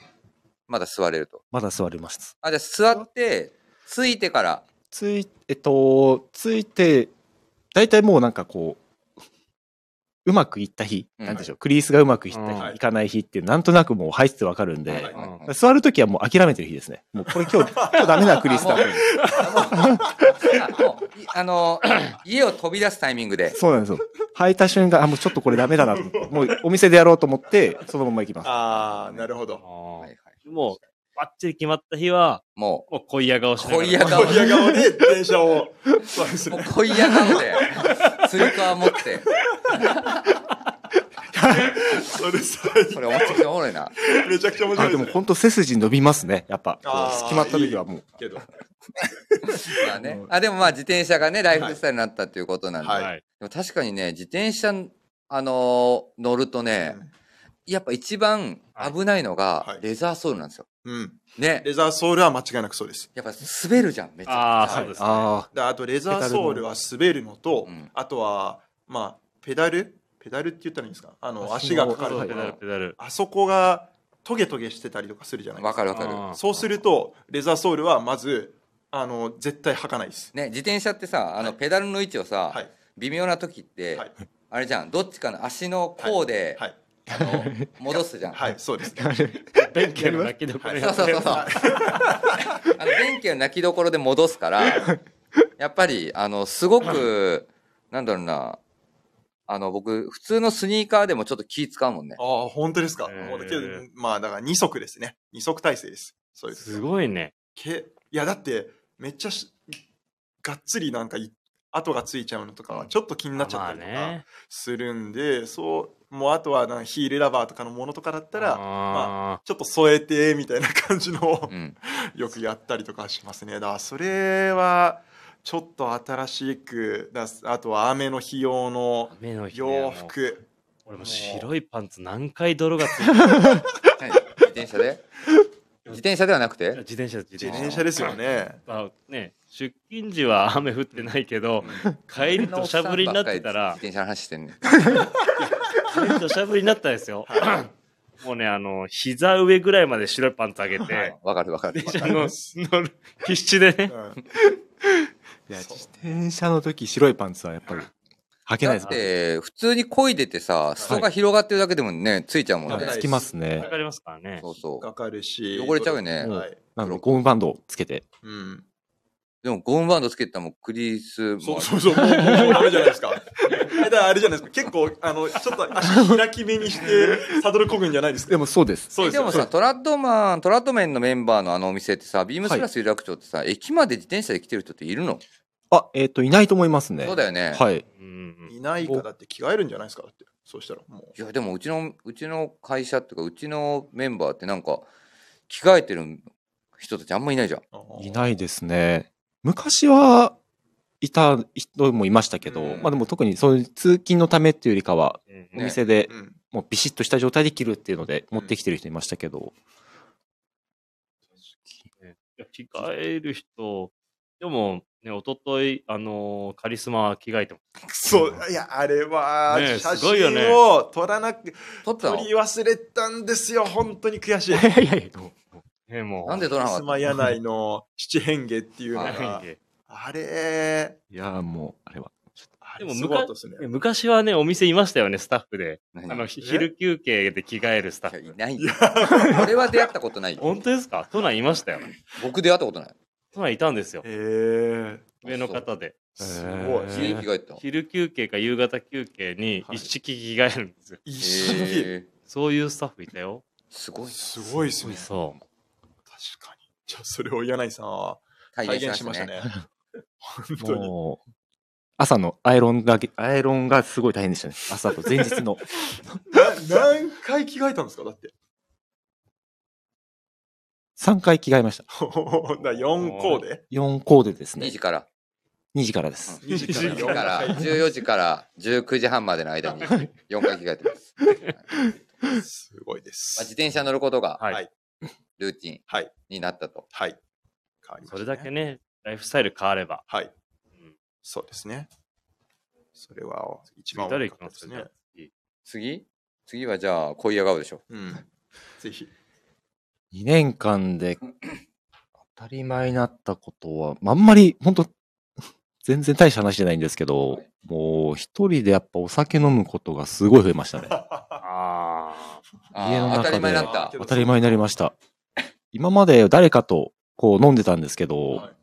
[SPEAKER 1] まだ座れると。
[SPEAKER 4] まだ座りました。
[SPEAKER 1] あ、じゃあ座って、着いてから、
[SPEAKER 4] つい、えっと、ついて、大体もうなんかこう、うまくいった日、
[SPEAKER 1] うん
[SPEAKER 4] なんでしょう、クリースがうまくいった
[SPEAKER 2] うん
[SPEAKER 4] 日、いかない日って、なんとなくもう入ってわかるん
[SPEAKER 1] はいは
[SPEAKER 4] で
[SPEAKER 1] い、はい
[SPEAKER 4] 座るときはもう諦めてる日ですね。もうこれ今日、今日ダメなクリースだと思って。
[SPEAKER 1] あもういあ
[SPEAKER 4] [coughs]
[SPEAKER 1] の、家を飛び出すタイミングで。
[SPEAKER 4] そうなんですよ。履いた瞬間、あ、もうちょっとこれダメだなと思って、もうお店でやろうと思って、そのまま行きます。
[SPEAKER 3] ああなるほど
[SPEAKER 1] は
[SPEAKER 2] はい
[SPEAKER 1] はい
[SPEAKER 2] い、もう、バッチリ決まった日は、
[SPEAKER 1] も
[SPEAKER 2] もう恋や顔し
[SPEAKER 1] う、
[SPEAKER 2] ながら。
[SPEAKER 1] 恋や顔
[SPEAKER 3] ドヤ顔で電車をそうです
[SPEAKER 1] もう
[SPEAKER 3] ね
[SPEAKER 1] 恋や顔で、つり革持って、
[SPEAKER 3] それ最
[SPEAKER 1] それお待ちしておもろいな。
[SPEAKER 3] 高めちゃくちゃ面白
[SPEAKER 4] あ、
[SPEAKER 3] い
[SPEAKER 4] で
[SPEAKER 3] で
[SPEAKER 4] も
[SPEAKER 3] す、ね、
[SPEAKER 4] 本当背筋伸びますね。やっぱ、こ
[SPEAKER 3] あー
[SPEAKER 4] う決まった時はもう。
[SPEAKER 3] けど
[SPEAKER 1] まあね。あ、でもまあ自転車がね、ライフスタイルになったっていうことなんで。
[SPEAKER 3] はい
[SPEAKER 2] はい。
[SPEAKER 1] でも確かにね、自転車、あのー乗るとね、やっぱ一番危ないの
[SPEAKER 3] は
[SPEAKER 1] が
[SPEAKER 3] い、
[SPEAKER 1] レザーソールなんですよ。
[SPEAKER 3] うん
[SPEAKER 1] ね。
[SPEAKER 3] レザーソールは間違いなくそうです
[SPEAKER 1] やっぱ滑るじゃん、めちゃ
[SPEAKER 2] ああ、そうです、ね。
[SPEAKER 4] あ
[SPEAKER 3] であとレザーソールは滑るのと、
[SPEAKER 1] うん
[SPEAKER 3] あとはまあペダルペダルって言ったらいいんですかあの足
[SPEAKER 4] 足
[SPEAKER 3] が
[SPEAKER 4] の
[SPEAKER 3] かかる
[SPEAKER 2] そうペ
[SPEAKER 3] とこ
[SPEAKER 2] ダ
[SPEAKER 3] ろ
[SPEAKER 2] ル、ペダル。
[SPEAKER 3] あそこがトゲトゲしてたりとかするじゃ
[SPEAKER 1] く
[SPEAKER 3] な
[SPEAKER 1] ちゃ。
[SPEAKER 3] い
[SPEAKER 1] わ
[SPEAKER 3] ですか
[SPEAKER 1] かるわかる。
[SPEAKER 2] あー
[SPEAKER 3] そうするとレザーソールはまずあの絶対履かないです
[SPEAKER 1] ね、自転車ってさ、あの、
[SPEAKER 3] はい
[SPEAKER 1] ペダルの位置をさ、
[SPEAKER 3] はい
[SPEAKER 1] 微妙な時って、
[SPEAKER 3] はい
[SPEAKER 1] あれじゃん、どっちかの足の甲で、
[SPEAKER 3] はい
[SPEAKER 1] あ
[SPEAKER 3] [laughs]
[SPEAKER 1] の戻すじゃん。
[SPEAKER 3] はいそうです [laughs]
[SPEAKER 4] あ。
[SPEAKER 2] 弁慶の泣きどこ [laughs]
[SPEAKER 3] は
[SPEAKER 2] ろ
[SPEAKER 3] い
[SPEAKER 1] そうそうそうそう。 [laughs] あの電気の泣きどころで戻すから、やっぱりあのすごくなんだろうな、あの僕普通のスニーカーでもちょっと気使うもんね。
[SPEAKER 3] ああ、本当ですか。
[SPEAKER 2] へー
[SPEAKER 3] もうだけどまあ、だから2足ですね。2足体制です。そうです。
[SPEAKER 2] すごいね。
[SPEAKER 3] けいや、だって、めっちゃしがっつりなんかい、跡がついちゃうのとかは、ちょっと気になっちゃったりと
[SPEAKER 2] まあ
[SPEAKER 3] か。するんで、そう、もうあとはなんかヒールラバーとかのものとかだった
[SPEAKER 2] あー
[SPEAKER 3] ら、ちょっと添えて、みたいな感じの
[SPEAKER 1] う、ん。
[SPEAKER 3] よくやったりとかしますね。だから、それは、ちょっと新しく、だあとは雨の日用の
[SPEAKER 2] 雨の日ね
[SPEAKER 3] 洋。服。
[SPEAKER 2] もう俺も白いパンツ何回泥がついてる
[SPEAKER 1] 何自転車で？自転車ではなく
[SPEAKER 2] [laughs] 自
[SPEAKER 1] て？
[SPEAKER 2] 転車です
[SPEAKER 3] 自
[SPEAKER 2] 自
[SPEAKER 3] 転
[SPEAKER 2] 転車。
[SPEAKER 3] 車ですよ [laughs] ね。
[SPEAKER 2] まあね、出勤時は雨降ってないけど、帰り土砂降りになってたら
[SPEAKER 1] 自、転車の話してんね。
[SPEAKER 2] 帰り土砂降りになったんですよ。もうね、あの、膝上ぐらいまで白いパンツ上げて、
[SPEAKER 1] わかるわかる。
[SPEAKER 2] 電車の乗る、必死でね。
[SPEAKER 3] うん
[SPEAKER 4] いや、
[SPEAKER 3] そう
[SPEAKER 4] 自転車の時白いパンツはやっぱり履けない
[SPEAKER 1] だ
[SPEAKER 4] で
[SPEAKER 1] っ
[SPEAKER 4] すね。
[SPEAKER 1] て普通に漕いでてさ、裾が広がってるだけでもね、ついちゃうもん
[SPEAKER 4] は
[SPEAKER 1] ね
[SPEAKER 4] い。つきますね
[SPEAKER 2] わ。かりますからね。
[SPEAKER 1] そうそう。
[SPEAKER 3] かかるし
[SPEAKER 1] 汚れちゃうよね
[SPEAKER 3] はい
[SPEAKER 4] なので、ゴムバンドをつけて。
[SPEAKER 3] うん、
[SPEAKER 1] でもゴムバンドつけてたらもうクリースも
[SPEAKER 3] そうそうそうもうもうもうダメじゃないですかえだからあれじゃないですか結構あのちょっと足開き目にしてサドルこぐんじゃないです
[SPEAKER 4] で
[SPEAKER 3] か
[SPEAKER 4] もそうです。
[SPEAKER 3] そう
[SPEAKER 1] え
[SPEAKER 3] です
[SPEAKER 1] で
[SPEAKER 3] よ
[SPEAKER 1] もさ、トラッドマン、トラッドメンのメンバーのあのお店ってさ、ビームスプラス有楽町ってさ、駅まで自転車で来てる人っているの、
[SPEAKER 4] あ、えっと、いないと思いますね。
[SPEAKER 1] そうだよね。い。
[SPEAKER 4] はい。
[SPEAKER 2] うんうん
[SPEAKER 3] いないかだって着替えるんじゃないですかだってそうしたらもう
[SPEAKER 1] や、でもうちの、うちの会社っていうか、うちのメンバーってなんか、着替えてる人たちあんまいないじゃん。
[SPEAKER 3] あー
[SPEAKER 4] いないですね。昔は、いた人もいましたけど、
[SPEAKER 3] うん
[SPEAKER 4] まあでも特にそういう通勤のためっていうよりかは、
[SPEAKER 2] うん
[SPEAKER 4] お店で
[SPEAKER 3] うん
[SPEAKER 4] もうビシッとした状態で切るっていうので持ってきてる人いましたけど、
[SPEAKER 2] いや着替える人、でも、ね、おととい、あのーカリスマは着替えてま
[SPEAKER 3] そう、いや、あれは、
[SPEAKER 2] ねえ
[SPEAKER 3] 写
[SPEAKER 2] すごいよね
[SPEAKER 3] 真を撮らなく、
[SPEAKER 1] 撮った
[SPEAKER 3] 撮
[SPEAKER 1] の
[SPEAKER 3] り忘れたんですよ。本当に悔しい。
[SPEAKER 4] いやいやいや、
[SPEAKER 2] す。ね、もう。
[SPEAKER 1] なんで撮らなか
[SPEAKER 3] ス
[SPEAKER 1] っ
[SPEAKER 3] マ柳の七変化っていうの
[SPEAKER 2] な
[SPEAKER 3] が
[SPEAKER 2] い、で
[SPEAKER 3] あれ、
[SPEAKER 4] いやもう、あれは。
[SPEAKER 3] あ
[SPEAKER 2] で
[SPEAKER 3] れ
[SPEAKER 2] も
[SPEAKER 3] すごかったですね。
[SPEAKER 2] ね昔はね、お店いましたよね、スタッフで。
[SPEAKER 1] た
[SPEAKER 2] あ
[SPEAKER 1] 何
[SPEAKER 2] の、ひ昼休憩で着替えるスタ
[SPEAKER 1] いや
[SPEAKER 2] ッフ。
[SPEAKER 1] いない
[SPEAKER 3] いや、
[SPEAKER 1] 俺は出会ったことないよ
[SPEAKER 2] 本当ですか都内いましたよ。
[SPEAKER 1] 僕出会ったことない
[SPEAKER 2] 都内いたんですよ。
[SPEAKER 3] えー、
[SPEAKER 2] 上の方で。
[SPEAKER 3] すごい
[SPEAKER 4] え。
[SPEAKER 1] 自力着替えてた
[SPEAKER 2] 昼休憩か夕方休憩に
[SPEAKER 3] はい
[SPEAKER 2] 一式着替えるんですよ。
[SPEAKER 3] 一式、
[SPEAKER 1] えー
[SPEAKER 2] そういうスタッフいたよ。
[SPEAKER 1] すごい
[SPEAKER 3] すごいですね。
[SPEAKER 2] そう。
[SPEAKER 3] 確かに。じゃあ、それを柳井さんは
[SPEAKER 1] 体
[SPEAKER 3] 体
[SPEAKER 1] 現
[SPEAKER 3] 現
[SPEAKER 1] し
[SPEAKER 3] し
[SPEAKER 1] ま
[SPEAKER 3] ま
[SPEAKER 1] し
[SPEAKER 3] したた
[SPEAKER 1] ね
[SPEAKER 3] ね。本当に。
[SPEAKER 4] もう、朝のアイロンが、アイロンがすごい大変でしたね。朝と前日の。 [laughs]
[SPEAKER 3] な何回着替えたんですかだって。
[SPEAKER 4] 3回着替えました。
[SPEAKER 3] だ4校で。
[SPEAKER 4] 4コーデです
[SPEAKER 1] 2
[SPEAKER 4] ね
[SPEAKER 1] 時。から
[SPEAKER 4] 2時からです。
[SPEAKER 1] 2
[SPEAKER 3] 時から
[SPEAKER 1] 時から14時から19時半までの間に4回着替えてます、はい
[SPEAKER 3] すごいです
[SPEAKER 1] まあ、。自転車乗ることが
[SPEAKER 2] はい。
[SPEAKER 3] はい
[SPEAKER 1] ルーティン
[SPEAKER 3] はい。
[SPEAKER 1] になったと
[SPEAKER 3] はい。変わりました
[SPEAKER 2] そ
[SPEAKER 3] ね
[SPEAKER 2] れだけ。ね、ライフスタイル変われば。
[SPEAKER 3] はい。
[SPEAKER 2] うん
[SPEAKER 3] そうですね。それは一
[SPEAKER 2] 次
[SPEAKER 3] 番多か
[SPEAKER 2] 誰
[SPEAKER 3] っ
[SPEAKER 2] 行き
[SPEAKER 3] た
[SPEAKER 2] ま
[SPEAKER 3] ですす
[SPEAKER 2] かじゃあ。
[SPEAKER 3] ね
[SPEAKER 2] 次
[SPEAKER 1] 次次はじゃあ恋や顔でしょ
[SPEAKER 3] うん。ぜひ。
[SPEAKER 4] 2年間で当たり前になったことは、まああんまり、本当 [laughs] 全然大した話じゃないんですけど、
[SPEAKER 1] はい
[SPEAKER 4] もう一人でやっぱお酒飲むことがすごい増えましたね。
[SPEAKER 2] あ
[SPEAKER 1] あ
[SPEAKER 4] 家の
[SPEAKER 1] ー
[SPEAKER 4] 中
[SPEAKER 1] 当た
[SPEAKER 4] で
[SPEAKER 1] り前になった
[SPEAKER 3] けど
[SPEAKER 4] 当たり前になりました。今まで誰かとこう飲んでたんですけど、
[SPEAKER 3] はい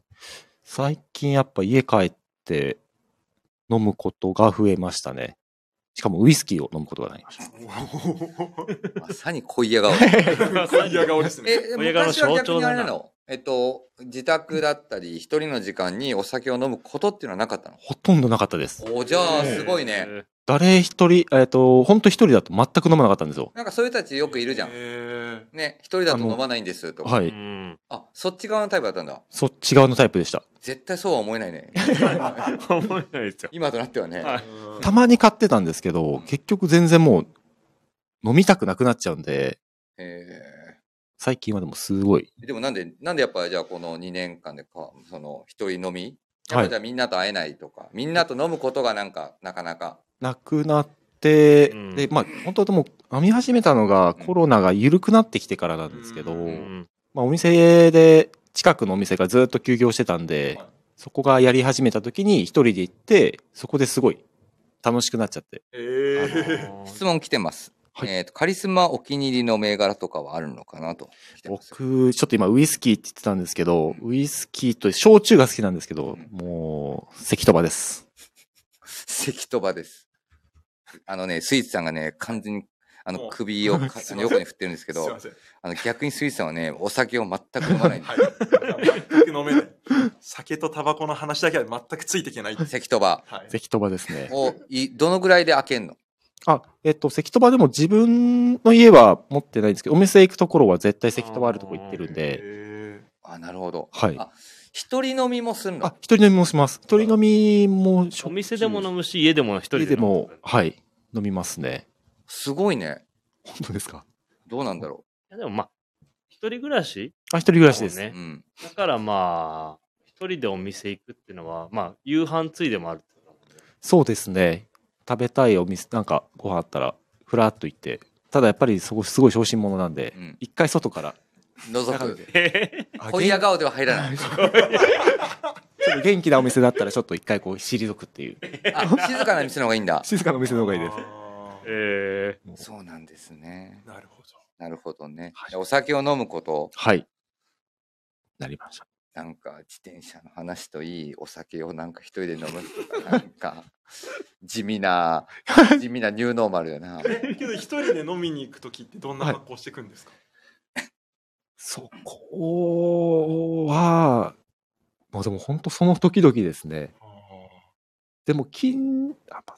[SPEAKER 4] 最近やっぱ家帰って飲むことが増えましたね。しかもウイスキーを飲むことがなりました。
[SPEAKER 1] まさに恋
[SPEAKER 4] [laughs]
[SPEAKER 1] や顔
[SPEAKER 3] い
[SPEAKER 2] [laughs]
[SPEAKER 3] や顔ですね。
[SPEAKER 1] [laughs] え
[SPEAKER 2] 恋や顔の
[SPEAKER 1] 昔は
[SPEAKER 2] 象
[SPEAKER 1] 逆
[SPEAKER 2] 徴
[SPEAKER 1] に
[SPEAKER 2] だ
[SPEAKER 1] あ
[SPEAKER 2] な
[SPEAKER 1] れなのえっと自宅だったり一人の時間にお酒を飲むことっていうのはなかったの
[SPEAKER 4] ほとんどなかったです。
[SPEAKER 1] おじゃあ
[SPEAKER 2] あ。
[SPEAKER 1] すごいね
[SPEAKER 2] えー。
[SPEAKER 4] 誰一人、えっ、と、ほんと一人だと全く飲まなかったんですよ。
[SPEAKER 1] なんかそういう人たちよくいるじゃん
[SPEAKER 3] へー
[SPEAKER 1] ね一人だと飲まないんですとか
[SPEAKER 4] は
[SPEAKER 2] う
[SPEAKER 4] い。
[SPEAKER 2] ん。
[SPEAKER 1] あそっち側のタイプだったんだ
[SPEAKER 4] そっち側のタイプでした。
[SPEAKER 1] 絶対そうは思えない
[SPEAKER 2] [laughs]
[SPEAKER 1] ね
[SPEAKER 2] 思えないですよ。
[SPEAKER 1] 今となってはね、
[SPEAKER 2] はい
[SPEAKER 3] うん
[SPEAKER 4] たまに買ってたんですけど、結局全然もう飲みたくなくなっちゃうんで、
[SPEAKER 1] え
[SPEAKER 4] 最近はでもすごい。
[SPEAKER 1] ーでもなんでなんでやっぱじゃあこの2年間でかその一人飲みやっ
[SPEAKER 4] は
[SPEAKER 1] ぱ
[SPEAKER 4] い
[SPEAKER 1] じゃあみんなと会えないとか、みんなと飲むことがなんかなかなか
[SPEAKER 4] なくなって、
[SPEAKER 2] うん
[SPEAKER 4] で、まあ本当でも飲み始めたのがコロナが緩くなってきてからなんですけど、
[SPEAKER 3] う
[SPEAKER 2] うん
[SPEAKER 4] まあお店で、近くのお店がずっと休業してたんで、
[SPEAKER 3] はい
[SPEAKER 4] そこがやり始めた時に一人で行って、そこですごい楽しくなっちゃって。
[SPEAKER 2] あ
[SPEAKER 3] え
[SPEAKER 2] の
[SPEAKER 3] ー
[SPEAKER 1] 質問来てます、
[SPEAKER 4] はい
[SPEAKER 1] えーとカリスマお気に入りの銘柄とかはあるのかなと来てます
[SPEAKER 4] 僕、ちょっと今、ウイスキーって言ってたんですけど、ウイスキーと焼酎が好きなんですけど、もう、関とばです。
[SPEAKER 1] [laughs] 関とばですあのねスイーツさんがね完全にあ
[SPEAKER 3] も
[SPEAKER 1] の
[SPEAKER 3] う
[SPEAKER 1] 首
[SPEAKER 3] [laughs]
[SPEAKER 1] をか
[SPEAKER 3] すいませ
[SPEAKER 1] あ
[SPEAKER 3] ん
[SPEAKER 1] の横に振ってるんですけ
[SPEAKER 3] すい
[SPEAKER 1] ど
[SPEAKER 3] ません。
[SPEAKER 1] あの逆にスイーツさんはねお酒を全く飲まないんです
[SPEAKER 3] はい。全く飲めない。酒とタバコの話だけは全くついていけない。はい。
[SPEAKER 1] 関とば
[SPEAKER 4] 関とばですね。
[SPEAKER 1] をいどのぐらいで開けんの
[SPEAKER 4] あ、えっと、関とばでも自分の家は持ってないんですけど、お店行くところは絶対関とばあるとこ行ってるんで、
[SPEAKER 3] え
[SPEAKER 1] あなるほど
[SPEAKER 4] はい
[SPEAKER 1] あ一人飲みもすんの
[SPEAKER 4] あ、一人飲みもします。一人飲みも、
[SPEAKER 2] お店でも飲むし、家でも一人で
[SPEAKER 4] 家
[SPEAKER 2] 飲む
[SPEAKER 4] でも、はい、飲みますね。
[SPEAKER 1] すごいね
[SPEAKER 4] 本当ですか
[SPEAKER 1] どうなんだろ
[SPEAKER 2] いやでもまあ、一人暮らし
[SPEAKER 4] あ、一人暮らしです。
[SPEAKER 1] う、
[SPEAKER 2] ね
[SPEAKER 1] う。ん、
[SPEAKER 2] だからまあ、一人でお店行くっていうのは、まあ、夕飯ついでもあるってことだもんね
[SPEAKER 4] そうですね。食べたいお店、なんかご飯あったら、ふらっと行って。ただやっぱりそこすごい小心者なんで
[SPEAKER 1] うん、
[SPEAKER 4] 一、回外から。
[SPEAKER 1] 覗く
[SPEAKER 2] へ
[SPEAKER 4] あ
[SPEAKER 1] 恋や顔では入らない
[SPEAKER 4] ちょっと元気なお店だったらちょっと一回こう退くっていう。
[SPEAKER 1] あ静かな店の方がいいんだ
[SPEAKER 4] [laughs] 静かなお店の方がいいです。
[SPEAKER 2] ええ
[SPEAKER 1] そうなんですね
[SPEAKER 3] なるほど。
[SPEAKER 1] なるほどね、
[SPEAKER 3] はい
[SPEAKER 1] でお酒を飲むこと
[SPEAKER 4] はい。なりました。
[SPEAKER 1] なんか自転車の話といいお酒をなんか一人で飲むとかなん
[SPEAKER 4] [laughs]
[SPEAKER 1] か地味な地味なニューノーマルよな
[SPEAKER 3] えけど一人で飲みに行くときってどんな格好してくんですか、
[SPEAKER 4] そこは、もうでも本当その時々ですね。でも金、あ、まあ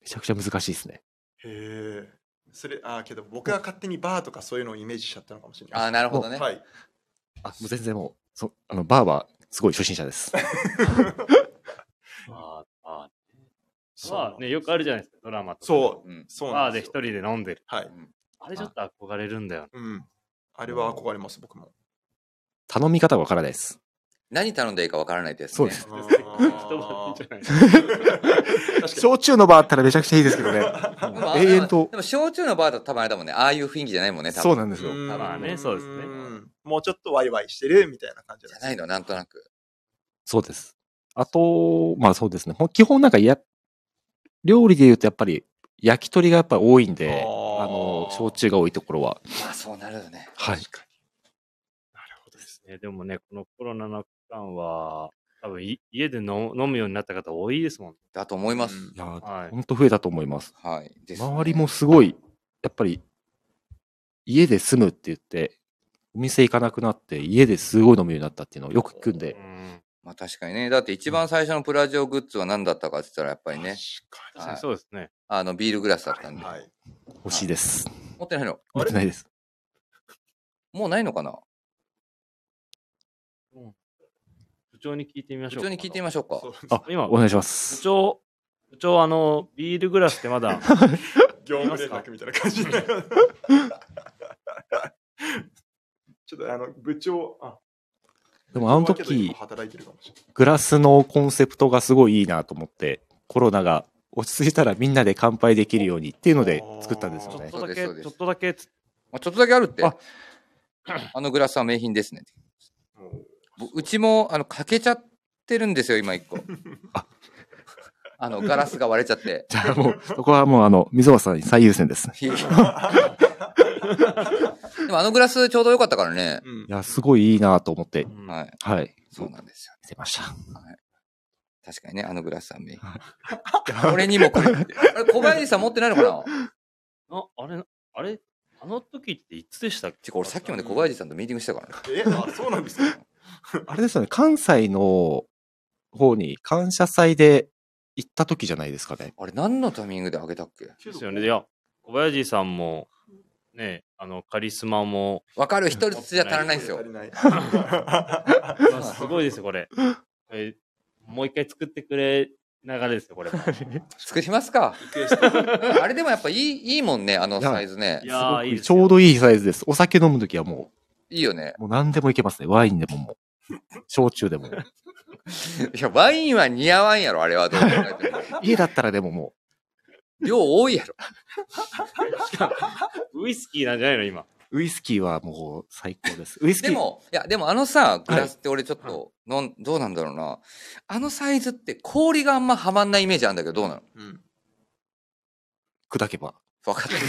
[SPEAKER 4] めちゃくちゃ難しいですね。
[SPEAKER 3] へえ。それ、あーけど僕が勝手にバーとかそういうのをイメージしちゃったのかもしれない。
[SPEAKER 1] あなるほどね、。
[SPEAKER 3] はい。
[SPEAKER 4] あ、もう全然もう、そあの、バー [laughs] はすごい初心者です。
[SPEAKER 2] まあ、まあ、
[SPEAKER 3] そうの
[SPEAKER 2] ね、よくあるじゃないですか、ドラマとか。
[SPEAKER 3] そううんそうな
[SPEAKER 2] バ
[SPEAKER 3] ん
[SPEAKER 2] ー
[SPEAKER 3] で
[SPEAKER 2] です一
[SPEAKER 3] よ
[SPEAKER 2] 人で飲んでる。
[SPEAKER 3] はい。
[SPEAKER 2] あれちょっと憧れるんだよね。
[SPEAKER 3] うん。あれは憧れます、僕も。
[SPEAKER 4] 頼み方わからないです。
[SPEAKER 1] 何頼んでいいかわからないってやつね。
[SPEAKER 4] そうです
[SPEAKER 3] あ
[SPEAKER 2] あ [laughs] ー
[SPEAKER 3] のー確かに
[SPEAKER 4] 焼酎の場あったらめちゃくちゃいいですけどね。
[SPEAKER 1] でもあ
[SPEAKER 4] 永遠と
[SPEAKER 1] で。も、焼酎のバーだと多分あれだもんね。ああいう雰囲気じゃないもんね、多分。
[SPEAKER 4] そうなんですよ。
[SPEAKER 3] うん
[SPEAKER 2] まあねそうですね
[SPEAKER 3] んもうちょっとワイワイしてるみたいな感じじ
[SPEAKER 1] じ
[SPEAKER 3] ゃ
[SPEAKER 1] ゃ
[SPEAKER 3] ない
[SPEAKER 1] ないの、なんとなく。
[SPEAKER 4] そうです。あと、まあそうですね。ほん基本なんかや、料理で言うとやっぱり焼き鳥がやっぱ多いんで、
[SPEAKER 3] あー
[SPEAKER 4] あの、焼酎が多いところは。
[SPEAKER 1] まあ、そうなるよね。
[SPEAKER 4] はい。
[SPEAKER 2] ね、でもね、このコロナの期間は、多分い家で飲飲むようになった方多いですもんね。
[SPEAKER 1] だと思います。
[SPEAKER 3] うん
[SPEAKER 4] いやー、
[SPEAKER 2] はい
[SPEAKER 4] ほんと増えたと思います。
[SPEAKER 1] はい。ですね
[SPEAKER 4] 周りもすごい、やっぱり、家で住むって言って、お店行かなくなって、家ですごい飲むようになったっていうのをよく聞くんで
[SPEAKER 2] う、ん
[SPEAKER 1] まあ確かにね。だって一番最初のプラジオグッズは何だったかって言ったらやっぱりね、
[SPEAKER 3] 確
[SPEAKER 2] 確
[SPEAKER 3] か
[SPEAKER 2] かにそうですね。
[SPEAKER 1] あのビールグラスだったん
[SPEAKER 3] に。
[SPEAKER 1] で。
[SPEAKER 3] はい。
[SPEAKER 4] 欲しいです。
[SPEAKER 1] 持ってないの
[SPEAKER 4] 持ってないです。
[SPEAKER 1] もうないのかな
[SPEAKER 2] 部長に聞いてみまし
[SPEAKER 1] 普
[SPEAKER 2] ょう
[SPEAKER 1] 通
[SPEAKER 2] か。
[SPEAKER 1] に聞いてみましょうか。
[SPEAKER 3] そう
[SPEAKER 4] あ、
[SPEAKER 2] 今
[SPEAKER 4] お願いしま
[SPEAKER 2] 部
[SPEAKER 4] す。
[SPEAKER 2] 長、部長、あの、ビールグラスってまだ、
[SPEAKER 3] 業務連絡みたいな感じになる [laughs] ちょっとあの部長、あ
[SPEAKER 4] でもあの
[SPEAKER 3] 部長はけど今
[SPEAKER 4] 時、
[SPEAKER 3] 働いてるかもしれない
[SPEAKER 4] グラスのコンセプトがすごいいいなと思って、コロナが落ち着いたらみんなで乾杯できるようにっていうので作ったんですよ
[SPEAKER 2] ちょっ
[SPEAKER 4] ね。
[SPEAKER 2] とだけ、
[SPEAKER 1] そうですそうで
[SPEAKER 2] ち
[SPEAKER 1] す
[SPEAKER 2] ょっとだけつ、
[SPEAKER 1] まあ、ちょっとだけある [clears throat] って。
[SPEAKER 4] あ
[SPEAKER 1] あのグラスは名品ですね。ぼうちも、あの、欠けちゃってるんですよ、今一個。
[SPEAKER 4] あ
[SPEAKER 1] あの、ガラスが割れちゃって。
[SPEAKER 4] じゃあもう、そこはもうあの、溝端さんに最優先ですね。
[SPEAKER 1] いや [laughs] でもあのグラスちょうど良かったからね。
[SPEAKER 3] うん
[SPEAKER 4] いや、すごいいいなと思って
[SPEAKER 2] う、ん
[SPEAKER 1] はい。
[SPEAKER 4] はい。
[SPEAKER 1] そうなんですよ。
[SPEAKER 4] 見せました。
[SPEAKER 1] 確かにね、あのグラスは名品。俺にもこれ。あれ、小林さん持ってないのかな
[SPEAKER 2] ああれ、あれ、あの時っていつでしたっけ
[SPEAKER 1] ちょ、俺さっきまで小林さんとミーティングしてた [laughs] からね。
[SPEAKER 3] えあそうなんです
[SPEAKER 2] [laughs]
[SPEAKER 3] か
[SPEAKER 4] あれですよね、関西の方に感謝祭で行った時じゃないですかね。
[SPEAKER 1] [laughs] あれ、何のタイミングであげたっけ
[SPEAKER 2] ですよね。いや、小林さんも、ね、あの、カリスマも、
[SPEAKER 1] わかる、一人ずつじゃ足らないんですよ
[SPEAKER 3] 足。り
[SPEAKER 1] [laughs]
[SPEAKER 3] ないは
[SPEAKER 2] まあすごいですよ、これ。これもう一回作ってくれ、流れですよ、これも。
[SPEAKER 1] 作りますか。あれでもやっぱいい、いいもんね、あの
[SPEAKER 4] いや
[SPEAKER 1] サイズね
[SPEAKER 2] い。やー、いいです
[SPEAKER 4] ちょう
[SPEAKER 2] ど。
[SPEAKER 4] どいいサイズです。お酒飲む時はも
[SPEAKER 1] いいよね。 [laughs]
[SPEAKER 4] う、もう何でもいけますね。ワインでももう、焼酎でも。
[SPEAKER 1] いや、ワインは似合わんやろ、あれはどう考え [laughs] ても。
[SPEAKER 4] 家だったらでもも
[SPEAKER 1] 量多いやろ。
[SPEAKER 2] ウイスキーなんじゃないの、今。
[SPEAKER 4] う、ウイスキーはもう最高です。ウイスキ
[SPEAKER 1] で
[SPEAKER 4] ー。
[SPEAKER 1] も、いや、でもあのさ、グラスって俺ちょっと、のんどうなんだろうな。あのサイズって氷があんまはまんないイメージあるんだけど、どうなの
[SPEAKER 3] うん
[SPEAKER 4] 砕けば。
[SPEAKER 1] 分かってる。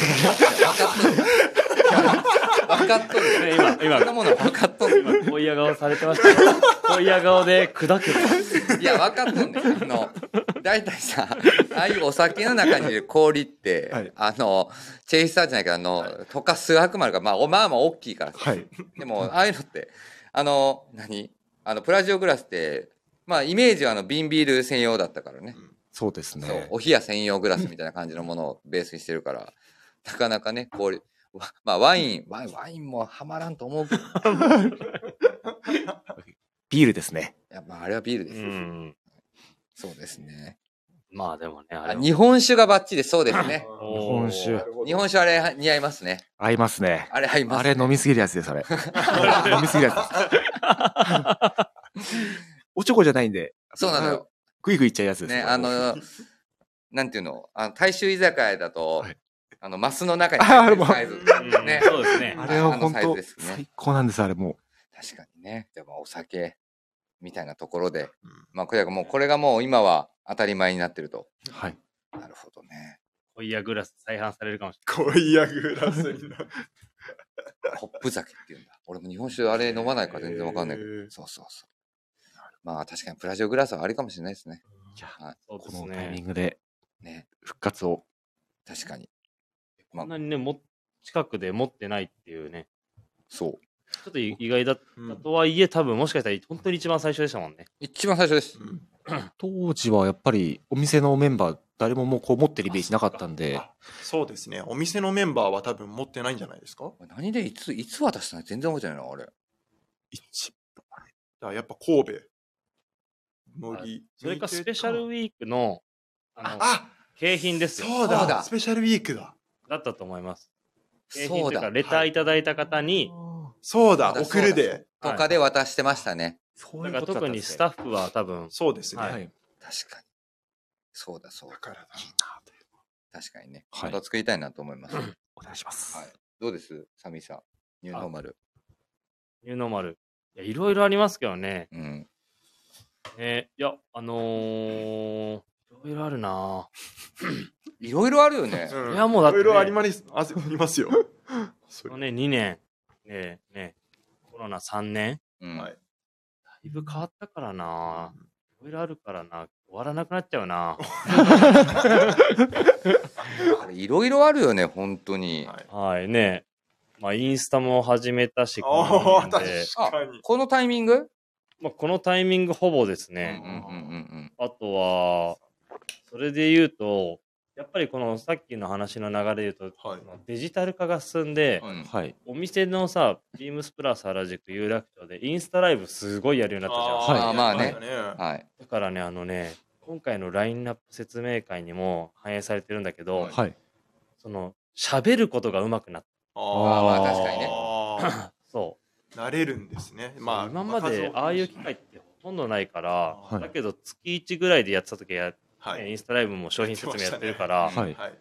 [SPEAKER 1] [laughs] 分かっとる。
[SPEAKER 2] ね
[SPEAKER 1] 分かっとる。
[SPEAKER 2] 今、今
[SPEAKER 1] そんな、もの分かっとる。
[SPEAKER 2] 今、こういや顔されてましたけど、こういや顔で砕け
[SPEAKER 1] いや、分かっとんねん。あの、大体さ、ああいうお酒の中にいる氷って、
[SPEAKER 4] はい
[SPEAKER 1] あの、チェイサーじゃないけど、あの、溶かす白丸が、まあ、おまあまあ大きいからさ
[SPEAKER 4] はい。
[SPEAKER 1] でも、ああいうのって、あの、何あの、プラジオグラスって、まあ、イメージはあの、瓶ビール専用だったからね。
[SPEAKER 4] そうですね。
[SPEAKER 1] そう、お冷や専用グラスみたいな感じのものをベースにしてるから、なかなかね、氷、わまあ、ワイン、ワインワインもはまらんと思うけど、い
[SPEAKER 4] ビールですね。
[SPEAKER 1] や、まあ、あれはビール
[SPEAKER 2] う
[SPEAKER 1] です。
[SPEAKER 2] ん。
[SPEAKER 1] そうですね。
[SPEAKER 2] まあでもね、あ
[SPEAKER 1] あ、
[SPEAKER 2] れは。
[SPEAKER 1] 日本酒がバッチリそうですね。
[SPEAKER 2] おー
[SPEAKER 4] 日本酒
[SPEAKER 3] なるほど
[SPEAKER 1] 日本酒あれ似合いますね。
[SPEAKER 4] 合いますね。
[SPEAKER 1] あれ合いま
[SPEAKER 4] あ
[SPEAKER 1] す、
[SPEAKER 4] れ
[SPEAKER 1] ね。
[SPEAKER 4] 飲みすぎるやつです、あ
[SPEAKER 1] [laughs]
[SPEAKER 4] れ。飲みすぎるやつです。
[SPEAKER 1] [laughs]
[SPEAKER 4] おちょこじゃないんで、
[SPEAKER 1] そうなのよ。
[SPEAKER 4] グイグイいっちゃうやつです。
[SPEAKER 1] ね、あの、なんていうの、あの大衆居酒屋だと、
[SPEAKER 4] はい
[SPEAKER 1] あの、マスの中に入ってるサイズ。
[SPEAKER 2] うん
[SPEAKER 1] ね
[SPEAKER 2] そうですね。
[SPEAKER 4] あれ [laughs] は
[SPEAKER 1] あの
[SPEAKER 4] 本
[SPEAKER 1] サイズ
[SPEAKER 4] 当、
[SPEAKER 1] ですね
[SPEAKER 4] 最高なんです、あれも
[SPEAKER 1] 確かにね。でも、お酒みたいなところで、
[SPEAKER 3] うん
[SPEAKER 1] まあ、これがもう、これがもう今は当たり前になってると。
[SPEAKER 4] う。はい。
[SPEAKER 1] なるほどね。
[SPEAKER 2] こういやグラス再販されるかもし
[SPEAKER 3] 恋やグラスになる
[SPEAKER 1] コップ酒っていうんだ。俺も日本酒あれ飲まないから全然わかんないけど。
[SPEAKER 3] へー
[SPEAKER 1] そうそうそう。まあ、確かにプラジオグラスはありかもしれないですね。
[SPEAKER 4] いや、
[SPEAKER 1] はい。
[SPEAKER 2] れない。そう
[SPEAKER 4] こ
[SPEAKER 2] です
[SPEAKER 4] のタイミ
[SPEAKER 2] ね。
[SPEAKER 4] ングで
[SPEAKER 1] ね。
[SPEAKER 4] 復活を。
[SPEAKER 1] 確かに。ま
[SPEAKER 2] こ
[SPEAKER 1] あ
[SPEAKER 2] んなにね、も、近くで持ってないっていうね。
[SPEAKER 1] そう。
[SPEAKER 2] ちょっと意外だっ
[SPEAKER 3] う
[SPEAKER 2] た
[SPEAKER 3] ん
[SPEAKER 2] とはいえ、多分もしかしたら本当に一番最初でしたもんね。
[SPEAKER 1] 一番最初です。
[SPEAKER 4] 当時はやっぱりお店のメンバー、誰ももうこう持ってるイメージなかったんで、
[SPEAKER 3] あそうですね。お店のメンバーは多分持ってないんじゃないですかだか
[SPEAKER 1] 何でいつ、いつ渡したの全然覚えてないな、あれ。
[SPEAKER 4] 一
[SPEAKER 3] らやっぱ神戸。麦。
[SPEAKER 2] それかスペシャルウィークの、あの、
[SPEAKER 3] あ
[SPEAKER 2] 景品ですよ。
[SPEAKER 3] そう
[SPEAKER 1] そう
[SPEAKER 3] だ
[SPEAKER 1] だ
[SPEAKER 3] スペシャルウィークだ
[SPEAKER 2] だったと思います。景
[SPEAKER 1] そ
[SPEAKER 2] 品
[SPEAKER 1] う
[SPEAKER 2] というか、
[SPEAKER 1] だ。
[SPEAKER 2] レターいただいた方に、
[SPEAKER 3] そうだ
[SPEAKER 1] そうだ
[SPEAKER 3] 送るで
[SPEAKER 1] とかで渡してましたね。
[SPEAKER 4] そ
[SPEAKER 2] だから特にスタッフは多分、
[SPEAKER 3] そうですね、
[SPEAKER 2] はい
[SPEAKER 4] はい。
[SPEAKER 1] 確かに。そうだ、そう
[SPEAKER 3] だ
[SPEAKER 1] だ。
[SPEAKER 3] からだ
[SPEAKER 1] 確かにね。
[SPEAKER 4] はい
[SPEAKER 1] また作りたいなと思います。はい。
[SPEAKER 4] お願いします。
[SPEAKER 1] どうですサミーさん。ニューノーマル。
[SPEAKER 2] ニューノーマル。いや、いろいろありますけどね。
[SPEAKER 1] うん。
[SPEAKER 2] ねいや、あのー、いろいろあるなぁ
[SPEAKER 1] いろいろあるよ
[SPEAKER 3] [laughs]
[SPEAKER 1] ね。
[SPEAKER 3] うん
[SPEAKER 2] いやもうだってね
[SPEAKER 3] いろいろありますあります
[SPEAKER 2] [laughs]
[SPEAKER 3] よそ
[SPEAKER 2] こ
[SPEAKER 3] れ
[SPEAKER 2] のね、2年、ねねコロナ3年、
[SPEAKER 1] うん。
[SPEAKER 3] はい
[SPEAKER 2] だいぶ変わったからなぁいろいろあるからな終わらなくなっちゃうな
[SPEAKER 1] あれいろいろあるよね、本当に。
[SPEAKER 3] はい
[SPEAKER 2] はい、ねまあ、インスタも始めたし、この
[SPEAKER 3] ああ
[SPEAKER 2] 2年で
[SPEAKER 3] 確かに
[SPEAKER 1] このタイミング
[SPEAKER 2] まあ、このタイミングほぼです
[SPEAKER 1] うんう
[SPEAKER 2] ね。
[SPEAKER 1] んうんうん
[SPEAKER 2] あとは、それで言うと、やっぱりこのさっきの話の流れで言うと、
[SPEAKER 3] はい
[SPEAKER 2] デジタル化が進んで、
[SPEAKER 1] うん。うん
[SPEAKER 4] はい。
[SPEAKER 2] お店のさ、ビームスプラス原宿有楽町でインスタライブすごいやるようになったじゃん。
[SPEAKER 4] ー
[SPEAKER 1] はいまあね
[SPEAKER 3] ね
[SPEAKER 1] はい。
[SPEAKER 2] だからね、あのね、今回のラインナップ説明会にも反映されてるんだけど、
[SPEAKER 1] はい
[SPEAKER 4] はい。
[SPEAKER 2] その、喋ることがうまくなっ
[SPEAKER 1] あーまあ確かにね
[SPEAKER 3] ね
[SPEAKER 2] た。そう。
[SPEAKER 3] 慣れるんです
[SPEAKER 2] [laughs]
[SPEAKER 3] ねまあ
[SPEAKER 2] 今までああいう機会ってほとんどないから、
[SPEAKER 3] はい
[SPEAKER 2] だけど月1ぐらいでやってた時は、
[SPEAKER 3] は
[SPEAKER 2] ね
[SPEAKER 3] い
[SPEAKER 2] インスタライブも商品説明やってるから、
[SPEAKER 1] やってましたね
[SPEAKER 4] はい
[SPEAKER 3] はい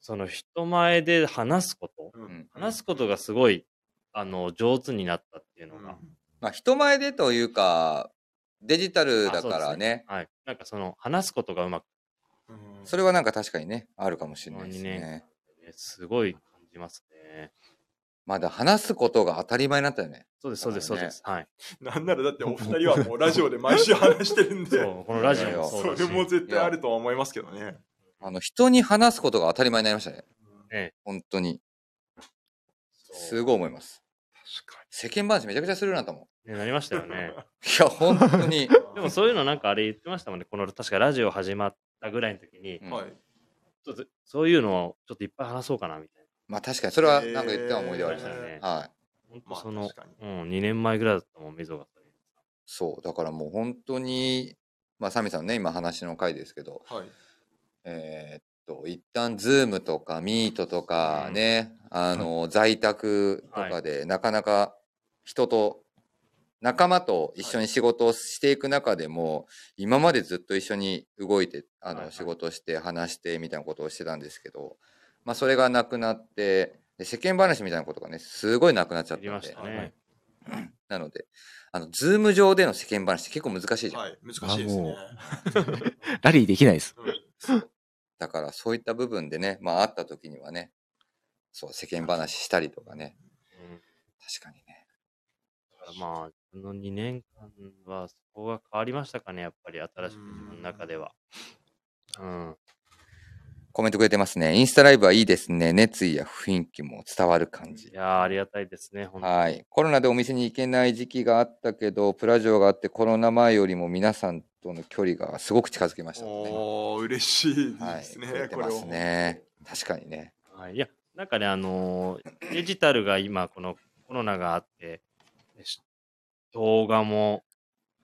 [SPEAKER 2] その人前で話すこと、
[SPEAKER 3] うん
[SPEAKER 2] 話すことがすごい、あの、上手になったっていう
[SPEAKER 3] う
[SPEAKER 2] の
[SPEAKER 3] ん
[SPEAKER 2] が、
[SPEAKER 1] まあ、人前でというか、デジタルだからね。
[SPEAKER 2] はい。なんかその、話すことがうまく、
[SPEAKER 3] うん
[SPEAKER 1] それはなんか確かにね、あるかもしれないです
[SPEAKER 2] 本当に
[SPEAKER 1] ね。
[SPEAKER 2] ねすごい感じますね。
[SPEAKER 1] まだ話すことが当たり前になったよね。
[SPEAKER 2] そうです、そうです、そうです。はい。
[SPEAKER 3] なんならだってお二人はもうラジオで毎週話してるん
[SPEAKER 2] そ
[SPEAKER 3] で
[SPEAKER 2] う、このラジオ
[SPEAKER 3] [laughs]
[SPEAKER 2] もそ
[SPEAKER 3] そう
[SPEAKER 2] だし。
[SPEAKER 3] れも絶対あるとは思いますけどね
[SPEAKER 1] あの、人に話すことが当たり前になりましたね。
[SPEAKER 2] ね
[SPEAKER 1] 本当に。
[SPEAKER 2] そう
[SPEAKER 1] すごい思います。
[SPEAKER 3] 確か
[SPEAKER 1] 世間話めちゃくちゃするようになったもん。
[SPEAKER 2] ね、なりましたよ
[SPEAKER 3] [laughs]
[SPEAKER 2] ね。
[SPEAKER 1] いや、本当
[SPEAKER 2] [laughs]
[SPEAKER 1] に。
[SPEAKER 3] に
[SPEAKER 2] でもそういうのなんかあれ言ってましたもんね。この、確かラジオ始まったぐらいの時に、
[SPEAKER 1] うん
[SPEAKER 3] はい
[SPEAKER 2] ちょっとそういうのをちょっといっぱい話そうかな、みたい
[SPEAKER 1] まあ確かに、それはなんか言った思い出はありま
[SPEAKER 2] え
[SPEAKER 1] す
[SPEAKER 2] ー
[SPEAKER 1] ね。はい。
[SPEAKER 2] な。本
[SPEAKER 3] ま
[SPEAKER 2] 当
[SPEAKER 3] あ
[SPEAKER 2] その
[SPEAKER 3] 確、かに
[SPEAKER 2] うん、2年前ぐらいだったもん、溝が。
[SPEAKER 1] そう。だからもう本当に、まあ、サミさんのね、今話の回ですけど、
[SPEAKER 3] はい
[SPEAKER 1] えーっと、一旦ズームとかミートとかね、あの、在宅とかで、なかなか人と、仲間と一緒に仕事をしていく中でも、今までずっと一緒に動いて、あ
[SPEAKER 2] はいは
[SPEAKER 1] の、
[SPEAKER 2] い
[SPEAKER 1] 仕事して話してみたいなことをしてたんですけど、まあ、それがなくなって、で世間話みたいなことがね、すごいなくなっちゃ
[SPEAKER 2] や
[SPEAKER 1] った
[SPEAKER 2] り
[SPEAKER 1] ん
[SPEAKER 2] ま
[SPEAKER 1] で
[SPEAKER 2] した、
[SPEAKER 3] は
[SPEAKER 2] ね
[SPEAKER 3] い。
[SPEAKER 1] なので、あの、ズーム上での世間話って結構難しいじゃん。
[SPEAKER 3] はい難しいですね
[SPEAKER 4] ラリーできないです。
[SPEAKER 3] うん
[SPEAKER 1] だからそういった部分でね、まあ会った時にはね、そう、世間話したりとかね、
[SPEAKER 2] うん
[SPEAKER 1] 確かにね。
[SPEAKER 2] だからまあ、この2年間はそこが変わりましたかね、やっぱり新しく自分の中では。うん。
[SPEAKER 1] コメントくれてますね。インスタライブはいいですね。熱意や雰囲気も伝わる感じ
[SPEAKER 2] い。やー、ありがたいですね、本当に。
[SPEAKER 1] はい。コロナでお店に行けない時期があったけど、プラジオがあってコロナ前よりも皆さんとの距離がすごく近づきましたもんね。
[SPEAKER 3] おー嬉しい
[SPEAKER 1] は
[SPEAKER 3] で
[SPEAKER 1] い。
[SPEAKER 3] すね
[SPEAKER 1] 増えて
[SPEAKER 3] これ
[SPEAKER 1] ま
[SPEAKER 3] は
[SPEAKER 1] すね。確かにね。
[SPEAKER 2] はい、いや、なんかね、あのーデジタルが今、このコロナがあって、し動画も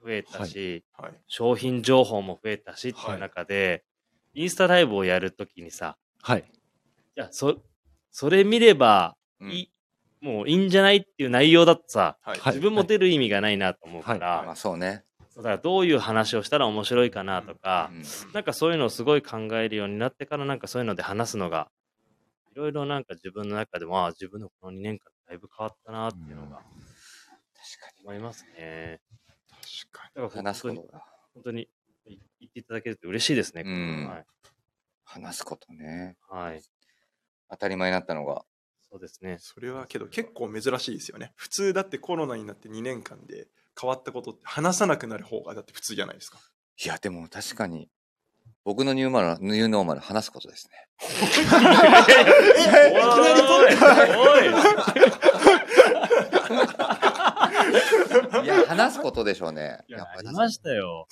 [SPEAKER 2] 増えたし、
[SPEAKER 3] はい
[SPEAKER 2] 商品情報も増えたしっていう中で、インスタライブをやるときにさ、
[SPEAKER 4] は
[SPEAKER 2] い
[SPEAKER 4] い。
[SPEAKER 2] や、そ、それ見れば
[SPEAKER 1] うん
[SPEAKER 2] いい、もういいんじゃないっていう内容だとさ、
[SPEAKER 3] はい
[SPEAKER 4] はい
[SPEAKER 2] 自分も出る意味がないなと思うから、
[SPEAKER 1] まあそうね。
[SPEAKER 2] そうだからどういう話をしたら面白いかなと
[SPEAKER 1] う
[SPEAKER 2] か、
[SPEAKER 1] ん
[SPEAKER 2] なんかそういうのをすごい考えるようになってからなんかそういうので話すのがいろいろなんか自分の中でもああ自分のこの2年間だいぶ変わったなっていうのが思いますね。
[SPEAKER 3] 確か
[SPEAKER 2] だから
[SPEAKER 1] 話
[SPEAKER 2] 本
[SPEAKER 1] すこ
[SPEAKER 2] 当に
[SPEAKER 1] とが。
[SPEAKER 2] 本当に言っていただけると嬉しいですね。
[SPEAKER 1] うん
[SPEAKER 2] はい、
[SPEAKER 1] 話すことね。
[SPEAKER 2] はい。
[SPEAKER 1] 当たり前になったのが。
[SPEAKER 2] そうですね
[SPEAKER 3] に。それはけど結構珍しいですよね普通だってコロナになって2年間で変わったことって話さなくなる方がだって普通じゃないですか
[SPEAKER 1] いや、でも確かに、僕のニューマル、ニューノーマル話すことですね。
[SPEAKER 2] いきなりおい
[SPEAKER 1] いや、話すことでしょうね。
[SPEAKER 2] いや
[SPEAKER 1] っ、
[SPEAKER 2] あ
[SPEAKER 1] ぱ
[SPEAKER 2] りましたよ。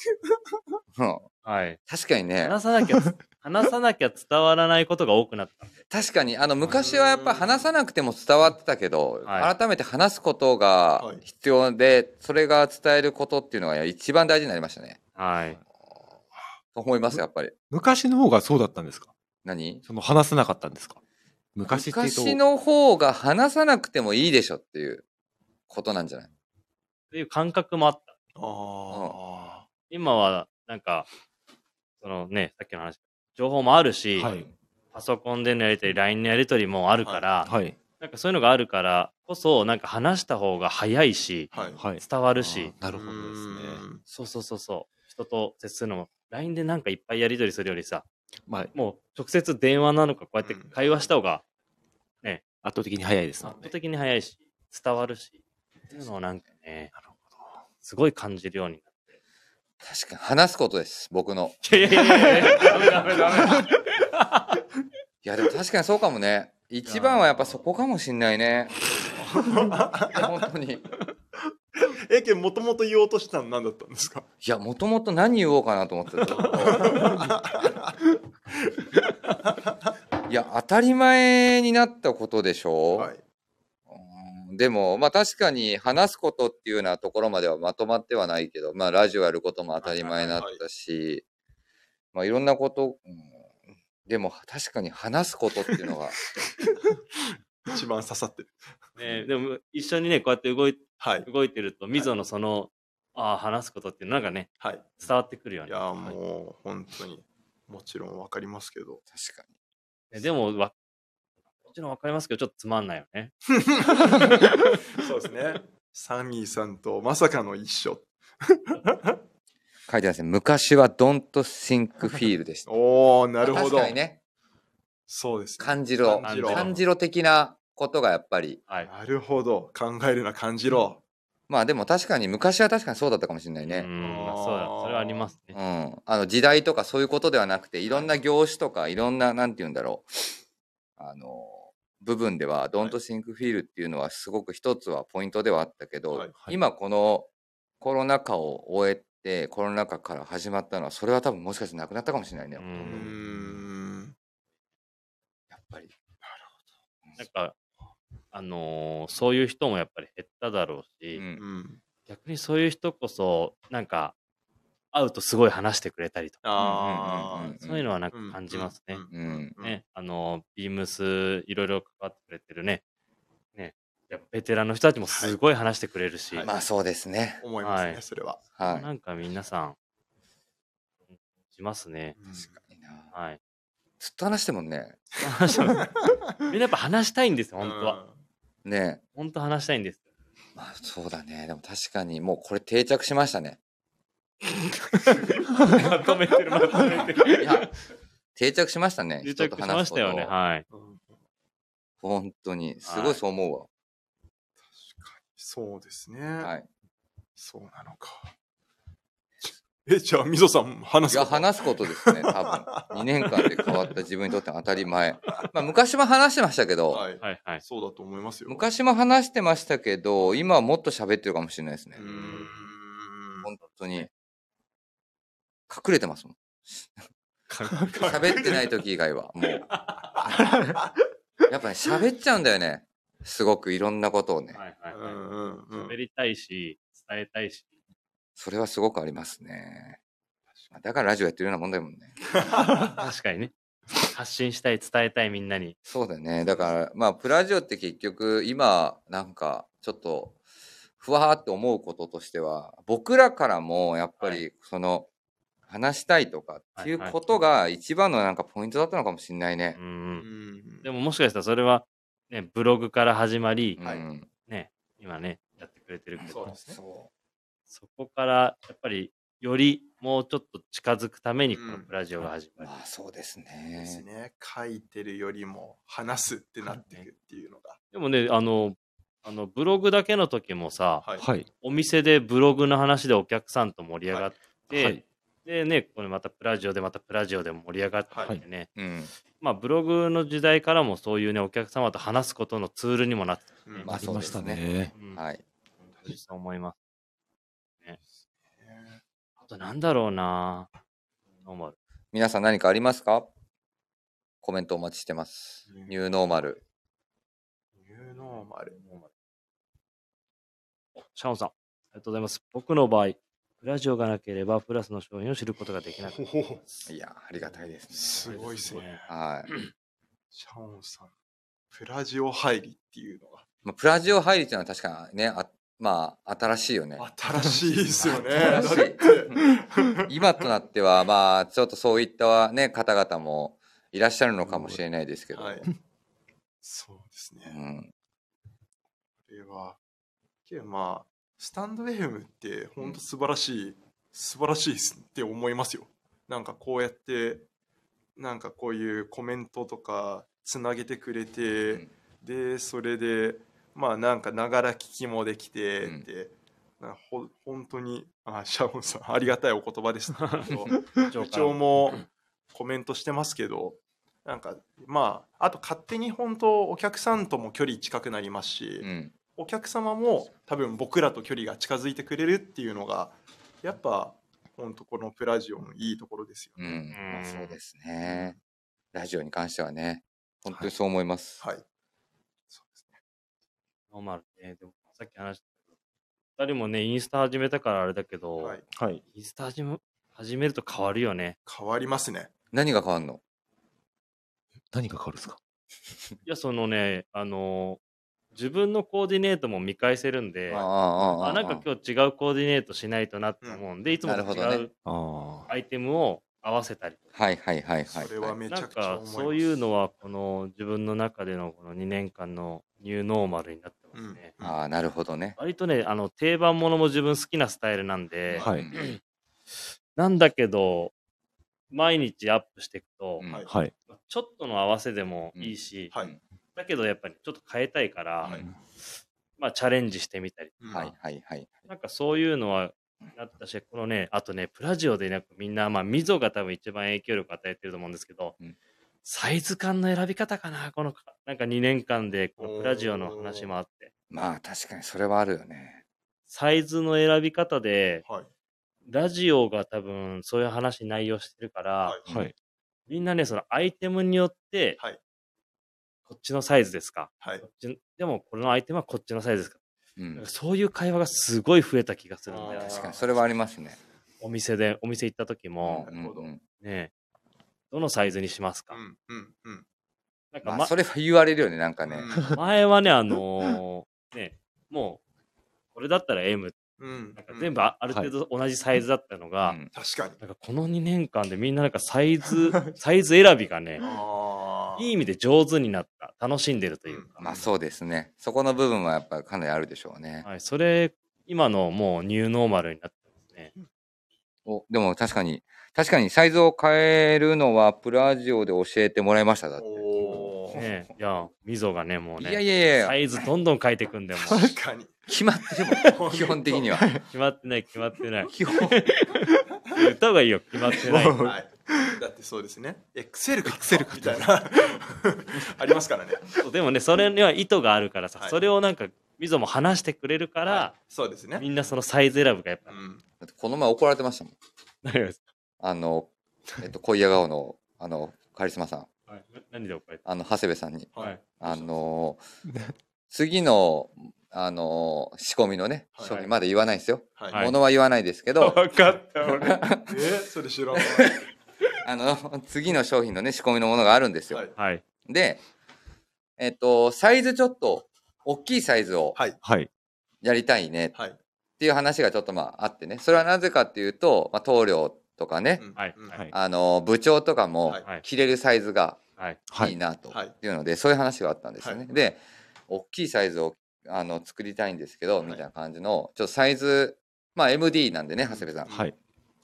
[SPEAKER 1] うん
[SPEAKER 2] はい。
[SPEAKER 1] 確かにね。
[SPEAKER 2] 話さなき
[SPEAKER 4] [laughs]
[SPEAKER 2] ゃ、話さなきゃ伝わらないことが多くなった。
[SPEAKER 1] 確かに、あの、昔はやっぱ話さなくても伝わってたけど、
[SPEAKER 2] はい
[SPEAKER 1] 改めて話すことが
[SPEAKER 3] はい
[SPEAKER 1] 必要で、それが伝えることっていうのが一番大事になりましたね。
[SPEAKER 2] はい。
[SPEAKER 1] 思います、やっぱり。
[SPEAKER 4] 昔の方がそうだったんですか
[SPEAKER 1] 何
[SPEAKER 4] その話せなかったんですか昔っていうと。
[SPEAKER 1] 昔の方が話さなくてもいいでしょっていうことなんじゃない
[SPEAKER 2] ていう感覚もあった。
[SPEAKER 3] あ
[SPEAKER 2] 今は、なんか、そのね、さっきの話、情報もあるし、
[SPEAKER 4] はい。
[SPEAKER 2] パソコンでのやり取り、LINE のやり取りもあるから、
[SPEAKER 4] はい。
[SPEAKER 2] なんかそういうのがあるからこそ、なんか話した方が早いし、
[SPEAKER 3] あ。はい。
[SPEAKER 4] はい。
[SPEAKER 2] 伝わ
[SPEAKER 4] あ
[SPEAKER 2] るし、
[SPEAKER 4] ーなるほどですね。
[SPEAKER 3] うん
[SPEAKER 2] そうそうそうそう、人と接するのも、LINE でなんかいっぱいやり取りするよりさ、
[SPEAKER 4] まあ、
[SPEAKER 2] もう直接電話なのか、こうやって会話した方が
[SPEAKER 4] 圧倒的に早いです
[SPEAKER 2] 圧
[SPEAKER 4] もん
[SPEAKER 2] 倒
[SPEAKER 4] ね。
[SPEAKER 2] 的に早いし、伝わるし、っていうのをなんかね、すごい感じるようになっ
[SPEAKER 1] 確かに話すことです、僕の。
[SPEAKER 2] て。いやいやいやいや、ダメダメダ
[SPEAKER 1] い
[SPEAKER 2] メ。
[SPEAKER 1] や、でも確かにそうかもね。一番はやっぱそこかもしんないね。いや本当に。い
[SPEAKER 3] えけもともと言おうとしたの何だったんで
[SPEAKER 4] [laughs]
[SPEAKER 3] すか
[SPEAKER 1] や、もともと何言おうかなと思ってた。いや、当たり前になったことでしょ、
[SPEAKER 3] はい。
[SPEAKER 1] うんでも、まあ確かに話すことっていうようなところまではまとまってはないけど、まあラジオやることも当たり前だったし、まあいろんなこと、うんでも確かに話すことっていうのが、
[SPEAKER 3] 一番刺さってる。
[SPEAKER 2] [laughs] ね、でも一緒にね、こうやって動い
[SPEAKER 3] はい。
[SPEAKER 2] 動いてると、溝のその、ああ、話すことっていうのなんかね、
[SPEAKER 3] はい。
[SPEAKER 2] 伝わってくるよ
[SPEAKER 3] い
[SPEAKER 2] ね。
[SPEAKER 3] や、もう、本当に。もちろんわかりますけど。
[SPEAKER 1] 確かに。
[SPEAKER 2] ねでもわ、もちろんわかりますけど、ちょっとつまんないよね。
[SPEAKER 3] そうですね。サミーさんとまさかの一緒。
[SPEAKER 1] 書いてますね。昔は Don't Think Feel でした。
[SPEAKER 3] おおなるほど。
[SPEAKER 1] 確かにね、
[SPEAKER 3] そうですね。
[SPEAKER 1] 感じろ。
[SPEAKER 3] 感
[SPEAKER 2] じろ
[SPEAKER 1] 感じろ的なことがやっぱり。
[SPEAKER 2] はい。
[SPEAKER 3] なるほど。考えるな、感じろ。
[SPEAKER 1] まあでも確かに昔は確かにそうだったかもしれないね。
[SPEAKER 2] うん、まあそうだ、それはありますね。
[SPEAKER 1] うん、あの時代とかそういうことではなくていろんな業種とかいろんななんて言うんだろうあの部分では「Don't Think Feel」っていうのはすごく一つはポイントではあったけど、
[SPEAKER 3] はい
[SPEAKER 4] はい
[SPEAKER 1] 今このコロナ禍を終えてコロナ禍から始まったのはそれは多分もしかしてなくなったかもしれないね、
[SPEAKER 2] う
[SPEAKER 3] うー
[SPEAKER 2] ん。
[SPEAKER 3] ん。
[SPEAKER 1] やっぱり
[SPEAKER 2] なんか、あのーそういう人もやっぱり減っただろうし、
[SPEAKER 1] うん
[SPEAKER 3] うん。
[SPEAKER 2] 逆にそういう人こそ、なんか、会うとすごい話してくれたりとか、
[SPEAKER 3] あ
[SPEAKER 1] うんうんうんう
[SPEAKER 3] あ
[SPEAKER 1] ん。
[SPEAKER 2] そういうのはなんか
[SPEAKER 3] うん
[SPEAKER 2] 感じますね。
[SPEAKER 3] うん
[SPEAKER 1] うん
[SPEAKER 3] うん
[SPEAKER 2] ね、あのー、ビームス、いろいろ関わってくれてるね、ね、やっぱベテランの人たちもすごい話してくれるし、
[SPEAKER 3] はい
[SPEAKER 1] まあそうですね
[SPEAKER 3] 思いますね、
[SPEAKER 2] はい
[SPEAKER 3] それは。
[SPEAKER 1] はい
[SPEAKER 2] なんか皆さん、しますね。
[SPEAKER 1] 確かにな
[SPEAKER 2] はい。
[SPEAKER 1] ずっと話してもんね
[SPEAKER 2] 話してます [laughs] みんなやっぱ話したいんですよ、本当は。
[SPEAKER 1] ね
[SPEAKER 2] 本当話したいんです。
[SPEAKER 1] まあそうだねでも確かにもうこれ定着しましたね
[SPEAKER 2] まとめてる、まとめて
[SPEAKER 1] い
[SPEAKER 2] る。
[SPEAKER 1] や定着しましたね
[SPEAKER 2] 癒
[SPEAKER 1] 人と
[SPEAKER 2] 着しま
[SPEAKER 1] 話す
[SPEAKER 2] し
[SPEAKER 1] こ
[SPEAKER 2] た
[SPEAKER 1] と
[SPEAKER 2] よね、はい。
[SPEAKER 3] は。うん
[SPEAKER 1] 本当にすごいそう思うわ、
[SPEAKER 3] 確かに。そうですね。
[SPEAKER 1] はい。
[SPEAKER 3] そうなのか。え、じゃあ、みぞさん、話
[SPEAKER 1] い
[SPEAKER 3] す
[SPEAKER 1] や、
[SPEAKER 3] こと
[SPEAKER 1] 話すことですね、多分。2年間で変わった自分にとっての当たり前。まあ、昔も話してましたけど、
[SPEAKER 3] はい。
[SPEAKER 2] はい、はい。
[SPEAKER 3] そうだと思いますよ。
[SPEAKER 1] 昔も話してましたけど、今はもっと喋ってるかもしれないですね
[SPEAKER 3] う。ーん。
[SPEAKER 1] 本当に。隠れてますもん。喋ってない時以外は、もう。やっぱね、喋っちゃうんだよね。すごくいろんなことをね。
[SPEAKER 2] はい、
[SPEAKER 3] [laughs] う
[SPEAKER 2] はい、
[SPEAKER 3] ん
[SPEAKER 2] は
[SPEAKER 3] うんう
[SPEAKER 2] い。
[SPEAKER 3] ん
[SPEAKER 2] 喋りたいし、伝えたいし。
[SPEAKER 1] それはすごくありますね。まあだからラジオやってるようなもんだもんね。
[SPEAKER 2] 確かにね。発信したい、伝えたい、みんなに。
[SPEAKER 1] そうだよね。だから、まあ、プラジオって結局、今、なんか、ちょっと、ふわーって思うこととしては、僕らからも、やっぱ
[SPEAKER 2] は
[SPEAKER 1] り、その、話したいとかっていう
[SPEAKER 2] はいはい
[SPEAKER 1] ことが、一番のなんかポイントだったのかもしれないね
[SPEAKER 2] う。。
[SPEAKER 3] うんん
[SPEAKER 2] でももしかしたらそれは、ね、ブログから始まり
[SPEAKER 1] う、
[SPEAKER 3] はい
[SPEAKER 1] ん。
[SPEAKER 2] ね、今ね、やってくれてるけ
[SPEAKER 3] そう
[SPEAKER 2] ど
[SPEAKER 3] で、すね。
[SPEAKER 2] そこから、やっぱり、よりもうちょっと近づくために、こ
[SPEAKER 3] うん
[SPEAKER 2] のプラジオが始まる。
[SPEAKER 1] まあ、そうです
[SPEAKER 3] です
[SPEAKER 1] ね。
[SPEAKER 3] ね。書いてるよりも話すってなってくっていうのが。
[SPEAKER 2] でもね、あの、あのブログだけの時もさ、
[SPEAKER 3] はい。
[SPEAKER 4] はい。
[SPEAKER 2] お店でブログの話でお客さんと盛り上がって、
[SPEAKER 4] はい。
[SPEAKER 2] でね、これまたプラジオでまたプラジオで盛り上がってってね、
[SPEAKER 1] うん。
[SPEAKER 2] まあブログの時代からもそういうね、お客様と話すことのツールにもなってた
[SPEAKER 3] うん
[SPEAKER 1] まあ
[SPEAKER 4] ありましたね。
[SPEAKER 2] うん
[SPEAKER 1] はい。
[SPEAKER 2] 本当にそう思います。
[SPEAKER 3] ね
[SPEAKER 2] あとなんだろうなノーマル。
[SPEAKER 1] 皆さん何かありますかコメントお待ちしてます。ニューノーマル。
[SPEAKER 3] ニューノーマル。
[SPEAKER 2] シャオンさん、ありがとうございます。僕の場合、ラジオがなければプラスの商品を知ることができ [laughs]
[SPEAKER 3] [laughs]
[SPEAKER 2] なかっ
[SPEAKER 5] ほほほ
[SPEAKER 1] いや、ありがたいですね。
[SPEAKER 3] すごいですね。
[SPEAKER 1] はい。
[SPEAKER 5] シャオンさん。
[SPEAKER 3] プラジオ入りっていうの
[SPEAKER 1] まあ、プラジオ入りっていうのは確かね、あまあ、新しいよね。
[SPEAKER 3] が新しいですよね。
[SPEAKER 1] 新しい
[SPEAKER 3] だって
[SPEAKER 1] 今となっては、まあ、ちょっとそういった、ね、方々もいらっしゃるのかもしれないですけど。
[SPEAKER 3] はい。そうです
[SPEAKER 1] う
[SPEAKER 3] ね。
[SPEAKER 1] ん、
[SPEAKER 3] これは、けどまあ、スタンド FM って本当素晴らしい、素晴らしいですって思いますよ。なんかこうやって、なんかこういうコメントとかつなげてくれて、
[SPEAKER 1] うん
[SPEAKER 3] で、それで、まあなんかながら聞きもできて
[SPEAKER 1] うん
[SPEAKER 3] って、なほ本当にあシャオンさんありがたいお言葉
[SPEAKER 1] [laughs]
[SPEAKER 3] です、ね、
[SPEAKER 2] た。部
[SPEAKER 3] 部長もコメントしてますけどなんかまああと勝手に本当お客さんとも距離近くなりますし、
[SPEAKER 1] うん、
[SPEAKER 3] お客様も多分僕らと距離が近づいてくれるっていうのがやっぱ本当このプラジオのいいところですよ
[SPEAKER 1] う
[SPEAKER 3] ね。
[SPEAKER 1] ん。まあ、
[SPEAKER 2] うん
[SPEAKER 1] そうですね。ラジオに関してはね、本当にそう思います。
[SPEAKER 3] はい、そうですね
[SPEAKER 2] ノーマルね。でもさっき話したけど、二人もね、インスタ始めたからあれだけど、
[SPEAKER 3] はい、
[SPEAKER 4] はい。
[SPEAKER 2] インスタ始め始めると変わるよね。
[SPEAKER 3] 変わりますね。
[SPEAKER 1] 何が変わるの
[SPEAKER 4] 何が変わるんですか
[SPEAKER 2] いや、そのね、あの、自分のコーディネートも見返せるんで、あ
[SPEAKER 1] あ
[SPEAKER 2] なんか今日違うコーディネートしないとなって思うんで、いつもと
[SPEAKER 1] なるほど
[SPEAKER 2] 違
[SPEAKER 1] ね
[SPEAKER 2] う
[SPEAKER 4] ああ。
[SPEAKER 2] アイテムを合わせたりとか。
[SPEAKER 1] はいはいはいはい。
[SPEAKER 3] それはめち
[SPEAKER 2] な
[SPEAKER 3] ゃ
[SPEAKER 2] ん
[SPEAKER 3] くちゃ
[SPEAKER 2] か
[SPEAKER 3] 思います。
[SPEAKER 2] そういうのはこの自分の中でのこの2年間のニューノーマルになってますね。
[SPEAKER 3] うん
[SPEAKER 1] ああ、なるほどね。
[SPEAKER 2] 割とね、あの定番ものも自分好きなスタイルなんで、
[SPEAKER 4] は
[SPEAKER 1] う
[SPEAKER 4] い。
[SPEAKER 1] ん
[SPEAKER 2] なんだけど、毎日アップしていくと、
[SPEAKER 1] うん
[SPEAKER 3] はい
[SPEAKER 4] はい。
[SPEAKER 2] ちょっとの合わせでもいいし、
[SPEAKER 3] は
[SPEAKER 1] う
[SPEAKER 3] い
[SPEAKER 1] ん
[SPEAKER 2] だけどやっぱりちょっと変えたいから、
[SPEAKER 3] はい
[SPEAKER 2] まあチャレンジしてみたり、
[SPEAKER 3] うん
[SPEAKER 1] はいはいはい。
[SPEAKER 2] なんかそういうのはなったし、このね、あとね、プラジオでなんかみんな、まあ、溝が多分一番影響力を与えてると思うんですけど、
[SPEAKER 1] うん
[SPEAKER 2] サイズ感の選び方かな、この、なんか2年間で、このプラジオの話もあって、
[SPEAKER 1] まあ確かにそれはあるよね。
[SPEAKER 2] サイズの選び方で、
[SPEAKER 3] はい
[SPEAKER 2] ラジオが多分そういう話内容してるから、
[SPEAKER 3] はい
[SPEAKER 4] はい。
[SPEAKER 2] みんなね、そのアイテムによって、
[SPEAKER 3] はい
[SPEAKER 2] こっちのサイズですか
[SPEAKER 3] はい
[SPEAKER 2] こっちでも、このアイテムはこっちのサイズですか
[SPEAKER 1] う
[SPEAKER 2] なん
[SPEAKER 1] ん
[SPEAKER 2] か。そういう会話がすごい増えた気がするんだよ
[SPEAKER 3] あ
[SPEAKER 2] ね
[SPEAKER 3] ー。
[SPEAKER 1] 確かにそれはありますね。
[SPEAKER 2] お店で、お店行った時も、
[SPEAKER 3] なるほど
[SPEAKER 1] うんうん
[SPEAKER 2] ねえ、どのサイズにしますか、
[SPEAKER 3] うんうんうん
[SPEAKER 2] なんか、
[SPEAKER 1] まあ
[SPEAKER 2] ま
[SPEAKER 1] それは言われるよね、なんかね。
[SPEAKER 2] [laughs] 前はね、あのーねえ、もう、これだったら M、
[SPEAKER 3] うんうん
[SPEAKER 2] なんか全部あある程度同じサイズだったのが、
[SPEAKER 1] うん
[SPEAKER 3] 確かに
[SPEAKER 2] なんかこの2年間でみんななんかサ
[SPEAKER 1] [laughs]
[SPEAKER 2] イズ、サイズ選びがね、
[SPEAKER 3] あー
[SPEAKER 2] いい意味で上手になった、楽しんでるというか、
[SPEAKER 1] まあそうですね。そこの部分はやっぱりかなりあるでしょうね。
[SPEAKER 2] はい、それ、今のもうニューノーマルになってますね。
[SPEAKER 1] おでも確かに、確かにサイズを変えるのはプラジオで教えてもらいました、だって。
[SPEAKER 3] おー
[SPEAKER 1] [laughs]
[SPEAKER 2] ねえ、いや、溝がね、もうね、
[SPEAKER 1] いやいやいや
[SPEAKER 2] サ、イズどんどん変えていくんで、もう
[SPEAKER 3] 確かに
[SPEAKER 1] 決まってる
[SPEAKER 3] [laughs]
[SPEAKER 1] もん、 [laughs] 基本的には。
[SPEAKER 2] 決まってない、決まってない。 [laughs]
[SPEAKER 1] 基本、
[SPEAKER 2] 言った方がいいよ、決まってない。
[SPEAKER 3] はい、だってそうですね。エクセルかエクセルかみたいな [laughs] ありますからね。
[SPEAKER 2] そうでもねそれには意図があるからさ、
[SPEAKER 3] はい
[SPEAKER 2] それをなんかみぞも話してくれるから、
[SPEAKER 3] はいそうですね。
[SPEAKER 2] みんなそのサイズ選ぶがやっ
[SPEAKER 3] う
[SPEAKER 2] ぱ、
[SPEAKER 3] ん、
[SPEAKER 1] だってこの前怒られてましたもん。
[SPEAKER 2] なります
[SPEAKER 1] あの、えっと、恋屋顔の、あの、カリスマさん、
[SPEAKER 2] はいな何で怒られた
[SPEAKER 1] あの、長谷部さんに、
[SPEAKER 2] はい
[SPEAKER 1] あの次の、あの仕込みのね、
[SPEAKER 3] はい
[SPEAKER 1] 商品、まだ言わないですよ。
[SPEAKER 3] はい。
[SPEAKER 2] はい
[SPEAKER 1] ものは言わないですけど、
[SPEAKER 3] 分かった
[SPEAKER 2] [laughs]
[SPEAKER 3] 俺。えそれ知らない。
[SPEAKER 1] あの、次の商品のね、仕込みのものがあるんですよ。
[SPEAKER 3] はい
[SPEAKER 2] はい
[SPEAKER 1] で、えっと、サイズちょっと、大きいサイズを
[SPEAKER 3] はい
[SPEAKER 4] はい。
[SPEAKER 1] やりたいねっ
[SPEAKER 3] はい。
[SPEAKER 1] ていう話がちょっとまああってね。それはなぜかっていうと、まあ、棟梁とかね、
[SPEAKER 3] うん
[SPEAKER 2] はい
[SPEAKER 3] うん
[SPEAKER 4] はい
[SPEAKER 1] あの部長とかも
[SPEAKER 3] はい
[SPEAKER 2] はい
[SPEAKER 1] 着れるサイズが
[SPEAKER 2] はい
[SPEAKER 4] はい
[SPEAKER 1] いい
[SPEAKER 4] い。
[SPEAKER 1] なと
[SPEAKER 3] はい
[SPEAKER 1] いうので、そういう話があったんですよね。
[SPEAKER 3] はい
[SPEAKER 1] で、大きいサイズをあの作りたいんですけど、
[SPEAKER 3] い
[SPEAKER 1] みたいな感じの、ちょっとサイズ、まあ MD なんでね、長谷部さん。
[SPEAKER 4] はい。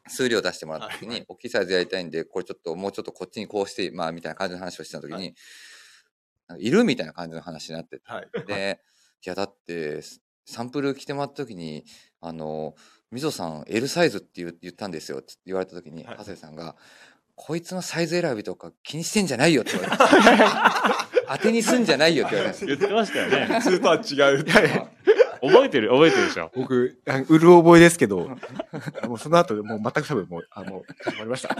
[SPEAKER 1] 数量出してもらった時
[SPEAKER 3] は
[SPEAKER 1] に、大きいサイズやりたいんで、これちょっともうちょっとこっちにこうして、まあみたいな感じの話をしてた時に、、
[SPEAKER 3] はい
[SPEAKER 1] いるみたいな感じの話になって
[SPEAKER 3] はい。
[SPEAKER 1] で、いや、だって、ササンプル着てもらった時に、あの、みぞさん L サイズって言う言ったんですよって言われた時に、
[SPEAKER 3] はい
[SPEAKER 1] 長谷さんが、こいつのサイズ選びとか気にしてんじゃないよって言われた。当てにすんじゃないよって言われた。
[SPEAKER 2] 言ってましたよね
[SPEAKER 3] 普通とは違うっていうのは。
[SPEAKER 2] 覚えてる覚えてるでしょ
[SPEAKER 4] 僕、あうる覚えですけ [laughs] ど、あもうその後、もう全く多分もう、あ、もう、始まりま [laughs] した。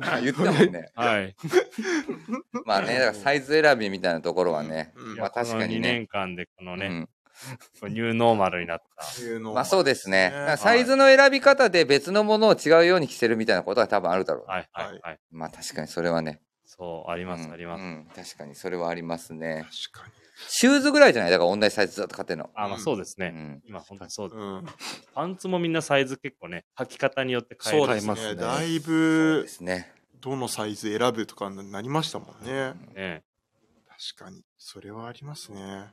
[SPEAKER 1] まあ言ってたもん
[SPEAKER 3] [laughs]
[SPEAKER 1] ね。
[SPEAKER 2] はい
[SPEAKER 1] まあね、だからサイズ選びみたいなところはね
[SPEAKER 3] うん、
[SPEAKER 1] まあ確かに
[SPEAKER 2] この2
[SPEAKER 1] ね。
[SPEAKER 2] 年間でこのね、
[SPEAKER 1] うん
[SPEAKER 2] ニューノーマルになった。
[SPEAKER 3] いうの
[SPEAKER 1] まあそうですね。だ
[SPEAKER 3] ね
[SPEAKER 1] からサイズの選び方で別のものを違うように着せるみたいなことは多分あるだろう。
[SPEAKER 2] はいはいはい。
[SPEAKER 1] まあ確かにそれはね。
[SPEAKER 2] そう、あります、あります。
[SPEAKER 1] うんうん確かにそれはありますね。
[SPEAKER 3] 確か
[SPEAKER 1] シューズぐらいじゃないだから同じサイズだと買ってんの。
[SPEAKER 2] あ、まあそうです
[SPEAKER 1] う
[SPEAKER 2] ね。
[SPEAKER 1] ん。
[SPEAKER 2] 今本当にそうで
[SPEAKER 3] に。
[SPEAKER 2] す。
[SPEAKER 3] うん。
[SPEAKER 2] パンツもみんなサイズ結構ね、履き方によって変え
[SPEAKER 3] そう
[SPEAKER 2] ら
[SPEAKER 3] で
[SPEAKER 2] れ
[SPEAKER 3] す
[SPEAKER 2] ま
[SPEAKER 3] ね
[SPEAKER 2] すね。
[SPEAKER 3] だい
[SPEAKER 1] そう
[SPEAKER 3] ぶ
[SPEAKER 1] ですね。
[SPEAKER 3] どのサイズ選ぶとかになりましたもんね。
[SPEAKER 2] ね
[SPEAKER 3] 確かに。それはありますね。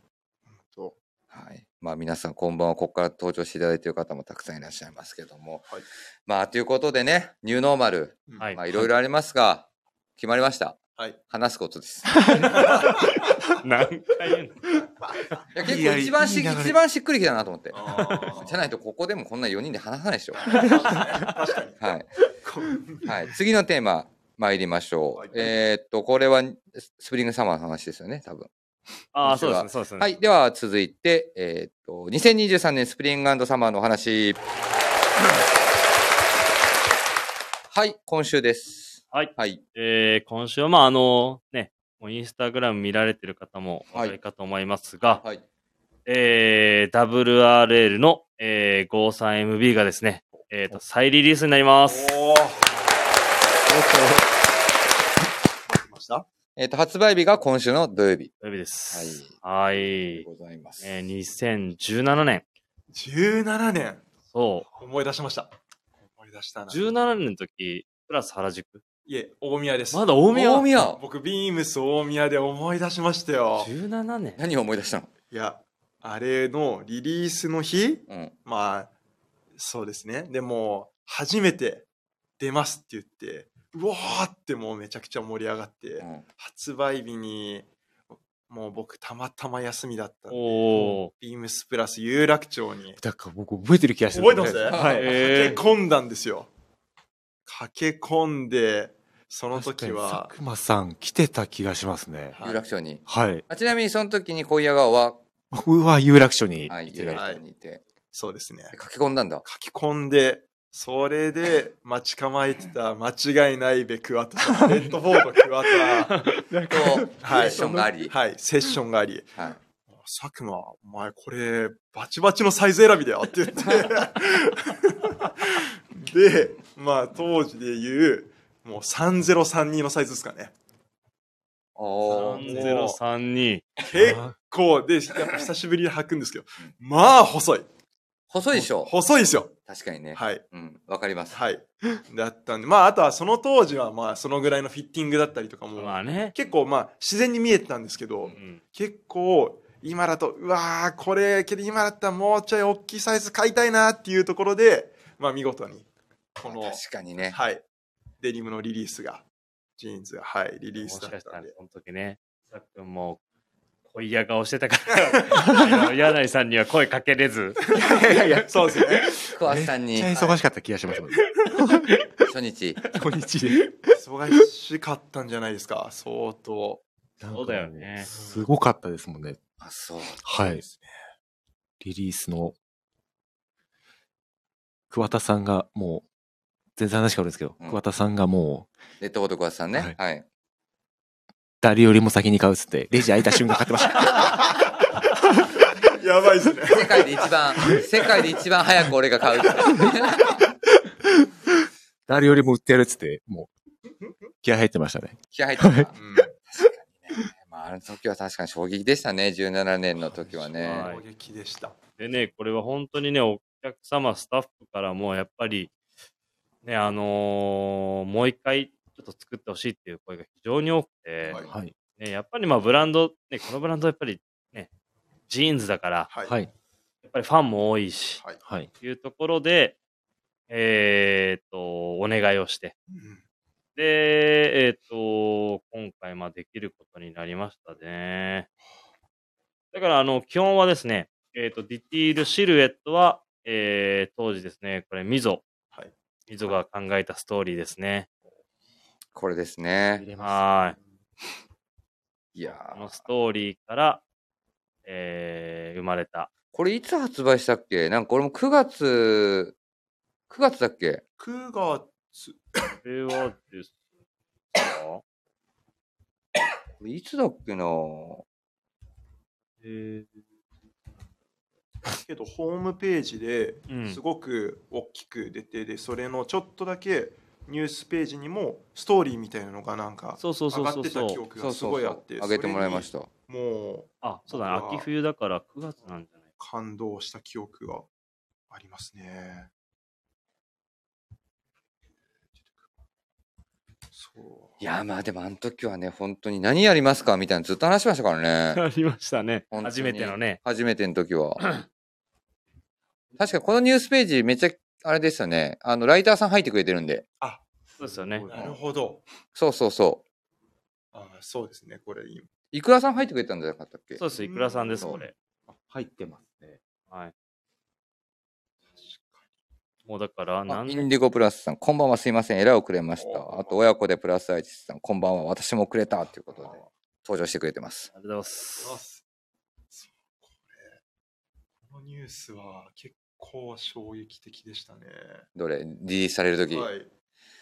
[SPEAKER 3] ほんと
[SPEAKER 1] はい。まあ皆さんこんばんは。ここから登場していただいている方もたくさんいらっしゃいますけども。
[SPEAKER 3] はい
[SPEAKER 1] まあということでね、ニューノーマル。
[SPEAKER 3] うん
[SPEAKER 2] はい
[SPEAKER 1] まあいろいろありますが、決まりました。
[SPEAKER 3] はい。
[SPEAKER 1] 話すこと
[SPEAKER 3] [laughs]
[SPEAKER 1] です。
[SPEAKER 2] 何回言うの
[SPEAKER 1] いや結
[SPEAKER 3] い
[SPEAKER 1] 構
[SPEAKER 3] や
[SPEAKER 1] 一番し
[SPEAKER 3] いい流れ
[SPEAKER 1] 一番しっくりきたなと思って。
[SPEAKER 3] あ
[SPEAKER 1] じゃないとここでもこんな4人で話さないでしょ。
[SPEAKER 3] ー確かに。
[SPEAKER 1] はい。
[SPEAKER 3] こう
[SPEAKER 1] はい、次のテーマ参りましょう。
[SPEAKER 3] はい
[SPEAKER 1] えーっと、これはススプリングサマーの話ですよね、多分。
[SPEAKER 2] ああ、そうですね、そうですね。
[SPEAKER 1] はい、では続いて、えーっと、2023年スプリングサマーのお話。はい、今週です。
[SPEAKER 2] はい。
[SPEAKER 1] はい。
[SPEAKER 2] えー今週は、まあ、あの、ね、もうインスタグラム見られてる方もお
[SPEAKER 1] はい
[SPEAKER 2] 分かりかと思いますが、
[SPEAKER 1] はい。
[SPEAKER 2] えー WRL の、えー 53MB がですね、えーと、再リリースになります。
[SPEAKER 3] [laughs] おー。待ってました
[SPEAKER 1] えーっと、発売日が今週の土曜日
[SPEAKER 2] 土曜日です。はい。
[SPEAKER 1] で
[SPEAKER 2] え
[SPEAKER 1] ございます。
[SPEAKER 2] ー2017年。
[SPEAKER 3] 17年。
[SPEAKER 2] そ
[SPEAKER 3] 思い出しました。思い出した
[SPEAKER 2] う。
[SPEAKER 3] な。
[SPEAKER 2] 17年の時、プラス原宿。
[SPEAKER 3] いえ、大宮です。
[SPEAKER 2] まだ大宮
[SPEAKER 1] 大宮
[SPEAKER 3] 僕、ビームス大宮で思い出しましたよ。
[SPEAKER 2] 17年
[SPEAKER 1] 何を思い出したの
[SPEAKER 3] いや、あれのリリースの日、
[SPEAKER 1] うん。
[SPEAKER 3] まあ、そうですね。でも、初めて出ますって言って、うわーってもうめちゃくちゃ盛り上がって、
[SPEAKER 1] うん
[SPEAKER 3] 発売日に、もう僕、たまたま休みだったんで
[SPEAKER 2] おー。
[SPEAKER 3] ビームスプラス有楽町に
[SPEAKER 4] だから僕覚えてる気がして
[SPEAKER 3] 覚えてます
[SPEAKER 1] はい
[SPEAKER 2] え
[SPEAKER 3] 駆け込んだんですよ。駆け込んで、その時は
[SPEAKER 4] 佐、久間さん来てた気がしますね。
[SPEAKER 3] はい
[SPEAKER 1] 有楽町に。
[SPEAKER 4] はい。
[SPEAKER 1] あちなみにその時に小屋川は、
[SPEAKER 4] 僕は有楽町に。
[SPEAKER 1] はい、有楽町にいて、
[SPEAKER 3] そうですね。
[SPEAKER 1] 駆け込んだんだ。
[SPEAKER 3] 書き込んで、それで待ち構えてた間違いないべクワタさん、レッドフォードクワ
[SPEAKER 1] [laughs]
[SPEAKER 3] タ、
[SPEAKER 1] と、セッションがあり。
[SPEAKER 3] はい、セッションがあり、
[SPEAKER 1] はい。
[SPEAKER 3] 佐久間、お前これ、バチバチのサイズ選びだよって言 [laughs] って、で、まあ当時で言う、もう3032のサイズですかね。
[SPEAKER 1] おー
[SPEAKER 2] 3032。
[SPEAKER 3] 結構、で、やっぱ久しぶりに履くんですけど、まあ細い。
[SPEAKER 1] 細いでしょ
[SPEAKER 3] 細いですよ。
[SPEAKER 1] 確かにね。
[SPEAKER 3] はい。
[SPEAKER 1] うん、わかります。
[SPEAKER 3] はい。だったんで、まあ、あとはその当時は、まあ、そのぐらいのフィッティングだったりとかも、
[SPEAKER 2] まあね。
[SPEAKER 3] 結構、まあ、自然に見えてたんですけど、
[SPEAKER 2] うん
[SPEAKER 3] 結構、今だと、うわー、これ、けど今だったらもうちょい大きいサイズ買いたいなっていうところで、まあ、見事に、この、
[SPEAKER 1] 確かにね。
[SPEAKER 3] はい、デニムのリリースが、ジーンズが、はい、リリー
[SPEAKER 2] も
[SPEAKER 3] ス
[SPEAKER 2] し
[SPEAKER 3] だ
[SPEAKER 2] か
[SPEAKER 3] っ
[SPEAKER 2] した
[SPEAKER 3] た
[SPEAKER 2] ら
[SPEAKER 3] んで。
[SPEAKER 2] その時ね、さっくんも恋嫌顔してたから、あ [laughs] の柳井さんには声かけれず、
[SPEAKER 3] いやいやいや、 [laughs] そうですね。
[SPEAKER 1] 桑田さん
[SPEAKER 4] めっ
[SPEAKER 1] に
[SPEAKER 4] ちゃ忙しかった気がします。
[SPEAKER 1] 初日。
[SPEAKER 4] こんに [laughs] ちは。
[SPEAKER 3] 忙しかったんじゃないですか、相当。
[SPEAKER 2] そうだよね
[SPEAKER 4] すごかったですもんね。
[SPEAKER 1] あ、そう。
[SPEAKER 4] はい。リリースの、桑田さんがもう、全然話変わるんですけど、
[SPEAKER 1] うん
[SPEAKER 4] 桑田さんがもう、
[SPEAKER 1] レッドホート桑田さんね。はい。
[SPEAKER 4] 誰よりも先に買うっつって、レジ開いた瞬間買ってました。
[SPEAKER 3] やばいですね。
[SPEAKER 1] 世界で一 [laughs] 番、世界で一番早く俺が買う。
[SPEAKER 4] [laughs]
[SPEAKER 1] [laughs]
[SPEAKER 4] 誰よりも売ってやるっつって、もう、気合入ってましたね。
[SPEAKER 1] 気合入ってた。
[SPEAKER 3] うん
[SPEAKER 1] まあ、あの時は確かに衝撃でしたね。17年の時はね。
[SPEAKER 2] はい
[SPEAKER 3] 衝撃でした。
[SPEAKER 2] でね、これは本当にね、お客様、スタッフからもやっぱり、ね、あのーもう一回ちょっと作ってほしいっていう声が非常に多くて、
[SPEAKER 3] はい
[SPEAKER 4] はい。
[SPEAKER 2] ね、やっぱりまあブランド、ね、このブランドやっぱりね、ジーンズだから、
[SPEAKER 3] はい。
[SPEAKER 4] はい。
[SPEAKER 2] やっぱりファンも多いし、
[SPEAKER 3] はい
[SPEAKER 4] はい。
[SPEAKER 2] というところで、えーっと、お願いをして、
[SPEAKER 3] うん
[SPEAKER 2] で、えっ、と、今回、まあ、できることになりましたね。だから、あの、基本はですね、えっ、と、ディティール、シルエットは、えー、当時ですね、これ、ミゾ。
[SPEAKER 3] はい
[SPEAKER 2] ミゾが考えたストーリーですね。
[SPEAKER 1] これですね。
[SPEAKER 2] はー
[SPEAKER 1] い
[SPEAKER 2] い。
[SPEAKER 1] や
[SPEAKER 2] こ
[SPEAKER 1] ー
[SPEAKER 2] のストーリーから、えー、生まれた。
[SPEAKER 1] これいつ発売したっけなんか俺も9月、9月だっけ
[SPEAKER 3] 9月、
[SPEAKER 2] これはですか
[SPEAKER 1] これいつだっけな
[SPEAKER 2] えー、
[SPEAKER 3] けどホームページで
[SPEAKER 2] うん
[SPEAKER 3] すごく大きく出てでそれのちょっとだけニュースページにもストーリーみたいなのがなんか
[SPEAKER 2] そうそう
[SPEAKER 3] 上
[SPEAKER 2] そう
[SPEAKER 3] が
[SPEAKER 2] そ
[SPEAKER 3] っ
[SPEAKER 2] う
[SPEAKER 3] てた記
[SPEAKER 2] そう。
[SPEAKER 3] 憶がすごいあって
[SPEAKER 1] 上げてもらいました。
[SPEAKER 3] それにもう
[SPEAKER 2] あ、そうだね。秋冬だから9月なんじゃない
[SPEAKER 3] 感動した記憶がありますね。そう
[SPEAKER 1] いや、まあでもあの時はね、本当に何やりますかみたいなのずっと話しましたからね。
[SPEAKER 2] ありましたね。
[SPEAKER 1] 本当に
[SPEAKER 2] 初めてのね。
[SPEAKER 1] 初めての時
[SPEAKER 3] [clears throat]
[SPEAKER 1] は。確かこのニュースページめっちゃ、あれでしたね。あの、ライターさん入ってくれてるんで。
[SPEAKER 2] そうですよね。
[SPEAKER 3] なるほど。
[SPEAKER 1] そうそうそう。
[SPEAKER 3] あそうですね、これ今。
[SPEAKER 1] いくらさん入ってくれたんじゃなかったっけ
[SPEAKER 2] そうです。いくらさんです、これ。
[SPEAKER 4] 入ってますね。
[SPEAKER 2] はい。もうだから、
[SPEAKER 1] あ
[SPEAKER 2] なん
[SPEAKER 1] インディゴプラスさん、こんばんはすいません。エラー遅れました。
[SPEAKER 3] お
[SPEAKER 1] あと、親子でプラスアイチさん、こんばんは。私も遅れた。ということで、登場してくれてます。
[SPEAKER 2] ありがとうございます。
[SPEAKER 3] そうこれこのニュースは結構衝撃的でしたね。
[SPEAKER 1] どれリリースされる時
[SPEAKER 3] はい。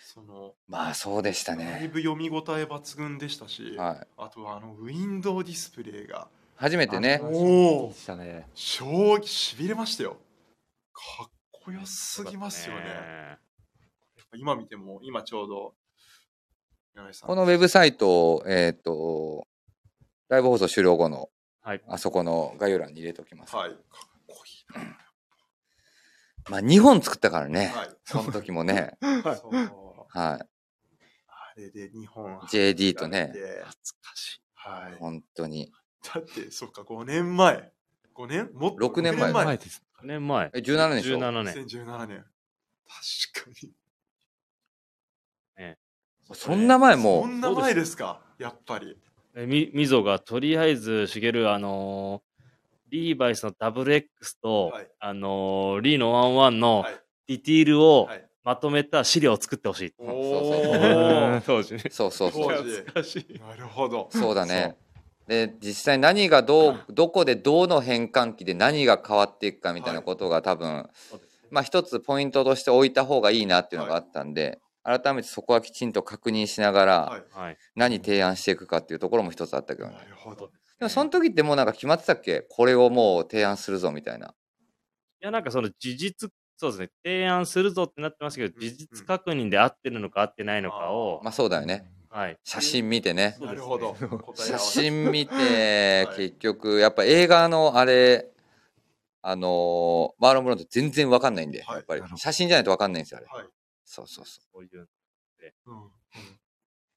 [SPEAKER 3] その、
[SPEAKER 1] まあ、そうでした
[SPEAKER 3] だい
[SPEAKER 1] ね。
[SPEAKER 3] ぶ読み応え抜群でしたし、
[SPEAKER 1] はい。
[SPEAKER 3] あとはあのウィンドウディスプレイが、
[SPEAKER 1] 初めてね
[SPEAKER 4] あ。
[SPEAKER 3] おお
[SPEAKER 4] でしたね。
[SPEAKER 3] 衝撃しびれましたよ。かっこよすぎますよね今見ても、今ちょうど、柳井さん
[SPEAKER 1] このウェブサイトを、えっ、と、ライブ放送終了後の、
[SPEAKER 2] はい
[SPEAKER 1] あそこの概要欄に入れておきます。
[SPEAKER 3] はい、かっこいい
[SPEAKER 1] まあ、2本作ったからね
[SPEAKER 3] な。。はい、
[SPEAKER 1] その時もね。
[SPEAKER 3] そう
[SPEAKER 1] は
[SPEAKER 3] あれで日本
[SPEAKER 1] い。JD とね。
[SPEAKER 3] 懐かしい。はい。
[SPEAKER 1] 本当に。
[SPEAKER 3] だって、そっか、5年前。5年もっと
[SPEAKER 1] 六年前
[SPEAKER 3] 五
[SPEAKER 4] 前です。
[SPEAKER 2] 9年前。
[SPEAKER 1] え、17年でしょ
[SPEAKER 2] 17年。
[SPEAKER 3] 2017年。確かに。
[SPEAKER 1] そんな前も
[SPEAKER 3] そんな前ですか、やっぱり。
[SPEAKER 2] えみ、みぞが、とりあえず、しげる、あのーリーバイスのダブル X と、
[SPEAKER 3] はい
[SPEAKER 2] あのーリーのワンワンの
[SPEAKER 3] はい
[SPEAKER 2] ディティールを
[SPEAKER 3] はい。
[SPEAKER 2] まとめた資料を作ってほしい。
[SPEAKER 3] お
[SPEAKER 1] そう
[SPEAKER 3] お。
[SPEAKER 2] 当時ね。
[SPEAKER 1] そうそうそう。
[SPEAKER 3] 当時
[SPEAKER 2] 懐かしい。
[SPEAKER 3] なるほど。
[SPEAKER 1] そうだね。で、実際何がどう、どこでどの変換期で何が変わっていくかみたいなことが多分、
[SPEAKER 2] そうですね
[SPEAKER 1] まあ一つポイントとして置いた方がいいなっていうのがあったんで、改めてそこはきちんと確認しなが
[SPEAKER 3] は
[SPEAKER 1] ら
[SPEAKER 3] い。
[SPEAKER 2] はい。
[SPEAKER 1] 何提案していくかっていうところも一つあったけどね
[SPEAKER 3] な。るほど。
[SPEAKER 1] でもその時ってもうなんか決まってたっけこれをもう提案するぞみたいな。
[SPEAKER 2] いや、なんかその事実、そうですね、提案するぞってなってましたけど、
[SPEAKER 3] うんうん
[SPEAKER 2] 事実確認で合ってるのか合ってないのかを、
[SPEAKER 1] まあそうだよね。
[SPEAKER 2] はい。
[SPEAKER 1] 写真見てね。
[SPEAKER 2] そうですね
[SPEAKER 3] なるほど。答え合わせ
[SPEAKER 1] 写真見て、
[SPEAKER 3] はい
[SPEAKER 1] 結局、やっぱ映画のあれ、あのーマーロン・ブロンド全然わかんないんで、
[SPEAKER 3] はい
[SPEAKER 1] やっぱり
[SPEAKER 4] なるほ。ど
[SPEAKER 1] 写真じゃないとわかんないんですよ、あれ。
[SPEAKER 3] はい。
[SPEAKER 1] そうそうそう。
[SPEAKER 2] そういう、
[SPEAKER 3] うんうん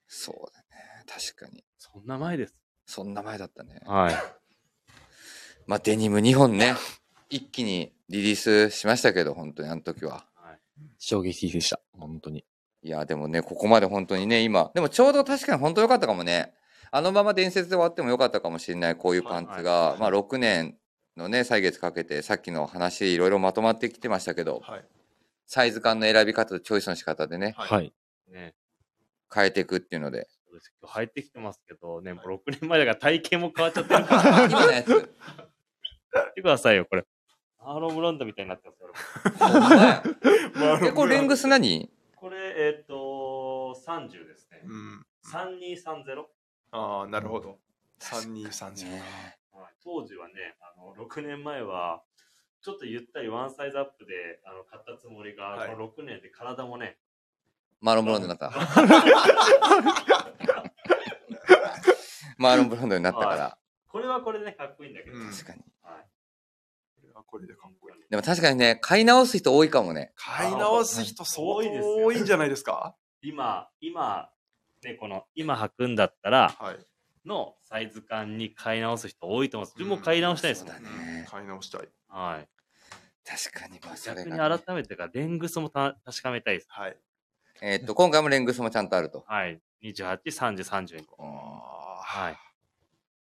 [SPEAKER 1] そうだね。確かに。
[SPEAKER 2] そんな前です。
[SPEAKER 1] そんな前だったね。
[SPEAKER 3] [laughs]
[SPEAKER 2] はい。
[SPEAKER 1] まあ、デニム2本ね、一気にリリースしましたけど、本当にあの時は。
[SPEAKER 4] 衝撃的でした。本当に。
[SPEAKER 1] いや、でもね、ここまで本当にね、今。でもちょうど確かに本当良かったかもね。あのまま伝説で終わっても良かったかもしれない、こういうパンツが。
[SPEAKER 3] はいはい
[SPEAKER 1] まあ、6年のね、歳月かけて、さっきの話、いろいろまとまってきてましたけど、
[SPEAKER 3] はい。
[SPEAKER 1] サイズ感の選び方とチョイスの仕方でね、
[SPEAKER 3] はい
[SPEAKER 4] はい。
[SPEAKER 2] ね。
[SPEAKER 1] 変えていくっていうので。
[SPEAKER 2] そうです今日入ってきてますけどね、もう6年前だから体型も変わっちゃ [laughs] ってるから、
[SPEAKER 1] 今のやつ。
[SPEAKER 2] 見てくださいよ、これ。アーロン・ブランドみたいになってますよ。
[SPEAKER 1] ほんまやえ、これレング
[SPEAKER 3] ス。
[SPEAKER 1] ス何
[SPEAKER 2] これ、えっ、と、30ですね。
[SPEAKER 3] うん。
[SPEAKER 2] 3230。
[SPEAKER 3] ああ、なるほど。三二三十。
[SPEAKER 2] はい当時はね、あの6年前は、ちょっとゆったりワンサイズアップであの買ったつもりが、
[SPEAKER 3] はい
[SPEAKER 2] この6年で体もね、
[SPEAKER 1] マーロン・ブロンドになった。マーロン・ブロンドになったから。
[SPEAKER 2] これはこれでね、かっこいいんだけど、
[SPEAKER 3] うん
[SPEAKER 1] 確かに。
[SPEAKER 2] はい、
[SPEAKER 3] これはこれでかっこいい。
[SPEAKER 1] でも確かにね、買い直す人多いかもね。
[SPEAKER 3] 買い直す人相
[SPEAKER 2] 多いですよ
[SPEAKER 3] 当多いんじゃないですか
[SPEAKER 2] 今、今、ね、この今履くんだったら
[SPEAKER 3] はい。
[SPEAKER 2] のサイズ感に買い直す人多いと思うんです。
[SPEAKER 3] うん
[SPEAKER 2] 自分も買い直したいです
[SPEAKER 1] そう
[SPEAKER 2] もん
[SPEAKER 1] だね。
[SPEAKER 3] 買い直したい。
[SPEAKER 2] はい、
[SPEAKER 1] 確かに、まあ、それ
[SPEAKER 2] 逆に
[SPEAKER 1] がね、
[SPEAKER 2] 改めてか、レングスもた確かめたいです。
[SPEAKER 3] はい。
[SPEAKER 1] えーっと、今回もレングスもちゃんとあると。
[SPEAKER 2] はい。28、30、32。
[SPEAKER 3] は
[SPEAKER 2] はい。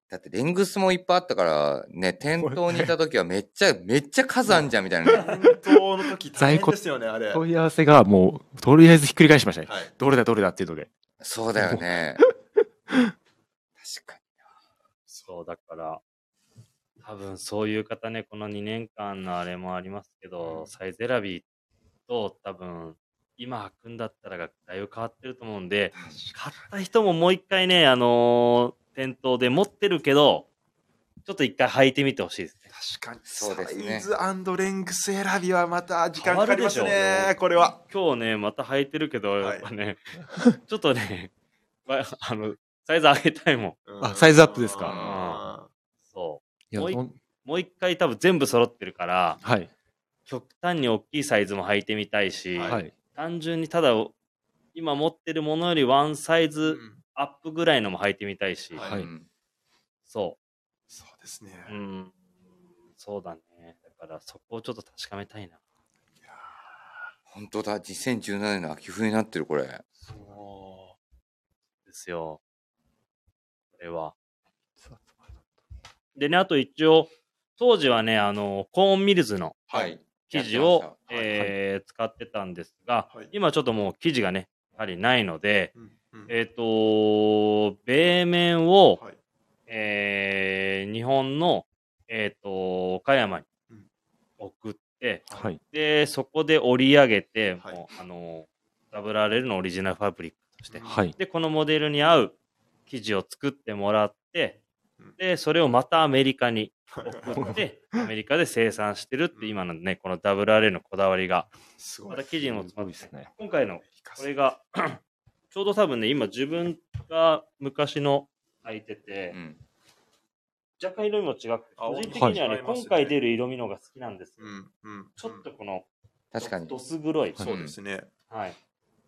[SPEAKER 1] だって、レングスもいっぱいあったから、ね、店頭にいた時はめっちゃ、めっちゃ数あんじゃんみたいなね。
[SPEAKER 3] い。本当の時大変ですよね、あれ。は
[SPEAKER 4] 問
[SPEAKER 3] い。
[SPEAKER 4] い合わせがもう、とりあえずひっくり返しましたね。どれだどれだっていうので。
[SPEAKER 1] そうだよね。確かに。
[SPEAKER 2] そう、だから、多分そういう方ね、この2年間のあれもありますけど、サイズ選びと多分、今履くんだったらがだいぶ変わってると思うんで、買った人ももう一回ね、あのー店頭で持ってるけど、ちょっと一回履いてみてほしいですね。
[SPEAKER 3] 確かに
[SPEAKER 1] そうですね
[SPEAKER 3] サイズレングス選びはまた時間か
[SPEAKER 2] 変わる
[SPEAKER 3] かり
[SPEAKER 2] で
[SPEAKER 3] ま
[SPEAKER 2] し
[SPEAKER 3] す
[SPEAKER 2] ょうね
[SPEAKER 3] ねこれは
[SPEAKER 2] 今日ね、また履いてるけど、
[SPEAKER 3] はい
[SPEAKER 2] やっぱね、ちょっとね、 [laughs] わあの、サイズ上げたいもん。
[SPEAKER 4] あサイズアップです
[SPEAKER 2] かそ
[SPEAKER 4] いや
[SPEAKER 2] もうい
[SPEAKER 4] ほん
[SPEAKER 2] う。もう一回多分全部揃ってるから、
[SPEAKER 4] はい。
[SPEAKER 2] 極端に大きいサイズも履いてみたいし、
[SPEAKER 3] は
[SPEAKER 4] はい。
[SPEAKER 2] 単純にただ、今持ってるものよりワンサイ
[SPEAKER 3] う
[SPEAKER 2] ズ
[SPEAKER 3] ん
[SPEAKER 2] アップぐらいのも履いてみたいし、
[SPEAKER 3] はい
[SPEAKER 1] うん
[SPEAKER 2] そ
[SPEAKER 3] そうですね
[SPEAKER 2] う。うん。そうだね。だからそこをちょっと確かめたいな。
[SPEAKER 1] 本当だ、2017年の秋冬になってる、これ。
[SPEAKER 3] そ
[SPEAKER 2] ですよ。これは。でね、あと一応、当時はね、あの、コーンミルズの
[SPEAKER 3] うはい
[SPEAKER 2] 生地
[SPEAKER 1] や
[SPEAKER 2] を
[SPEAKER 1] っ、てました
[SPEAKER 2] えー使ってたんですが、
[SPEAKER 3] はい
[SPEAKER 2] 今ちょっともう生地がね、やはりないので、
[SPEAKER 3] うんうん
[SPEAKER 2] えっ、と、米面を、
[SPEAKER 3] はい
[SPEAKER 2] えー日本の、えっ、と、岡山に
[SPEAKER 3] うん
[SPEAKER 2] 送って、
[SPEAKER 4] はい。
[SPEAKER 2] で、そこで折り上げて、
[SPEAKER 3] はい
[SPEAKER 2] もう、あの、WRL のオリジナルファブリックとして、
[SPEAKER 4] はい。
[SPEAKER 2] で、このモデルに合う生地を作ってもらって
[SPEAKER 3] うん、
[SPEAKER 2] で、それをまたアメリカに
[SPEAKER 3] はい
[SPEAKER 2] 送って、アメリカで生産してるって、今のね、この WRL のこだわりが、
[SPEAKER 3] す
[SPEAKER 2] ま
[SPEAKER 3] ごい
[SPEAKER 2] た生地にも
[SPEAKER 4] す
[SPEAKER 2] 詰
[SPEAKER 4] ご
[SPEAKER 2] ま
[SPEAKER 4] い
[SPEAKER 2] っ
[SPEAKER 4] で
[SPEAKER 2] て
[SPEAKER 4] す、ね。
[SPEAKER 2] 今回の、これ
[SPEAKER 3] が
[SPEAKER 2] が、 [clears throat] ちょうど多分ね、今自分が昔の履いてて
[SPEAKER 1] う、ん。
[SPEAKER 2] 若干色味も違くて、
[SPEAKER 3] あ
[SPEAKER 2] 個人的
[SPEAKER 4] はい
[SPEAKER 2] にはね、
[SPEAKER 3] 違いますね
[SPEAKER 2] 今回出る色味の方が好きなんですよ。
[SPEAKER 3] うんうん
[SPEAKER 2] ちょっとこの、
[SPEAKER 1] 確かに。
[SPEAKER 2] ドス黒い。
[SPEAKER 3] そうですね
[SPEAKER 2] はい。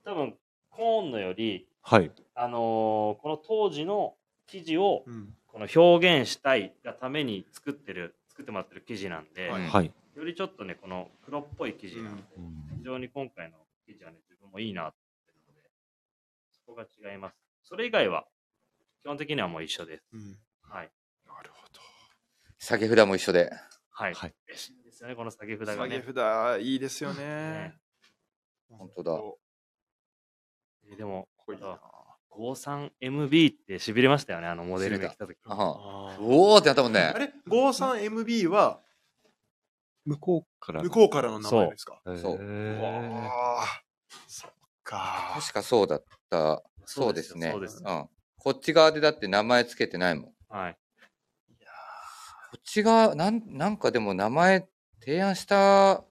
[SPEAKER 2] 多分、コーンのより、
[SPEAKER 4] はい。
[SPEAKER 2] あのーこの当時の生地を、
[SPEAKER 3] うん
[SPEAKER 2] この表現したいがために作ってる作ってもらってる生地なんで、
[SPEAKER 3] はい
[SPEAKER 4] はい。
[SPEAKER 2] よりちょっとねこの黒っぽい生地なんで、
[SPEAKER 4] うん
[SPEAKER 2] 非常に今回の生地はね自分もいいなって思ってるのでそこが違いますそれ以外は基本的にはもう一緒です
[SPEAKER 3] うん
[SPEAKER 2] はい
[SPEAKER 3] なるほど
[SPEAKER 1] 下げ札も一緒で。
[SPEAKER 2] はい、
[SPEAKER 4] はい
[SPEAKER 2] 嬉しいんですよねこの下げ札が
[SPEAKER 3] 下げ
[SPEAKER 2] ね
[SPEAKER 3] 札いいですよね
[SPEAKER 2] ね
[SPEAKER 1] 本当だ。
[SPEAKER 2] えーでも
[SPEAKER 3] こいいな
[SPEAKER 2] 53MB ってしびれましたよねあのモデルが来た時
[SPEAKER 1] あは
[SPEAKER 3] あー
[SPEAKER 1] おおってなったもんね
[SPEAKER 3] あ。れ 53MB は
[SPEAKER 4] 向こうから。
[SPEAKER 3] 向こうからの名前ですか
[SPEAKER 4] う
[SPEAKER 1] そう
[SPEAKER 3] う
[SPEAKER 4] へ
[SPEAKER 3] わあそっか
[SPEAKER 1] 確かそうだった。そうです
[SPEAKER 2] よ
[SPEAKER 1] ね。
[SPEAKER 2] そうです
[SPEAKER 1] う、ん。こっち側でだって名前つけてないもん。こ
[SPEAKER 2] はい
[SPEAKER 1] っち側、なん、なんかでも名前提案した、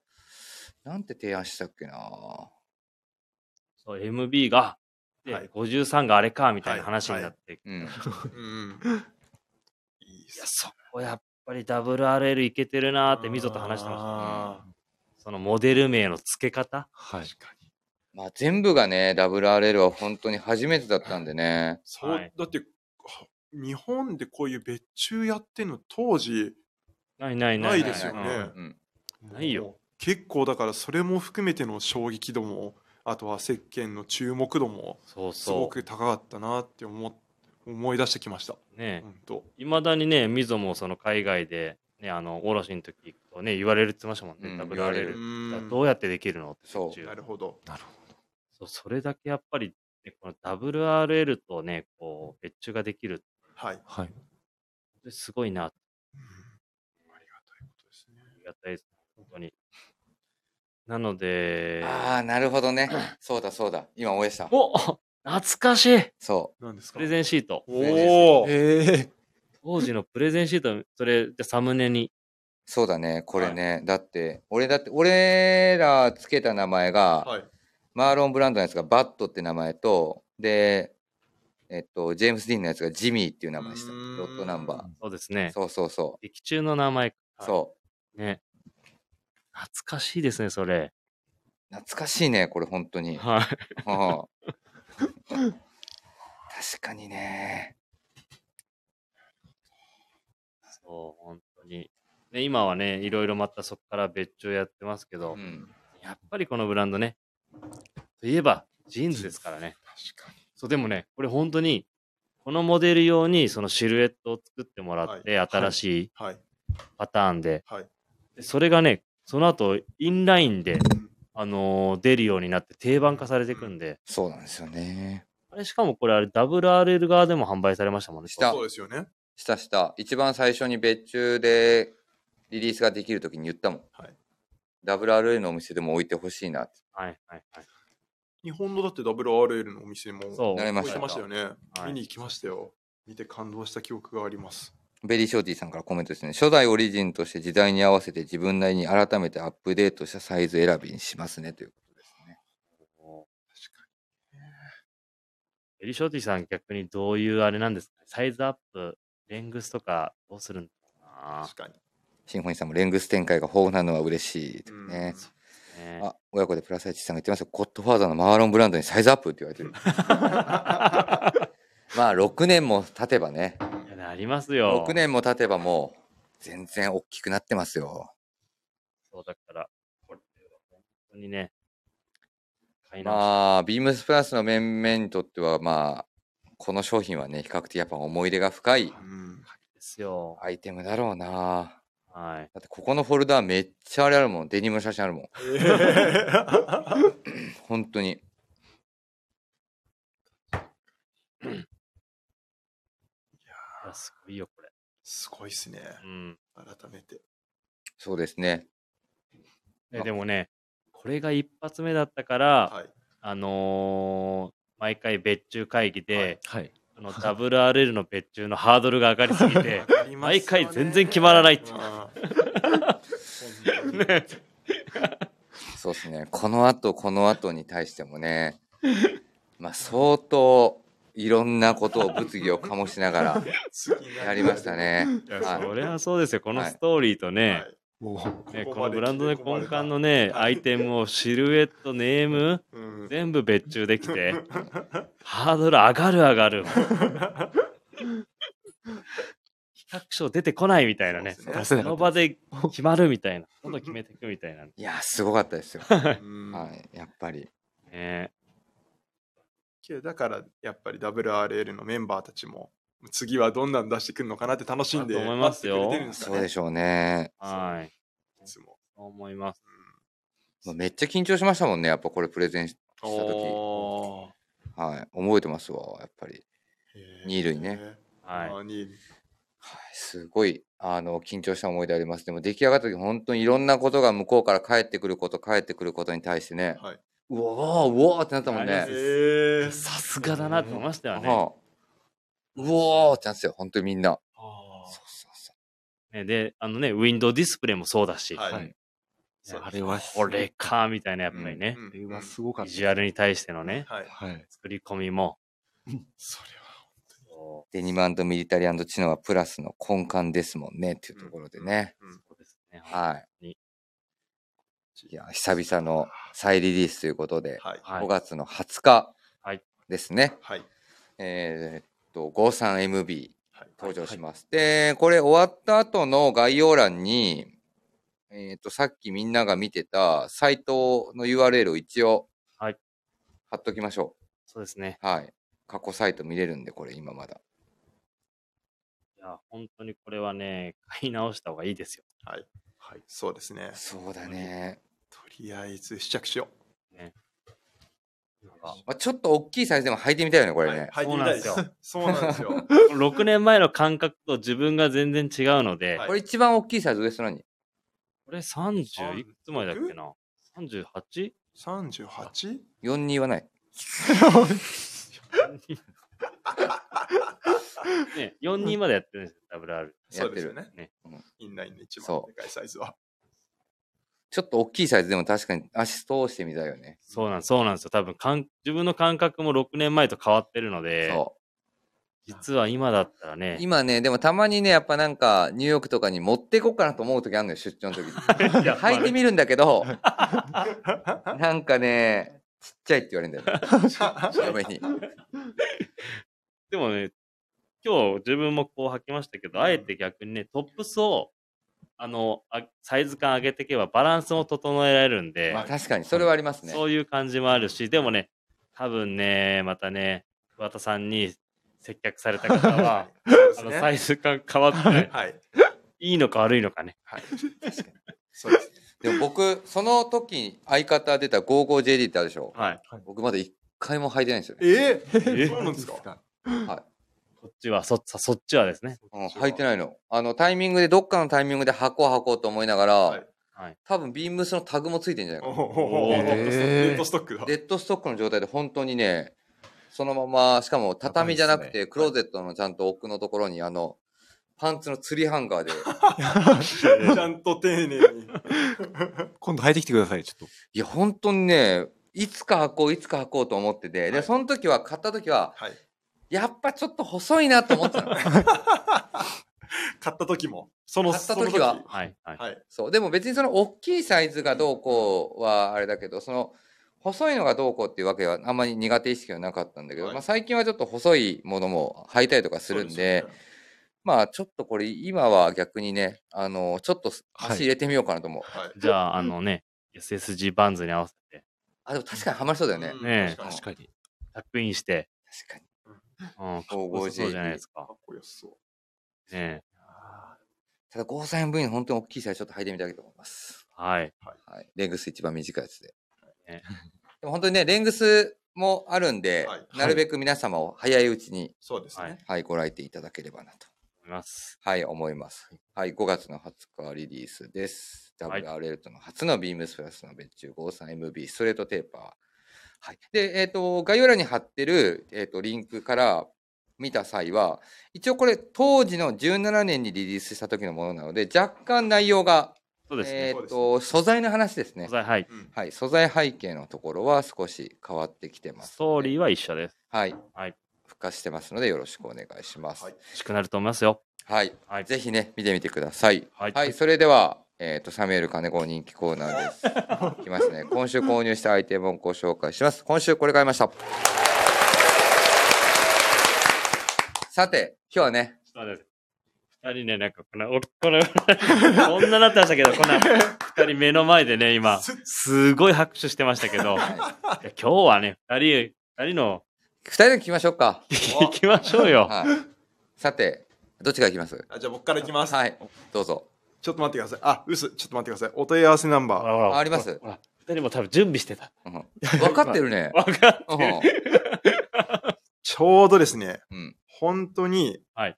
[SPEAKER 1] なんて提案したっけな
[SPEAKER 2] そう MB がで、
[SPEAKER 3] はい
[SPEAKER 2] 53があれかみたいな話になって、
[SPEAKER 1] うん。
[SPEAKER 3] うんいいっ
[SPEAKER 2] いや、そこやっぱり WRL いけてるなーって、みぞと話してました。
[SPEAKER 3] ま
[SPEAKER 2] そのモデル名の付け方。
[SPEAKER 4] はい。
[SPEAKER 3] 確かに
[SPEAKER 1] まあ全部がね、WRL は本当に初めてだったんでね。
[SPEAKER 3] そう、
[SPEAKER 2] はい
[SPEAKER 3] だっては日本でこういう別注やってんの当時
[SPEAKER 2] ないないない。
[SPEAKER 3] ないですよね、
[SPEAKER 1] うん。
[SPEAKER 2] ないよ
[SPEAKER 3] 結構だからそれも含めての衝撃度もあとは世間の注目度も
[SPEAKER 2] そう
[SPEAKER 3] すご
[SPEAKER 2] そ
[SPEAKER 3] く高かったなって思っ思い出してきました
[SPEAKER 2] う。ね
[SPEAKER 3] 本当
[SPEAKER 2] いまだにね、みぞもその海外で、ね、あの、おろしの時行くとね、言われるって言ってましたもんね、
[SPEAKER 1] うん言われる
[SPEAKER 2] WRL。
[SPEAKER 3] ん
[SPEAKER 2] どうやってできるのって
[SPEAKER 1] そう
[SPEAKER 2] 途中
[SPEAKER 3] なるほど
[SPEAKER 2] そうそれだけやっぱり、ね、この WRL とね、こう、別注ができるって
[SPEAKER 3] はい、
[SPEAKER 4] はい。
[SPEAKER 2] すごいな、あ
[SPEAKER 3] うんありがたいことですね
[SPEAKER 2] りがたいです。本当に。なので、
[SPEAKER 1] ああ、なるほどね。そうだそうだ。今思い出した。
[SPEAKER 2] お懐かしい
[SPEAKER 1] そ
[SPEAKER 3] 何ですか
[SPEAKER 2] プレゼンシート。
[SPEAKER 3] おお
[SPEAKER 4] え
[SPEAKER 2] 当時のプレゼンシート、それ、じゃあサムネに。
[SPEAKER 1] う。そうだね。これね。だって、俺だって、俺らつけた名前が、
[SPEAKER 3] はい
[SPEAKER 1] マーロン・ブランドのやつがバットって名前と、で、えっと、ジェームス・ディーンのやつがジミーっていう名前でした。
[SPEAKER 3] う
[SPEAKER 1] ロ
[SPEAKER 3] ーん
[SPEAKER 1] ットナンバ
[SPEAKER 2] そうです
[SPEAKER 1] ー。
[SPEAKER 2] ね。
[SPEAKER 1] そうそうそ
[SPEAKER 2] 劇中の名前。
[SPEAKER 1] う。
[SPEAKER 3] はい
[SPEAKER 1] そ
[SPEAKER 2] ね。懐かしいですね、それ。
[SPEAKER 1] う。懐かしいね、これ、本当に。は
[SPEAKER 2] はい。
[SPEAKER 1] あ確かにね。
[SPEAKER 2] そう、本当に。ね、今はね、いろいろまたそこから別注やってますけ
[SPEAKER 1] う
[SPEAKER 2] ど、
[SPEAKER 1] ん。
[SPEAKER 2] やっぱりこのブランドね、といえば、ジーンズですからね。
[SPEAKER 3] 確かに
[SPEAKER 2] そう、でもね、これ本当に、このモデル用にそのシルエットを作ってもらって、
[SPEAKER 3] はい
[SPEAKER 2] 新しい
[SPEAKER 3] はい
[SPEAKER 2] パターンで、
[SPEAKER 3] はい
[SPEAKER 2] でそれがね、その後、インラインで、
[SPEAKER 3] うん
[SPEAKER 2] あのー出るようになって定番化されていくんで、
[SPEAKER 1] そうなんですよね。
[SPEAKER 2] あれしかもこれあれ WRL 側でも販売されましたもんね。
[SPEAKER 1] した
[SPEAKER 3] そうですよね
[SPEAKER 1] したした。一番最初に別注でリリースができるときに言ったもん。
[SPEAKER 3] はい
[SPEAKER 1] WRL のお店でも置いてほしいなって。
[SPEAKER 2] はいはいはい。
[SPEAKER 3] 日本のだって WRL のお店も
[SPEAKER 2] そう。
[SPEAKER 1] なりま
[SPEAKER 3] 置
[SPEAKER 1] し
[SPEAKER 3] い
[SPEAKER 1] た
[SPEAKER 3] てましたよね、
[SPEAKER 2] はい
[SPEAKER 3] 見に行きましたよ見て感動した記憶があります
[SPEAKER 1] ベリーショーティーさんからコメントですね。初代オリジンとして時代に合わせて自分なりに改めてアップデートしたサイズ選びにしますねということですね。
[SPEAKER 2] エリショーティさん逆にどういうあれなんですかねサイズアップ、レングスとかどうするんだろうな
[SPEAKER 3] 確かに。
[SPEAKER 1] シンフォニーさんもレングス展開が豊富なのは嬉しいというね。
[SPEAKER 2] ね
[SPEAKER 1] あ、親子でプラスイチさんが言ってますよ。ゴッドファーザーのマーロンブランドにサイズアップって言われてる。まあ、6年も経てばね。
[SPEAKER 2] いやなりますよ。
[SPEAKER 1] 6年も経てばもう、全然大きくなってますよ。
[SPEAKER 2] そうだから、これは本当にね、買い直し
[SPEAKER 1] まあ、ビームスプラスの面々にとっては、まあ、この商品はね、比較的やっぱ思い入れが深い
[SPEAKER 2] [laughs]
[SPEAKER 3] うん。
[SPEAKER 2] ですよ。
[SPEAKER 1] アイテムだろうな。
[SPEAKER 2] はい。
[SPEAKER 1] だってここのフォルダーめっちゃあれあるもん。デニムの写真あるもん。
[SPEAKER 3] えー
[SPEAKER 1] 本当に。
[SPEAKER 2] いや、すごいよ、これ。
[SPEAKER 3] すごいっすね。
[SPEAKER 2] うん。
[SPEAKER 3] 改めて。
[SPEAKER 1] そうですね。
[SPEAKER 2] ね
[SPEAKER 1] あ
[SPEAKER 2] でもね、これが一発目だったから、
[SPEAKER 3] はい。
[SPEAKER 2] あのー毎回別注会議で、
[SPEAKER 4] はい。
[SPEAKER 2] この WRL の別注のハードルが上がりすぎ
[SPEAKER 3] [laughs]
[SPEAKER 2] て、
[SPEAKER 3] わかりますよね
[SPEAKER 2] 毎回全然決まらないって
[SPEAKER 3] うん本当に
[SPEAKER 2] ね
[SPEAKER 1] そうですね。この後、この後に対してもね、まあ相当いろんなことを物議を醸しながらやりました。ね。
[SPEAKER 2] そ
[SPEAKER 1] は
[SPEAKER 2] りゃそうですよ、この
[SPEAKER 1] はい
[SPEAKER 2] ストーリーと
[SPEAKER 3] は
[SPEAKER 2] ね、
[SPEAKER 3] い
[SPEAKER 4] も
[SPEAKER 2] ね、
[SPEAKER 3] こ
[SPEAKER 2] こ
[SPEAKER 3] こま
[SPEAKER 2] の
[SPEAKER 3] で
[SPEAKER 2] ブランドの
[SPEAKER 3] 切れ込ま
[SPEAKER 2] 根
[SPEAKER 3] れた
[SPEAKER 2] 幹のね、
[SPEAKER 3] は
[SPEAKER 2] アイテムをシルエット、ネーム、
[SPEAKER 3] うん
[SPEAKER 2] 全部別注でき
[SPEAKER 3] [laughs]
[SPEAKER 2] て、ハードル上がる上がる。企画書出てこないみたいなね、
[SPEAKER 3] そ
[SPEAKER 2] そう
[SPEAKER 3] で
[SPEAKER 4] う、出せなか
[SPEAKER 2] の
[SPEAKER 4] った。
[SPEAKER 2] 場で決まるみたいな、どんどん決めていくみたいなね。
[SPEAKER 1] い、いや、すごかったですよ。
[SPEAKER 3] うん
[SPEAKER 1] はい。やっぱり。
[SPEAKER 3] けどだからやっぱり WRL のメンバーたちも次はどんなん出してくるのかなって楽しんで
[SPEAKER 2] だと思い
[SPEAKER 3] 待
[SPEAKER 2] ま
[SPEAKER 3] っ
[SPEAKER 2] す
[SPEAKER 3] てく
[SPEAKER 2] よ
[SPEAKER 3] れてるんですか
[SPEAKER 1] そうで
[SPEAKER 3] ね。
[SPEAKER 1] しょうね。
[SPEAKER 2] はい。
[SPEAKER 3] いつも。
[SPEAKER 2] そう思います。
[SPEAKER 1] まあめっちゃ緊張しましたもんね。やっぱこれプレゼンし
[SPEAKER 3] うん
[SPEAKER 1] た時
[SPEAKER 3] お
[SPEAKER 1] はい。覚えてますわ。やっぱり。
[SPEAKER 3] ー
[SPEAKER 1] 二塁ね。
[SPEAKER 3] は。
[SPEAKER 2] はいい。
[SPEAKER 3] あ二塁
[SPEAKER 1] はいすごい、あの、緊張した思い出あります。でも出来上がった時、本当にいろんなことが向こうから帰ってくること、帰ってくることに対してね、
[SPEAKER 3] はいう
[SPEAKER 1] わー、うわーってなったもん
[SPEAKER 2] あ
[SPEAKER 1] ね
[SPEAKER 2] り
[SPEAKER 3] え
[SPEAKER 2] ま。
[SPEAKER 3] ー
[SPEAKER 2] さすがだなって思いましたよね。
[SPEAKER 1] はあうおーってなってたよ、本当にみんな。
[SPEAKER 3] あ
[SPEAKER 1] そうそうそ。
[SPEAKER 2] ねで、あのね、ウィンドウディスプレイもそうだし、
[SPEAKER 3] ーは
[SPEAKER 4] はい
[SPEAKER 3] い。
[SPEAKER 2] そう
[SPEAKER 4] あれは、
[SPEAKER 2] これか、みたいな、やっぱりね
[SPEAKER 3] う、ん
[SPEAKER 4] あれはすごかっ
[SPEAKER 2] ビ
[SPEAKER 4] た。
[SPEAKER 2] ジュアルに対してのね、
[SPEAKER 3] はい。
[SPEAKER 4] はい。
[SPEAKER 2] 作り込みも。
[SPEAKER 3] それは
[SPEAKER 2] そう
[SPEAKER 1] デニムミリタリーチノはプラスの根幹ですもんね、っていうところでね。
[SPEAKER 3] うん。
[SPEAKER 2] うですね。
[SPEAKER 1] はい。
[SPEAKER 2] に
[SPEAKER 1] いや、久々の再リリースということで、
[SPEAKER 3] はい。
[SPEAKER 2] はい
[SPEAKER 1] 5月の20日
[SPEAKER 2] はい
[SPEAKER 1] ですね。
[SPEAKER 3] はい。
[SPEAKER 1] えーっと、53MB
[SPEAKER 3] はい。
[SPEAKER 1] 登場します。で、これ終わった後の概要欄に、えっ、と、さっきみんなが見てたサイトの URL を一応、
[SPEAKER 2] はい
[SPEAKER 1] 貼っときましょ
[SPEAKER 2] そうですね。
[SPEAKER 1] う。はい。過去サイト見れるんで、これ今まだ。
[SPEAKER 2] いや、本当にこれはね、買い直した方がいいですよ。
[SPEAKER 3] はい。そうですね。
[SPEAKER 1] そうだね。
[SPEAKER 3] とりあえず試着しよ
[SPEAKER 2] なんか
[SPEAKER 1] まあ、ちょっと大きいサイズでも履いてみたいよね、こ
[SPEAKER 3] う。
[SPEAKER 1] れ
[SPEAKER 3] はい
[SPEAKER 1] ね。
[SPEAKER 3] 履いてみたいです
[SPEAKER 2] そうなん。
[SPEAKER 3] そうなんですよ。
[SPEAKER 1] [laughs]
[SPEAKER 2] 6年前の感覚と自分が全然違うので、
[SPEAKER 3] はい
[SPEAKER 1] これ一番大きいサイズウエスト何
[SPEAKER 2] これ30いくつ前だっけな ?38?
[SPEAKER 3] 38?
[SPEAKER 1] 42はない。
[SPEAKER 2] ね、42までやってるんですよ、WR。
[SPEAKER 1] や
[SPEAKER 3] そ
[SPEAKER 1] っ
[SPEAKER 3] う
[SPEAKER 1] てる
[SPEAKER 3] ですよね。
[SPEAKER 2] ね
[SPEAKER 3] インラインで一番
[SPEAKER 1] そう
[SPEAKER 3] でかいサイズは。
[SPEAKER 1] ちょっと大きいサイズでも確かに足通してみたいよね。
[SPEAKER 2] そうなんそうなんですよ。多分かん、自分の感覚も6年前と変わってるので、
[SPEAKER 1] そ
[SPEAKER 2] 実は今だったら
[SPEAKER 1] う。
[SPEAKER 2] ね、
[SPEAKER 1] 今ね、でもたまにね、やっぱなんか、ニューヨークとかに持っていこうかなと思う時あるのよ、出張の時
[SPEAKER 3] [laughs]
[SPEAKER 1] に。
[SPEAKER 2] いや
[SPEAKER 1] 履いてみるんだけど、
[SPEAKER 2] [laughs]
[SPEAKER 1] なんかね、ちっちゃいって言われるんだよね。嫁に。
[SPEAKER 2] でもね、今日自分もこう履きましたけど、あえて逆にね、トップスを、あの、あサイズ感上げていけばバランスも整えられるんで、
[SPEAKER 1] まあ確かに、それはありますね。
[SPEAKER 2] そういう感じもあるし、でもね、多分ね、またね、桑田さんに接客された方は、
[SPEAKER 3] そうで
[SPEAKER 2] あ
[SPEAKER 3] す
[SPEAKER 2] の
[SPEAKER 3] ね
[SPEAKER 2] サイズ感変わってない、
[SPEAKER 3] はい。
[SPEAKER 2] いいのか悪いのかね。
[SPEAKER 3] はい。そうですね。
[SPEAKER 1] でも僕、その時、相方出た 55JD ってあるでしょ。
[SPEAKER 2] はい。
[SPEAKER 1] 僕まだ一回も履いてないんですよね。
[SPEAKER 3] え
[SPEAKER 2] え
[SPEAKER 3] ー、そうなんですか
[SPEAKER 1] はい
[SPEAKER 2] こっちは、そさそっちはですね。
[SPEAKER 1] うん、履いてないの。あの、タイミングで、どっかのタイミングで履こう履こうと思いながら、
[SPEAKER 3] はい
[SPEAKER 2] はい
[SPEAKER 1] 多分ビームスのタグもついてんじゃない
[SPEAKER 3] お
[SPEAKER 1] かな。
[SPEAKER 3] お
[SPEAKER 2] えー
[SPEAKER 3] レッドストックだ。
[SPEAKER 1] デッドストックの状態で本当にね、そのまま、しかも畳じゃなくて、クローゼットのちゃんと奥のところに、あの、パンツの吊りハンガーで、
[SPEAKER 3] ちゃんと丁寧に。
[SPEAKER 4] 今度履いてきてください、ちょっ
[SPEAKER 1] いや、本当にね、いつか履こう、いつか履こうと思ってて、で、その時は、買った時は、
[SPEAKER 3] はい。
[SPEAKER 1] やっぱちょっと細いなと思ってたの。
[SPEAKER 3] 買った時も。その、
[SPEAKER 1] 買った時は
[SPEAKER 3] その
[SPEAKER 2] はい、はい。
[SPEAKER 3] はい。
[SPEAKER 1] そう。でも別にその大きいサイズがどうこうはあれだけど、その細いのがどうこうっていうわけはあんまり苦手意識はなかったんだけど、
[SPEAKER 3] はい
[SPEAKER 1] まあ最近はちょっと細いものも履いたりとかするんで、
[SPEAKER 3] そうよね
[SPEAKER 1] まあちょっとこれ今は逆にね、あの、ちょっと
[SPEAKER 4] はい
[SPEAKER 1] 足入れてみようかなと思う。
[SPEAKER 3] はい。
[SPEAKER 2] じゃあ、あのね、SSG バンズに合わせて、
[SPEAKER 1] あ、でも確かにはまりそうだよね。
[SPEAKER 3] うん
[SPEAKER 2] ねえ
[SPEAKER 4] と。
[SPEAKER 3] 確かに。
[SPEAKER 4] かに。
[SPEAKER 2] タックインして、
[SPEAKER 1] 確かに。
[SPEAKER 2] うん、かっこよさそうじゃないですか
[SPEAKER 3] か。っこよそ
[SPEAKER 2] ねえ
[SPEAKER 1] ただゴーサイン V の本当に大きいサイズちょっと履いてみたいと思います。
[SPEAKER 2] はい。
[SPEAKER 1] はい。レングス一番短いやつで。
[SPEAKER 2] ね
[SPEAKER 1] [laughs] でも本当にね、レングスもあるんで、
[SPEAKER 3] はい
[SPEAKER 1] なるべく皆様を早いうちに、
[SPEAKER 3] う。そうです
[SPEAKER 2] は
[SPEAKER 3] ね
[SPEAKER 2] い。
[SPEAKER 1] はい、ご来店いただければなと。
[SPEAKER 2] 思います。
[SPEAKER 1] はい、思います。はい、5月の20日リリースです。
[SPEAKER 2] はい
[SPEAKER 1] WR トの初のビームスプラスの別注 53MB ストレートテーパー。はい。で、えっ、と、概要欄に貼ってる、えっ、と、リンクから見た際は、一応これ当時の17年にリリースした時のものなので、若干内容が、
[SPEAKER 2] そうですね。
[SPEAKER 1] えっ、と、素材の話ですね
[SPEAKER 2] 素。材はい。
[SPEAKER 3] うん
[SPEAKER 1] はい、素材背景のところは少し変わってきてます。
[SPEAKER 2] ストーリーは一緒です。
[SPEAKER 1] はい。
[SPEAKER 2] はい。
[SPEAKER 1] 復活してますので、よろしくお願いします。
[SPEAKER 3] はい
[SPEAKER 2] 欲しくなると思いますよ。
[SPEAKER 1] はい
[SPEAKER 2] はい。
[SPEAKER 1] ぜひね、見てみてください。
[SPEAKER 2] は
[SPEAKER 1] はいい、それでは、えっ、と、サミュエル金子人気コーナーです。来ます
[SPEAKER 2] [laughs]
[SPEAKER 1] ね。今週購入したアイテムをご紹介します。今週これ買いました。さて、今日はね、
[SPEAKER 2] そうです。二人ね、なんかこの、おこの、女になってましたけど、この、二人目の前でね、今、すごい拍手してましたけど、いや今日はね、二人、二人の、
[SPEAKER 1] 二人で聞きましょうか。
[SPEAKER 2] 行きましょうよ。
[SPEAKER 1] はい。さて、どっちからいきます
[SPEAKER 3] あじゃあ僕からいきます。
[SPEAKER 1] はい、どうぞ。
[SPEAKER 3] ちょっと待ってください。あ、嘘。ちょっと待ってください。お問い合わせナン
[SPEAKER 2] ほ
[SPEAKER 3] バー。
[SPEAKER 2] らほら
[SPEAKER 1] あります
[SPEAKER 2] ほら、二人も多分準備してた。
[SPEAKER 1] うん
[SPEAKER 2] [laughs]
[SPEAKER 1] 分かってるね。
[SPEAKER 2] わかっ
[SPEAKER 1] う
[SPEAKER 2] てる。
[SPEAKER 1] ん
[SPEAKER 3] ちょうどですね、
[SPEAKER 1] うん。
[SPEAKER 3] 本当に、
[SPEAKER 2] はい。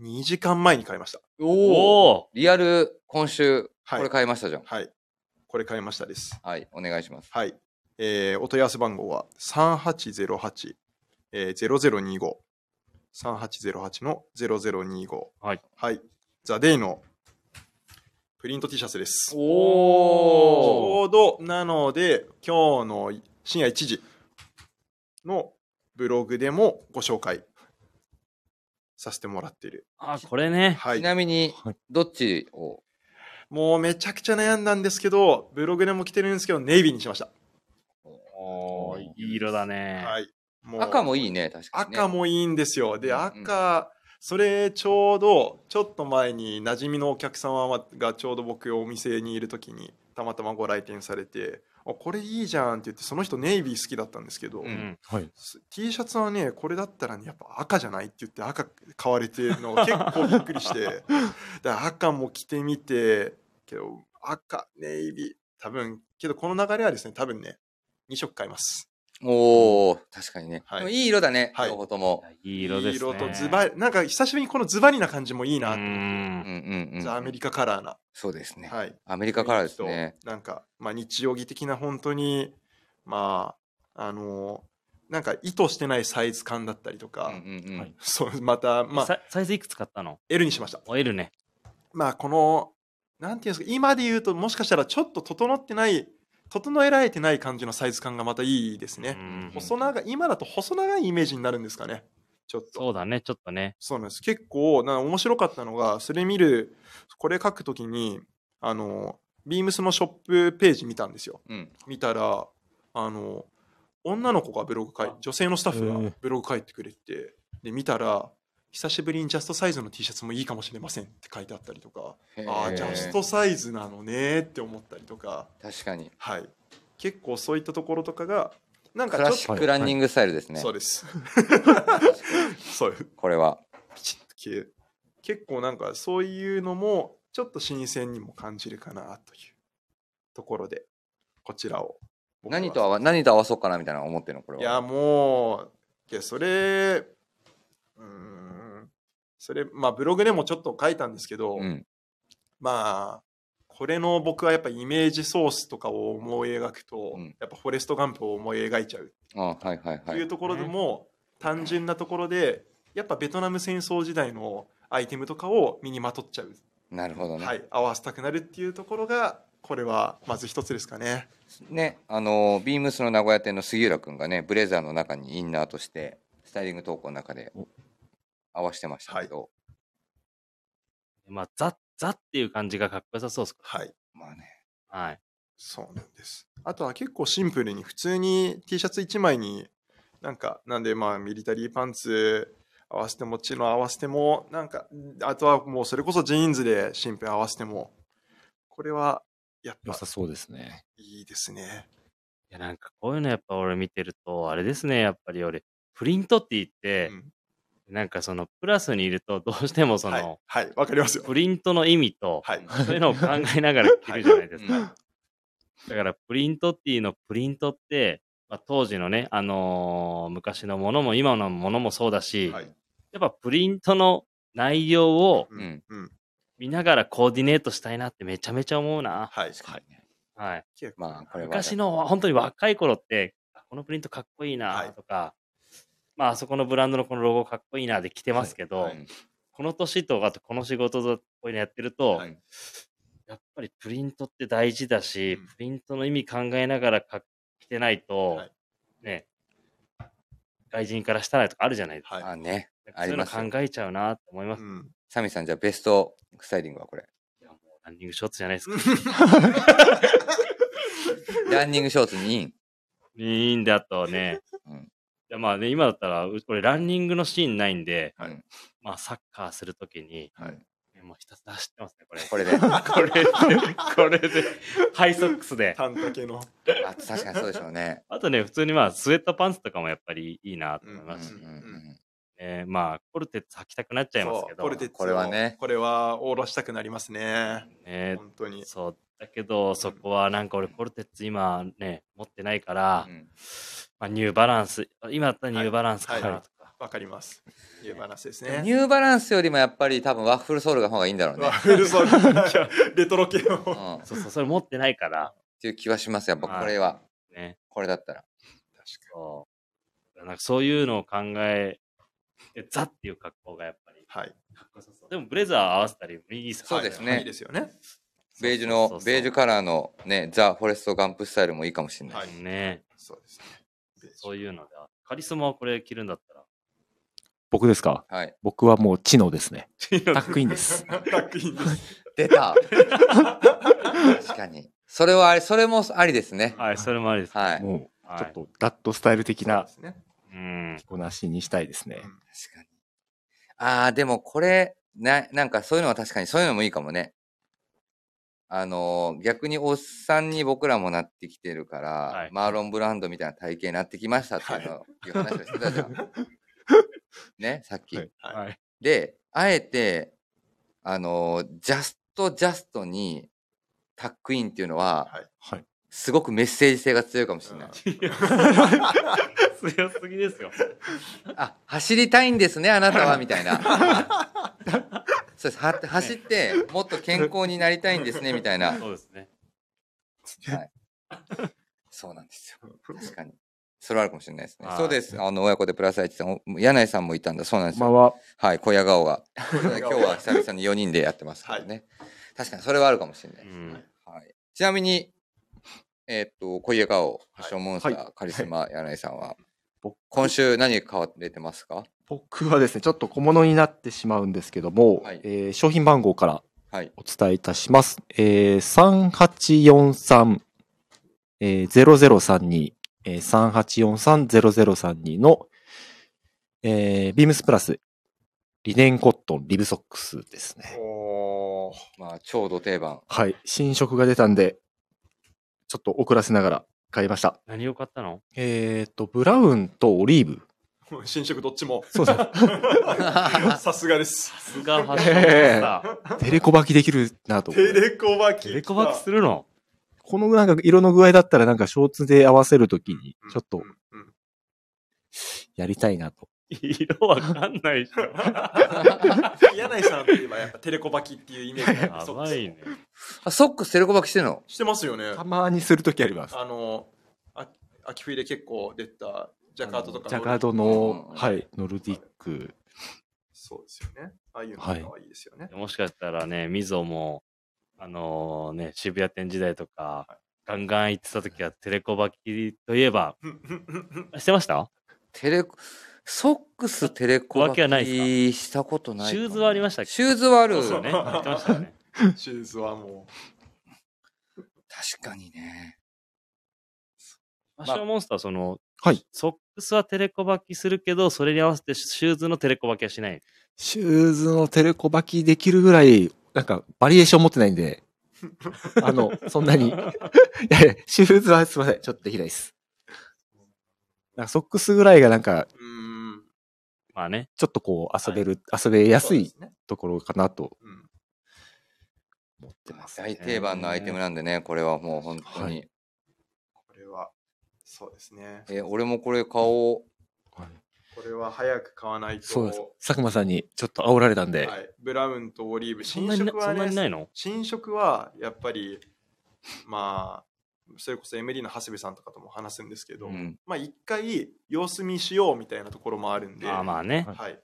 [SPEAKER 3] 2時間前に買いました。
[SPEAKER 1] おお。
[SPEAKER 2] おお
[SPEAKER 1] リアル、今週、
[SPEAKER 3] はい
[SPEAKER 1] これ買いましたじゃん。
[SPEAKER 3] はい。これ買いましたです。
[SPEAKER 1] はい、お願いします。
[SPEAKER 3] はい。えーお問い合わせ番号は3808、えー、0025。3808の0025。
[SPEAKER 2] はい。
[SPEAKER 3] はい。ザ・デイのプリント T シャツです。ち
[SPEAKER 2] お
[SPEAKER 3] ょうど、なので、今日の深夜1時のブログでもご紹介させてもらっている。
[SPEAKER 2] あ、これね。
[SPEAKER 3] は
[SPEAKER 1] ち
[SPEAKER 3] い。
[SPEAKER 1] なみに
[SPEAKER 4] はい、
[SPEAKER 1] どっちを
[SPEAKER 3] もうめちゃくちゃ悩んだんですけど、ブログでも来てるんですけど、ネイビーにしました。
[SPEAKER 2] おーいい色だね。
[SPEAKER 3] はい。もう
[SPEAKER 1] 赤もいいね、確かに、ね。
[SPEAKER 3] 赤もいいんですよ。で、
[SPEAKER 1] うんうん
[SPEAKER 3] 赤、それちょうど、ちょっと前に馴染みのお客様がちょうど僕お店にいる時に、たまたまご来店されて、あこれいいじゃんって言って、その人ネイビー好きだったんですけど、
[SPEAKER 2] う
[SPEAKER 1] うん
[SPEAKER 2] ん。
[SPEAKER 4] はい。
[SPEAKER 3] す T シャツはね、これだったらね、やっぱ赤じゃないって言って赤買われてるのが結構びっくりして、だ
[SPEAKER 1] [laughs]
[SPEAKER 3] から赤も着てみて、けど赤、ネイビー、多分、けどこの流れはですね、多分ね、2色買います。
[SPEAKER 1] おお、確かにね。
[SPEAKER 3] はい
[SPEAKER 1] い、でもいい色だね、
[SPEAKER 3] はい
[SPEAKER 1] 両方とも。
[SPEAKER 2] いい色ですね。
[SPEAKER 3] 黄色とズバリ、なんか久しぶりにこのズバリな感じもいいな
[SPEAKER 2] う
[SPEAKER 3] って
[SPEAKER 2] ん
[SPEAKER 1] うんうんうん。
[SPEAKER 3] ザ・アメリカカラーな。
[SPEAKER 1] そうですね。
[SPEAKER 3] はい。
[SPEAKER 1] アメリカからですね。
[SPEAKER 3] なんか、まあ、日曜日的な本当に、まあ、あのなんか意図してないサイズ感だったりと
[SPEAKER 1] う
[SPEAKER 3] か、
[SPEAKER 1] んうんうん
[SPEAKER 4] はい
[SPEAKER 3] そう、また、まあ、
[SPEAKER 2] ササイズいくつ買ったの
[SPEAKER 3] L にしました。
[SPEAKER 2] お L ね。
[SPEAKER 3] まあ、この、なんていうんですか、今で言うと、もしかしたらちょっと整ってない、整えられてない感じのサイズ感がまたいいです
[SPEAKER 2] う
[SPEAKER 3] ね。
[SPEAKER 2] ん
[SPEAKER 3] 細長い、今だと細長いイメージになるんですかね。ちょっと。
[SPEAKER 2] そうだね、ちょっとね。
[SPEAKER 3] そうなんです結構な面白かったのがそれ見るこれ書くときにあのビームスのショップページ見たんですよ
[SPEAKER 1] うん。
[SPEAKER 3] 見たらあの女の子がブログ書い
[SPEAKER 2] あ
[SPEAKER 3] 女性のスタッフ
[SPEAKER 4] へ
[SPEAKER 3] が
[SPEAKER 4] え
[SPEAKER 3] ブログ書いてくれてで見たら久しぶりにジャストサイズの T シャツもいいかもしれませんって書いてあったりとかあ
[SPEAKER 1] へ
[SPEAKER 3] あ
[SPEAKER 1] ー
[SPEAKER 3] ジャストサイズなのねって思ったりとか
[SPEAKER 1] 確かに。
[SPEAKER 3] はい結構そういったところとかがなんか
[SPEAKER 1] ク
[SPEAKER 3] ちょ
[SPEAKER 1] ラ
[SPEAKER 3] っと
[SPEAKER 1] シックランニングスタイルですね。
[SPEAKER 3] そうです。 [laughs] そうです
[SPEAKER 1] これは。
[SPEAKER 3] ピチッと消える結構なんかそういうのもちょっと新鮮にも感じるかなというところでこちらを僕は
[SPEAKER 1] 何と合わ何と合わそうかなみたいな思ってるの、これは。
[SPEAKER 3] いやもういやそれうーんそれまあブログでもちょっと書いたんですけど、
[SPEAKER 1] うん。
[SPEAKER 3] まあこれの僕はやっぱイメージソースとかを思い描くと、
[SPEAKER 1] うん
[SPEAKER 3] やっぱフォレストガンプを思い描いちゃう
[SPEAKER 1] あはいはい
[SPEAKER 3] と
[SPEAKER 1] はいい。
[SPEAKER 3] うところでも、単純なところでやっぱベトナム戦争時代のアイテムとかを身にまとっちゃう、
[SPEAKER 1] なるほどね。
[SPEAKER 3] はい、合わせたくなるっていうところがこれはまず一つですかね
[SPEAKER 1] ね、あのビームスの名古屋店の杉浦君がねブレザーの中にインナーとしてスタイリング投稿の中で
[SPEAKER 4] お
[SPEAKER 1] 合わせてましたけど、
[SPEAKER 2] まあ、ザッザッっていう感じがかっこよさそうですか
[SPEAKER 3] はい
[SPEAKER 1] まあね
[SPEAKER 2] ら。はい。
[SPEAKER 3] そうなんですあとは結構シンプルに普通に T シャツ1枚になんかなんでまあミリタリーパンツ合わせてもチノ合わせてもなんかあとはもうそれこそジーンズでシンプル合わせてもこれはやっ
[SPEAKER 4] 良
[SPEAKER 3] ぱ
[SPEAKER 4] さそうですね。
[SPEAKER 3] いいですね
[SPEAKER 2] いや、なんかこういうのやっぱ俺見てると、あれですね、やっぱり俺、プリントって言って
[SPEAKER 3] う、ん
[SPEAKER 2] なんかそのプラスにいると、どうしてもその、
[SPEAKER 3] はいはいわかりますよ
[SPEAKER 2] プリントの意味と、
[SPEAKER 3] はい
[SPEAKER 2] そういうのを考えながら着るじゃないですか。
[SPEAKER 1] うん
[SPEAKER 2] だから、プリントっていうの、プリントって、まあ、当時のね、あのー昔のものも今のものもそうだし、
[SPEAKER 3] はい
[SPEAKER 2] やっぱプリントの内容を
[SPEAKER 3] う
[SPEAKER 1] うん
[SPEAKER 3] んうん
[SPEAKER 2] 見ながらコーディネートしたいなってめちゃめちゃ思うな。
[SPEAKER 3] はい
[SPEAKER 2] はい。
[SPEAKER 3] 結構
[SPEAKER 1] まあこれは
[SPEAKER 2] 昔の本当に若い頃って、あこのプリントかっこいい
[SPEAKER 3] は
[SPEAKER 2] ないとか、まああそこのブランドのこのロゴかっこいいなで着てますけど、
[SPEAKER 1] はいうん
[SPEAKER 2] この年とかとこの仕事とこういうのやってると、
[SPEAKER 3] はい
[SPEAKER 2] やっぱりプリントって大事だし、
[SPEAKER 3] うん
[SPEAKER 2] プリントの意味考えながらか着てないと、
[SPEAKER 3] はい
[SPEAKER 2] ね、外人からしたらとかあるじゃないですか。
[SPEAKER 3] はい
[SPEAKER 1] あね
[SPEAKER 2] なんかそういう
[SPEAKER 1] あります
[SPEAKER 2] の
[SPEAKER 1] よ
[SPEAKER 2] 考えちゃうなって思います。
[SPEAKER 3] うん
[SPEAKER 1] サミさんじゃあベストスタイリングは [laughs] これ
[SPEAKER 2] いやもうランニングショーツじゃないですか。
[SPEAKER 1] ランニングショーツにイン
[SPEAKER 2] いいんだとね。
[SPEAKER 1] うん
[SPEAKER 2] いやまあね、今だったら、う俺ランニングのシーンないんで、
[SPEAKER 1] はい
[SPEAKER 2] まあサッカーするときに、
[SPEAKER 1] はい
[SPEAKER 2] もうひたすら走ってますね、これ。
[SPEAKER 1] これで
[SPEAKER 2] これで、これで、ハイソックスで。
[SPEAKER 3] 短丈の
[SPEAKER 1] あ確かにそうでしょうね
[SPEAKER 2] あとね、普通にまあスウェットパンツとかもやっぱりいいなと思
[SPEAKER 1] [laughs]
[SPEAKER 2] い
[SPEAKER 1] うん
[SPEAKER 2] ま
[SPEAKER 1] う
[SPEAKER 2] すし、
[SPEAKER 1] んうん
[SPEAKER 2] ねまあコルテッツ履きたくなっちゃいますけ
[SPEAKER 3] そう
[SPEAKER 2] ど、
[SPEAKER 3] コルテッツを
[SPEAKER 1] これはね
[SPEAKER 3] これはおろしたくなりますね
[SPEAKER 2] ね
[SPEAKER 3] 本当に
[SPEAKER 2] そう、だけどそこはなんか俺コルテッツ今ね、持ってないから、
[SPEAKER 1] うん
[SPEAKER 2] まあ、ニューバランス、今だったらニューバランスかなとか。
[SPEAKER 3] はいわかりますいう話です
[SPEAKER 1] でも
[SPEAKER 3] ね
[SPEAKER 1] ニューバランスよりもやっぱり多分ワッフルソールが方がいいんだろうね
[SPEAKER 3] ワッ、フルソールレトロ系
[SPEAKER 1] う
[SPEAKER 3] の
[SPEAKER 1] ん、っ
[SPEAKER 2] そうそう、それ持ってないから、
[SPEAKER 1] ていう気はしますやっぱこれは
[SPEAKER 2] ね。
[SPEAKER 1] これだったら
[SPEAKER 2] そう。なんかそういうのを考えて、ザっていう格好がやっぱり
[SPEAKER 3] はい
[SPEAKER 2] かっこよさそう。でもブレザー合わせたりもいいですか
[SPEAKER 1] そ
[SPEAKER 2] ら
[SPEAKER 1] うですね
[SPEAKER 3] はいいいですよね
[SPEAKER 1] ベージュのベージュカラーのねザ・フォレスト・ガンプスタイルもいいかもしれない、
[SPEAKER 3] はい
[SPEAKER 2] ね
[SPEAKER 3] そうですね
[SPEAKER 2] そういうので、カリスマはこれ着るんだったら。
[SPEAKER 4] 僕ですか
[SPEAKER 1] はい、
[SPEAKER 4] 僕はもう知能ですね。タックイン [laughs] です。
[SPEAKER 3] タックインです
[SPEAKER 1] 出た確かにそれはあれそれもありですね
[SPEAKER 2] はい、それもありです。
[SPEAKER 1] はい確
[SPEAKER 4] もう、
[SPEAKER 2] はい
[SPEAKER 4] ちょっと、ダットスタイル的な
[SPEAKER 3] そうですね
[SPEAKER 1] [laughs]
[SPEAKER 2] うん。
[SPEAKER 4] 着こなしにしたいですね。
[SPEAKER 1] かにああでもこれななんかそういうのは確かにそういうのもいいかもねあのー逆におっさんに僕らもなってきてるから、
[SPEAKER 2] はい
[SPEAKER 1] マーロン・ブランドみたいな体型になってきましたっていうの、いう話をしてたじゃんねさっき、
[SPEAKER 4] はい
[SPEAKER 3] はい
[SPEAKER 2] い。
[SPEAKER 1] であえてあのージャストジャストにタックインっていうのは、
[SPEAKER 3] はい
[SPEAKER 4] はい
[SPEAKER 1] すごくメッセージ性が強いかもしれない、
[SPEAKER 2] 強すぎですよ。
[SPEAKER 1] あ走りたいんですねあなたはみたいな [laughs] そうですは走ってもっと健康になりたいんですねみたいな
[SPEAKER 2] そうですね。
[SPEAKER 1] そうなんですよ確かにそれはあるかもしれないですね
[SPEAKER 2] はい
[SPEAKER 1] そうですあの親子でプラス愛知さんお柳井さんもいたんだそうなんです
[SPEAKER 4] ま
[SPEAKER 1] よ、
[SPEAKER 4] あは、
[SPEAKER 1] はい小屋顔が
[SPEAKER 3] 屋
[SPEAKER 1] 今
[SPEAKER 3] 顔
[SPEAKER 1] 日は久々に4人でやってますからね、確かにそれはあるかもしれな
[SPEAKER 2] う
[SPEAKER 1] い、
[SPEAKER 2] ん。
[SPEAKER 1] はい、ちなみにえーっと小家顔発祥モンスター、
[SPEAKER 4] は
[SPEAKER 1] カリスマ柳井さんは、
[SPEAKER 4] 僕
[SPEAKER 1] 今週何買われてますか
[SPEAKER 4] 僕はですね、ちょっと小物になってしまうんですけども、
[SPEAKER 1] はい
[SPEAKER 4] えー商品番号から
[SPEAKER 1] はい
[SPEAKER 4] お伝えいたします。えー、3843、えー、0032、えー、3843-0032の、えー、ビームスプラス、リネンコットンリブソックスですね。
[SPEAKER 3] おー
[SPEAKER 1] まあちょうど定番
[SPEAKER 4] はい。新色が出たんで、ちょっと遅らせながら買いました。
[SPEAKER 2] 何を買ったの
[SPEAKER 4] えっ、と、ブラウンとオリーブ。
[SPEAKER 3] 新色どっちも
[SPEAKER 4] そうですね。
[SPEAKER 3] [laughs] さすがです
[SPEAKER 2] すがファッションマスター
[SPEAKER 4] テレコバキできるなと思って
[SPEAKER 3] テレコバキ
[SPEAKER 2] テレコバックするの
[SPEAKER 4] このなんか色の具合だったらなんかショーツで合わせるときにちょっと
[SPEAKER 3] うんうん [laughs]
[SPEAKER 4] やりたいなと。
[SPEAKER 2] 色わかんないし。
[SPEAKER 1] [laughs]
[SPEAKER 3] 柳井さんといえばやっぱテレコバキっていうイメージが
[SPEAKER 2] や
[SPEAKER 3] そ
[SPEAKER 2] ばいね。
[SPEAKER 1] あソックステレコバキしてんの
[SPEAKER 3] してますよね
[SPEAKER 4] たまにするときあります。
[SPEAKER 3] あのあ秋冬で結構出たジャカードとか
[SPEAKER 4] ジャガード
[SPEAKER 1] う
[SPEAKER 4] の
[SPEAKER 1] ん、
[SPEAKER 4] はい、ノルディック。
[SPEAKER 3] そうですよね。ああいうの
[SPEAKER 4] はい
[SPEAKER 3] 可愛いですよ [laughs] ね。
[SPEAKER 2] もしかしたらね、みぞも、あのね、渋谷店時代とか、ガンガン行ってた時はテレコバキといえば、してました
[SPEAKER 1] テレコ、ソックステレコ
[SPEAKER 2] わけはないで
[SPEAKER 1] したことない
[SPEAKER 2] シューズはありましたっけ
[SPEAKER 1] シューズはある。
[SPEAKER 2] そうですよね。やってましたよね。
[SPEAKER 3] シューズはも
[SPEAKER 1] 確かにね。
[SPEAKER 2] ファッションモンスターはその、
[SPEAKER 4] はい。
[SPEAKER 2] ソックスはテレコバキするけど、それに合わせてシューズのテレコバキはしない。
[SPEAKER 4] シューズのテレコバキできるぐらい、なんか、バリエーション持ってないんで、あの、そんなに。いやいや、シューズはすいません。ちょっとできないです。なんかソックスぐらいがなんか、
[SPEAKER 3] う、うーん。
[SPEAKER 2] [laughs] まあね。
[SPEAKER 4] ちょっとこう、遊べる、遊べやす
[SPEAKER 3] そうで
[SPEAKER 4] い
[SPEAKER 3] すね。
[SPEAKER 4] ところかなと
[SPEAKER 3] うん。
[SPEAKER 4] 思ってます。
[SPEAKER 1] 大定番のアイテムなんでね、これはもう本当
[SPEAKER 4] は
[SPEAKER 1] に。
[SPEAKER 3] これは、そうですね。
[SPEAKER 1] え、俺もこれ買おう。
[SPEAKER 4] はい
[SPEAKER 3] これは早く買わないと。
[SPEAKER 4] そうです。佐久間さんにちょっと煽られたんで、
[SPEAKER 3] はい。ブラウンとオリーブ。
[SPEAKER 2] そん
[SPEAKER 3] 新
[SPEAKER 2] なにな
[SPEAKER 3] 色
[SPEAKER 2] そ
[SPEAKER 3] は
[SPEAKER 2] んなにな
[SPEAKER 3] ね、
[SPEAKER 2] いの
[SPEAKER 3] 新色はやっぱり、まあ、それこそ MD の長谷部さんとかとも話すんですけど、
[SPEAKER 1] うん。
[SPEAKER 3] まあ一回様子見しようみたいなところもあるんで、
[SPEAKER 2] ああまあ
[SPEAKER 3] [laughs]
[SPEAKER 2] ね。
[SPEAKER 3] はい。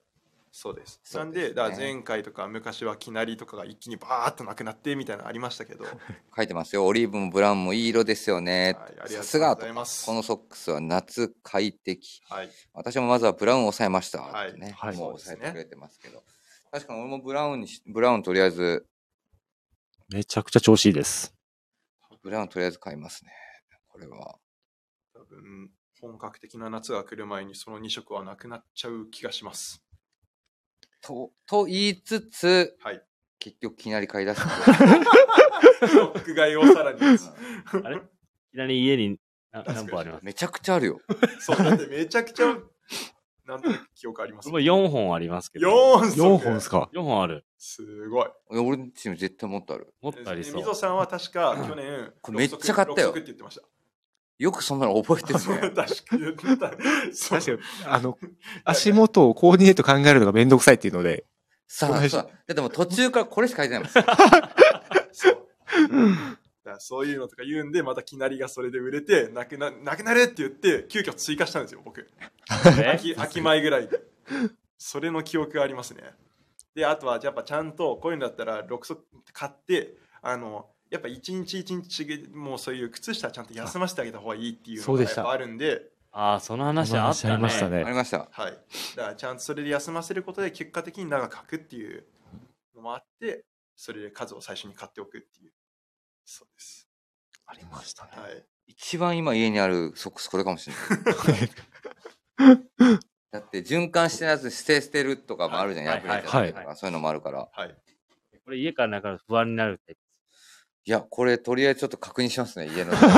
[SPEAKER 3] そうです。
[SPEAKER 1] そうですね
[SPEAKER 3] なんで、だから前回とか昔はきなりとかが一気にバーッとなくなってみたいなのありまし
[SPEAKER 1] [laughs]
[SPEAKER 3] たけど、はい
[SPEAKER 1] 書いてますよ。オリーブもブラウンもいい色ですよね。
[SPEAKER 3] ありが
[SPEAKER 1] さ
[SPEAKER 3] と
[SPEAKER 1] す
[SPEAKER 3] うご
[SPEAKER 1] が
[SPEAKER 3] ざいます。
[SPEAKER 1] このソックスは夏快適。
[SPEAKER 3] はい。
[SPEAKER 1] 私もまずはブラウンを抑えました。
[SPEAKER 3] はい
[SPEAKER 1] ってね、
[SPEAKER 4] はい
[SPEAKER 1] もう
[SPEAKER 3] そうですね
[SPEAKER 1] 抑えてくれてますけど。確かに俺もブラウンにし、ブラウンとりあえず、
[SPEAKER 4] めちゃくちゃ調子いいです。
[SPEAKER 1] ブラウンとりあえず買いますね。これは。
[SPEAKER 3] 多分、本格的な夏が来る前にその2色はなくなっちゃう気がします。
[SPEAKER 1] と、と言いつつ、
[SPEAKER 3] はい
[SPEAKER 1] 結局きなり買い出すんで。
[SPEAKER 3] 僕買いをさらに。
[SPEAKER 2] あれいきなり家にな何本あります
[SPEAKER 1] めちゃくちゃあるよ。
[SPEAKER 3] そう、だってめちゃくちゃ、なんとなく記憶あります。
[SPEAKER 2] 僕も4本ありますけど。
[SPEAKER 3] 4
[SPEAKER 4] 4本です
[SPEAKER 3] か
[SPEAKER 4] か
[SPEAKER 2] 4本ある。
[SPEAKER 3] すごい。
[SPEAKER 1] いや俺のチーム絶対もっとある。
[SPEAKER 2] もっとありそ
[SPEAKER 3] みぞ
[SPEAKER 2] う。
[SPEAKER 3] さんは確か去年、
[SPEAKER 1] これめっちゃ買ったよ
[SPEAKER 3] 六足って言ってました。
[SPEAKER 1] よくそんなの覚えて
[SPEAKER 3] そう
[SPEAKER 1] るね
[SPEAKER 2] [laughs]
[SPEAKER 3] [laughs] 確。かに言ってた。確
[SPEAKER 4] 確かに、あの、足元をコーディネート考えるのがめんどくさいっていうので、
[SPEAKER 1] さあ、さあ、だってもう途中からこれしか書いてないもん。
[SPEAKER 3] そう。だからそういうのとか言うんで、またきなりがそれで売れて、なくな、なくなれって言って、急遽追加したんですよ、僕。
[SPEAKER 2] ね
[SPEAKER 3] 秋、秋前ぐらいに。それの記憶がありますね。で、あとは、やっぱちゃんと、こういうのだったら、6足買って、あの、やっぱ一日一日、もうそういう靴下はちゃんと休ませてあげた方がいいっていう
[SPEAKER 4] そ
[SPEAKER 3] の
[SPEAKER 4] う
[SPEAKER 3] が
[SPEAKER 4] で
[SPEAKER 3] やっ
[SPEAKER 4] した
[SPEAKER 3] ぱあるんで、
[SPEAKER 2] ああ、その話あったね。
[SPEAKER 4] ありました
[SPEAKER 1] あり
[SPEAKER 4] ね。
[SPEAKER 1] ました。
[SPEAKER 3] はい。だからちゃんとそれで休ませることで結果的に長く書くっていうのもあって、それで数を最初に買っておくっていう。そうです。
[SPEAKER 4] ありました
[SPEAKER 3] はい。
[SPEAKER 1] 一番今家にあるソックスこれかもしれない。
[SPEAKER 4] ね。
[SPEAKER 1] だって循環してないやつ捨て捨てるとかもあるじゃん。
[SPEAKER 2] はい
[SPEAKER 1] 破れちゃったりと
[SPEAKER 2] はい
[SPEAKER 1] か、そういうのもあるから。
[SPEAKER 3] はい。
[SPEAKER 2] これ家からなかなか不安になるって。
[SPEAKER 1] いや、これとりあえずちょっと確認しますね。家の家の
[SPEAKER 2] [laughs]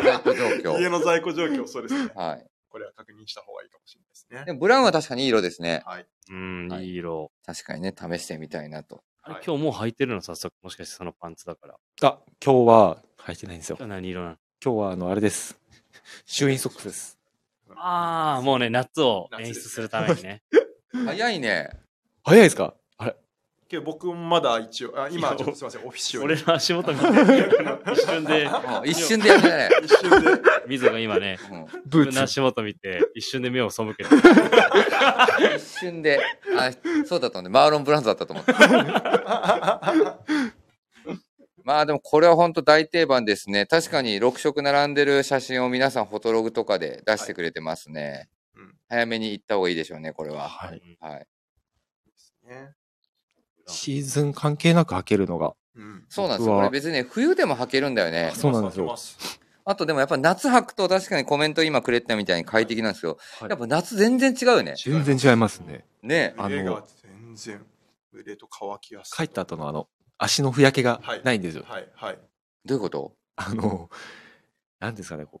[SPEAKER 1] 在庫状
[SPEAKER 3] 家
[SPEAKER 1] 況。
[SPEAKER 3] の在庫状況、そうですね。
[SPEAKER 1] はい。
[SPEAKER 3] これは確認した方がいいかもしれないです
[SPEAKER 1] で
[SPEAKER 3] ね。
[SPEAKER 1] もブラウンは確かにいい色ですね。
[SPEAKER 3] はい。
[SPEAKER 2] うん、
[SPEAKER 1] はい
[SPEAKER 2] いい色。
[SPEAKER 1] 確かにね、試してみたいなと。
[SPEAKER 2] あれ
[SPEAKER 3] はい
[SPEAKER 2] 今日もう履いてるの早速。もしかしてそのパンツだから。
[SPEAKER 4] [laughs] あ、今日は、履いてないんですよ
[SPEAKER 2] 今。日何色なの
[SPEAKER 4] 今日は、あの、あれです。シュインソックスです。
[SPEAKER 2] ああ、もうね、夏を演出するためにね。
[SPEAKER 1] 早いね。
[SPEAKER 4] 早いですかあれ
[SPEAKER 3] けど僕もまだ一応、あ今、ちょっとすみません、オフィシを
[SPEAKER 2] 俺
[SPEAKER 3] 一
[SPEAKER 2] の足元見てるから一瞬で、
[SPEAKER 1] あ一瞬でやったね。
[SPEAKER 3] 瞬で、
[SPEAKER 2] みぞが今ね、
[SPEAKER 1] う
[SPEAKER 4] ブ
[SPEAKER 2] 自分の足元見て、一瞬で目を背けて。
[SPEAKER 1] ん一瞬で。あ、そうだったね。マーロン・ブランズだったと思った。まあでもこれは本当大定番ですね。確かに6色並んでる写真を皆さんフォトログとかで出してくれてますね。
[SPEAKER 3] はいうん
[SPEAKER 1] 早めに行った方がいいでしょうね、これは。
[SPEAKER 4] はい。
[SPEAKER 1] はい。
[SPEAKER 3] ね
[SPEAKER 4] シーズン関係なく履けるのが。
[SPEAKER 3] うん、
[SPEAKER 1] そうなんですよ。こ
[SPEAKER 4] 僕は
[SPEAKER 1] れ別にね、冬でも履けるんだよね
[SPEAKER 4] あ。そうなんですよ
[SPEAKER 3] まあそうます
[SPEAKER 1] あとでもやっぱ夏履くと確かにコメント今くれてたみたいに快適なんですけど、
[SPEAKER 4] はい
[SPEAKER 1] やっぱ夏全然違うよね。
[SPEAKER 4] 全然違いますね。
[SPEAKER 1] ね
[SPEAKER 4] あの
[SPEAKER 3] 腕が全然、腕と乾きやすい。
[SPEAKER 4] 帰った後のあの、足のふやけがないんですよ。
[SPEAKER 3] はい、はい。
[SPEAKER 1] どういうこと
[SPEAKER 4] あの、なんですかね、こう、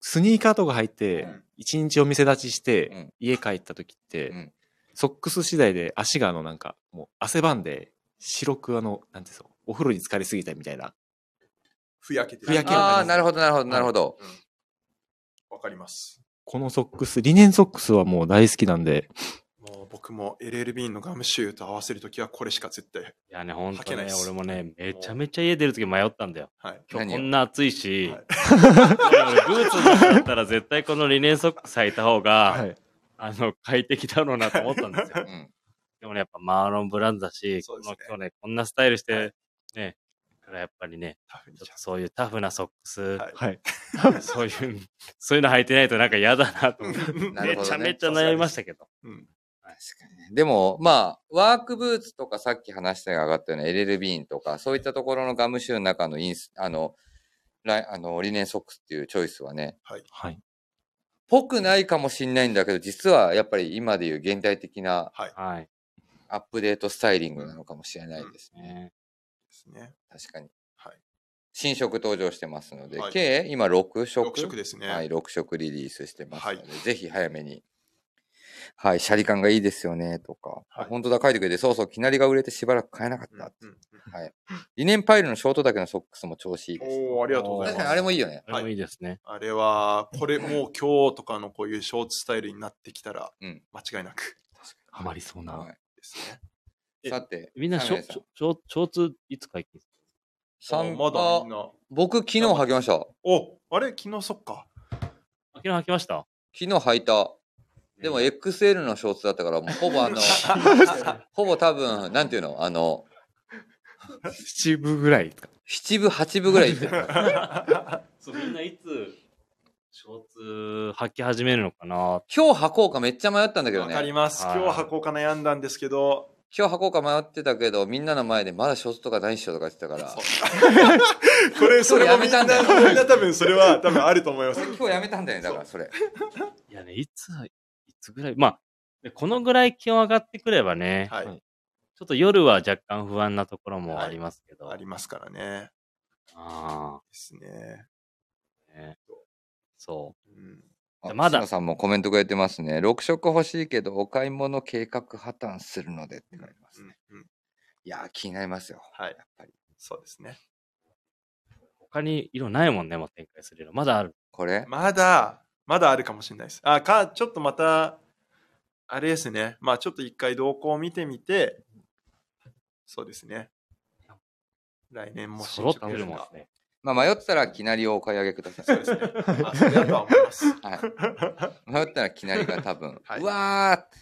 [SPEAKER 4] スニーカーとか履いうて
[SPEAKER 3] ん、
[SPEAKER 4] 一日お店立ちして、
[SPEAKER 1] うん
[SPEAKER 4] 家帰った時って、
[SPEAKER 1] うん
[SPEAKER 4] ソックス次第で足があの、なんか、もう汗ばんで、白くあの、なんていうんですか、お風呂に浸かりすぎたみたいな。
[SPEAKER 3] ふやけて
[SPEAKER 4] ふやけを
[SPEAKER 1] ああ、
[SPEAKER 4] 感じ
[SPEAKER 1] なるほど、なるほど、なるほど。
[SPEAKER 3] わかります。
[SPEAKER 4] このソックス、リネンソックスはもう大好きなんで、
[SPEAKER 3] もう僕も LLB のガムシューと合わせるときはこれしか絶対。
[SPEAKER 2] いやね、ほん
[SPEAKER 3] 履け
[SPEAKER 2] と
[SPEAKER 3] ない
[SPEAKER 2] ね
[SPEAKER 3] っ、す
[SPEAKER 2] 俺もね、めちゃめちゃ家出るとき迷ったんだよ。
[SPEAKER 3] はい。
[SPEAKER 2] 今日
[SPEAKER 1] 何を
[SPEAKER 2] こんな暑いし、
[SPEAKER 3] はい
[SPEAKER 2] 俺ブーツだったら絶対このリネンソックス履いた方が、
[SPEAKER 4] い。
[SPEAKER 3] [laughs]
[SPEAKER 2] あの、快適だろうなと思ったんですよ。
[SPEAKER 1] うん。
[SPEAKER 2] でもね、やっぱマーロンブランドだし、
[SPEAKER 3] そうで
[SPEAKER 2] この
[SPEAKER 3] すね
[SPEAKER 2] 今日ね、こんなスタイルして、ね、だからやっぱりね、
[SPEAKER 3] タフに
[SPEAKER 2] ちょ
[SPEAKER 3] ちゃ
[SPEAKER 2] っとそういうタフなソックス、
[SPEAKER 3] はい
[SPEAKER 4] はい。
[SPEAKER 2] そういう、 [laughs] そういうの履いてないとなんか嫌だ [laughs] なと思って、
[SPEAKER 3] う。
[SPEAKER 1] なるほどね
[SPEAKER 2] めちゃめちゃ悩みましたけど。
[SPEAKER 3] うん
[SPEAKER 1] 確かにね。でも、まあ、ワークブーツとかさっき話したが上がったようなエレルビーンとか、そういったところのガムシューの中のインス、あの、ライあのリネンソックスっていうチョイスはね、
[SPEAKER 4] はい。
[SPEAKER 1] ぽくないかもしんないんだけど、実はやっぱり今でいう現代的な
[SPEAKER 3] はい。で
[SPEAKER 2] はい。
[SPEAKER 1] アップデートスタイリングなのかもしれないですね。
[SPEAKER 2] ね
[SPEAKER 3] すね。
[SPEAKER 1] 確かに。
[SPEAKER 3] はい。
[SPEAKER 1] 新色登場してますので、
[SPEAKER 3] はい
[SPEAKER 1] 計今6色
[SPEAKER 3] 6色ですね。
[SPEAKER 1] はい、6色リリースしてますので、
[SPEAKER 3] は
[SPEAKER 1] ぜひ早めに。はい、シャリ感がいいですよね、とか。
[SPEAKER 3] はい
[SPEAKER 1] 本当だ、書いてくれて、そうそう、きなりが売れてしばらく買えなかっ
[SPEAKER 3] うん
[SPEAKER 1] た。
[SPEAKER 3] うんうん
[SPEAKER 1] リネンパイルのショート丈のソックスも調子いいです。
[SPEAKER 3] おー、ありがとうござい
[SPEAKER 1] 確か
[SPEAKER 3] ま
[SPEAKER 1] に
[SPEAKER 3] す。
[SPEAKER 1] あれもいいよね。
[SPEAKER 2] あれもいいですね。
[SPEAKER 3] あれは、これもう今日とかのこういうショーツスタイルになってきたら、
[SPEAKER 1] うん
[SPEAKER 3] 間違いなく
[SPEAKER 2] ハマりそうな。
[SPEAKER 1] は
[SPEAKER 3] ですね。
[SPEAKER 1] い、
[SPEAKER 3] え
[SPEAKER 1] さて、
[SPEAKER 2] みんな、ショ、ショ、ショショーツ、いつ解禁
[SPEAKER 3] あ
[SPEAKER 1] 三
[SPEAKER 3] まだみん
[SPEAKER 1] あ
[SPEAKER 3] な。
[SPEAKER 1] 僕、昨日履きました。
[SPEAKER 3] お、あれ昨日そっか。
[SPEAKER 2] あ、昨日履きました。
[SPEAKER 1] 昨日履いた。でも XL のショーツだったから、もうほぼ
[SPEAKER 3] [laughs]
[SPEAKER 1] あの、ほぼ多分、なんていうの、あの、
[SPEAKER 4] 七分ぐらいですか。
[SPEAKER 1] 七分、八分ぐらいいって
[SPEAKER 3] [laughs]
[SPEAKER 1] る。
[SPEAKER 2] そう、みん [laughs] ないつ、ショーツ履き始めるのかな
[SPEAKER 1] 今日履こうかめっちゃ迷ったんだけど
[SPEAKER 3] わ
[SPEAKER 1] ね。
[SPEAKER 3] かります。今
[SPEAKER 2] はい
[SPEAKER 3] 日はこうか悩んだんですけど、
[SPEAKER 1] 今日履こうか迷ってたけど、みんなの前でまだショーツとかないっしょとか言ってたから、
[SPEAKER 3] [laughs] これ、それもみんな、
[SPEAKER 1] やめたんだ
[SPEAKER 3] みんな多分それは多分あると思います。
[SPEAKER 1] 俺今日やめたんだよね、だからそれ。
[SPEAKER 2] いやね、いつ、いつぐらい、まあ、でこのぐらい気温上がってくればね、
[SPEAKER 3] はい
[SPEAKER 2] ちょっと夜は若干不安なところもありますけど、
[SPEAKER 3] ありますからね。
[SPEAKER 2] あ
[SPEAKER 3] ですね。
[SPEAKER 2] あ、ね、そう。
[SPEAKER 3] うん
[SPEAKER 1] あ
[SPEAKER 2] まだ
[SPEAKER 1] 篠さんもコメントくれてますね。6色欲しいけど、お買い物計画破綻するのでって書いてますね。
[SPEAKER 3] うんうん
[SPEAKER 1] いやー、気になりますよ。
[SPEAKER 3] はい
[SPEAKER 1] やっぱり。
[SPEAKER 3] そうですね。
[SPEAKER 2] 他に色ないもんね、もう展開するの。まだある。
[SPEAKER 1] これ
[SPEAKER 3] まだ、まだあるかもしれないです。あ、か、ちょっとまた、あれですね。まあちょっと一回動向を見てみて、そうですね。来年も
[SPEAKER 2] 揃ってるもん
[SPEAKER 3] 新宿
[SPEAKER 2] ね。
[SPEAKER 1] まあ迷ったら、きなりをお買い上げください。
[SPEAKER 3] で
[SPEAKER 2] [laughs]
[SPEAKER 3] すかあそれだとは思います。
[SPEAKER 1] はい、迷ったら、きなりが多分、
[SPEAKER 3] [laughs] はいう
[SPEAKER 1] わー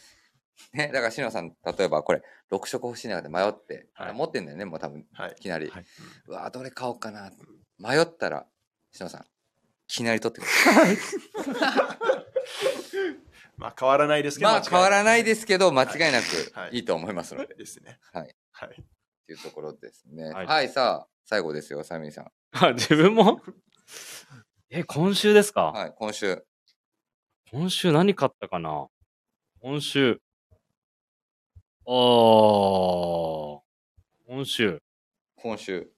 [SPEAKER 1] ね、だから、篠さん、例えばこれ、6色欲しい中で迷って、
[SPEAKER 3] はい
[SPEAKER 1] 持ってんだよね、もう多分、
[SPEAKER 3] はい。
[SPEAKER 1] きなり。
[SPEAKER 4] はいう
[SPEAKER 1] わーどれ買おうかな。迷ったら、篠さん、きなり取ってください
[SPEAKER 3] [laughs] まあ変わらないですけど。
[SPEAKER 1] まあ変わらないですけど、間違いな
[SPEAKER 3] はい
[SPEAKER 1] くいいと思いますので、っ
[SPEAKER 3] ですね。
[SPEAKER 1] はい。
[SPEAKER 3] はい。
[SPEAKER 1] ていうところですね。は、
[SPEAKER 2] はいい
[SPEAKER 1] さあ、最後ですよ、サミーさん。
[SPEAKER 2] あ、 [laughs] 自分もえ、今週ですか、
[SPEAKER 1] はい、今週。
[SPEAKER 2] 今週何買ったかな今週。あー、今週。
[SPEAKER 1] 今週。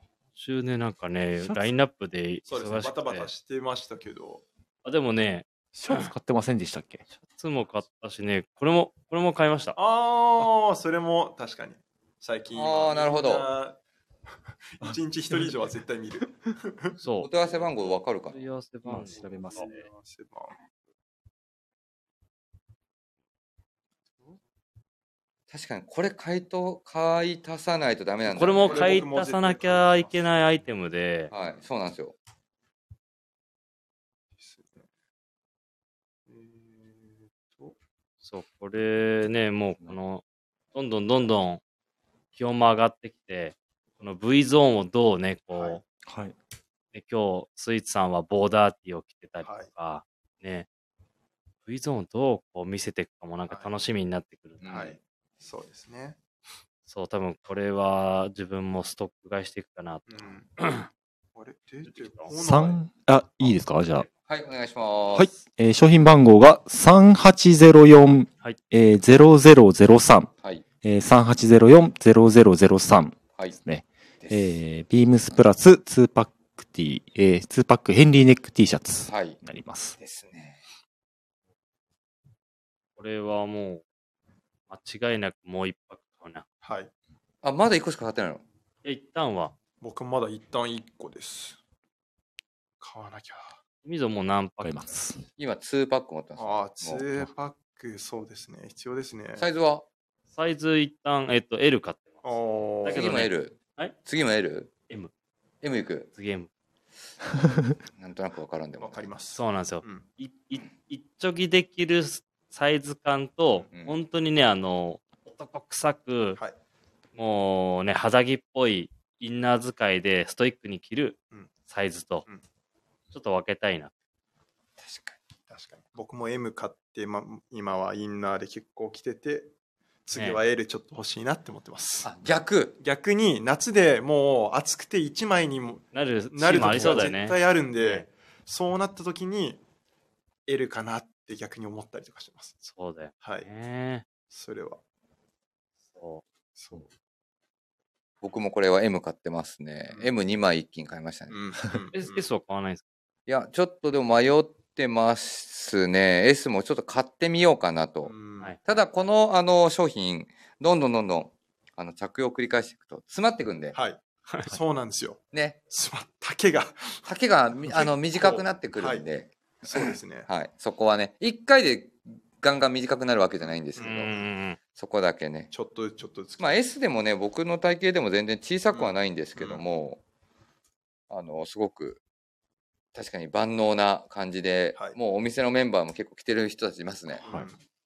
[SPEAKER 2] 今週ね、なんかね
[SPEAKER 4] シャ、ツ
[SPEAKER 2] ラインナップで
[SPEAKER 3] そ
[SPEAKER 2] 忙
[SPEAKER 3] うですね。
[SPEAKER 2] し
[SPEAKER 3] バタ
[SPEAKER 2] く
[SPEAKER 3] バ
[SPEAKER 2] て
[SPEAKER 3] タ。してましたけど。
[SPEAKER 2] あ、でもね、
[SPEAKER 4] ショーツ買ってませんでしたっけ
[SPEAKER 2] シャツも買ったしね、これも、これも買いました。
[SPEAKER 3] ああ、それも確かに。最近。
[SPEAKER 1] あーなるほど
[SPEAKER 3] みんな。一日一人以上は絶対見る。
[SPEAKER 2] そ
[SPEAKER 1] お
[SPEAKER 2] う。
[SPEAKER 1] 問い合わせ番号わかるかな
[SPEAKER 2] 問い合わせ番号
[SPEAKER 4] 今調べますね
[SPEAKER 1] 確かに、これ買いと、買い足さないとダメなんだ。
[SPEAKER 2] これも
[SPEAKER 3] これ
[SPEAKER 2] 買い
[SPEAKER 3] 僕も
[SPEAKER 2] 足さなきゃいけないアイテムで、
[SPEAKER 1] はい、そうなんですよ。
[SPEAKER 3] えーっと
[SPEAKER 2] そう、これね、もうこの、どんどんどんどん気温も上がってきて、この V ゾーンをどうね、こう、
[SPEAKER 3] はい
[SPEAKER 4] はい。
[SPEAKER 2] で今日、スイーツさんはボーダーティーを着てたりと
[SPEAKER 3] はい
[SPEAKER 2] か、ね、V ゾーンをどうこう見せていくかもなんか
[SPEAKER 3] はい
[SPEAKER 2] 楽しみになってくる。
[SPEAKER 1] うん
[SPEAKER 3] はい。そうですね。
[SPEAKER 2] そう、多分これは自分もストック買いしていくかなと。
[SPEAKER 3] [coughs] うん。あれ、出てこない。
[SPEAKER 4] 三あ、いいですかじゃあ。
[SPEAKER 1] はい、お願いします。
[SPEAKER 4] はい。えー商品番号が3804、
[SPEAKER 2] はい
[SPEAKER 4] えー、0003、
[SPEAKER 1] はい。
[SPEAKER 4] えー、3804-0003、
[SPEAKER 1] はい。
[SPEAKER 4] ね
[SPEAKER 1] です。
[SPEAKER 4] えー、ビームスプラス2パック T、えー、2パックヘンリーネック T シャツに
[SPEAKER 1] はい。
[SPEAKER 4] なります。
[SPEAKER 1] ですね。
[SPEAKER 2] これはもう、間違いなくもう一泊買うな。
[SPEAKER 3] はい。
[SPEAKER 1] あ、まだ1個しか買ってないの
[SPEAKER 2] いや一旦は、
[SPEAKER 3] 僕まだ一旦一個です。買わなきゃ。
[SPEAKER 2] みぞもう何
[SPEAKER 4] わか
[SPEAKER 2] 泊
[SPEAKER 4] ります。
[SPEAKER 1] 今、2パック持ってます。
[SPEAKER 3] ああ、
[SPEAKER 1] もう
[SPEAKER 3] 2パック、そうですね。必要ですね。
[SPEAKER 1] サイズは
[SPEAKER 2] サイズ一旦、えっと、L 買ってます。
[SPEAKER 3] お
[SPEAKER 2] だけ
[SPEAKER 1] 次
[SPEAKER 2] ど
[SPEAKER 1] も
[SPEAKER 2] ね
[SPEAKER 1] L。
[SPEAKER 2] はい
[SPEAKER 1] 次も L?
[SPEAKER 2] M。
[SPEAKER 1] M いく。
[SPEAKER 2] 次 M。
[SPEAKER 1] なんとなくわからんでも。
[SPEAKER 3] わかります。
[SPEAKER 2] そうなんですよ。
[SPEAKER 3] うん。
[SPEAKER 2] いい一直できるサイズ感と、
[SPEAKER 1] うん
[SPEAKER 2] 本当にね、あの、男臭く、
[SPEAKER 3] はい
[SPEAKER 2] もうね、肌着っぽいインナー使いでストイックに着る
[SPEAKER 3] うん
[SPEAKER 2] サイズと、
[SPEAKER 3] うん
[SPEAKER 2] ちょっと分けたいな。
[SPEAKER 3] 確かに確かに僕も M 買って、ま、今はインナーで結構着てて次は L ちょっと欲しいなって思ってます、
[SPEAKER 1] あ、逆。
[SPEAKER 3] 逆に夏でもう暑くて1枚にも
[SPEAKER 2] なるシ
[SPEAKER 3] な
[SPEAKER 2] ー
[SPEAKER 3] る
[SPEAKER 2] ンもあり
[SPEAKER 3] 時
[SPEAKER 2] そ
[SPEAKER 3] は
[SPEAKER 2] うだよ
[SPEAKER 3] 絶
[SPEAKER 2] ね。
[SPEAKER 3] 対あるんで、
[SPEAKER 2] ね
[SPEAKER 3] そうなった時に L かなって逆に思ったりとかしてます
[SPEAKER 2] そうだよ
[SPEAKER 3] はい、
[SPEAKER 2] ね。
[SPEAKER 3] それは
[SPEAKER 2] そ
[SPEAKER 3] そう、
[SPEAKER 1] 僕もこれは M 買ってますね。
[SPEAKER 3] うん
[SPEAKER 1] M2 枚一気に買いましたね。
[SPEAKER 3] うんうん
[SPEAKER 2] う。S, S は買わないんですか
[SPEAKER 1] いや、ちょっとでも迷ってますね。S もちょっと買ってみようかなと。
[SPEAKER 3] うん
[SPEAKER 2] はい
[SPEAKER 1] ただ、この、あの、商品、どんどんどんどん、あの、着用を繰り返していくと、詰まっていくんで、
[SPEAKER 3] はい、そうなんですよ
[SPEAKER 1] ね、
[SPEAKER 3] すま丈が
[SPEAKER 1] 丈がみ、あの、短くなってくるんで、
[SPEAKER 3] そうですね
[SPEAKER 1] はい、そこはね、一回でガンガン短くなるわけじゃないんです
[SPEAKER 2] う
[SPEAKER 1] け
[SPEAKER 2] ー
[SPEAKER 1] ど、
[SPEAKER 2] ん。
[SPEAKER 1] そこだけね。
[SPEAKER 3] ちょっとちょっとつ
[SPEAKER 1] まあ、S でもね、僕の体型でも全然小さくはないんですけども、あの、すごく、確かに万能な感じで、
[SPEAKER 3] はい
[SPEAKER 1] もうお店のメンバーも結構来てる人たちいますね。
[SPEAKER 3] は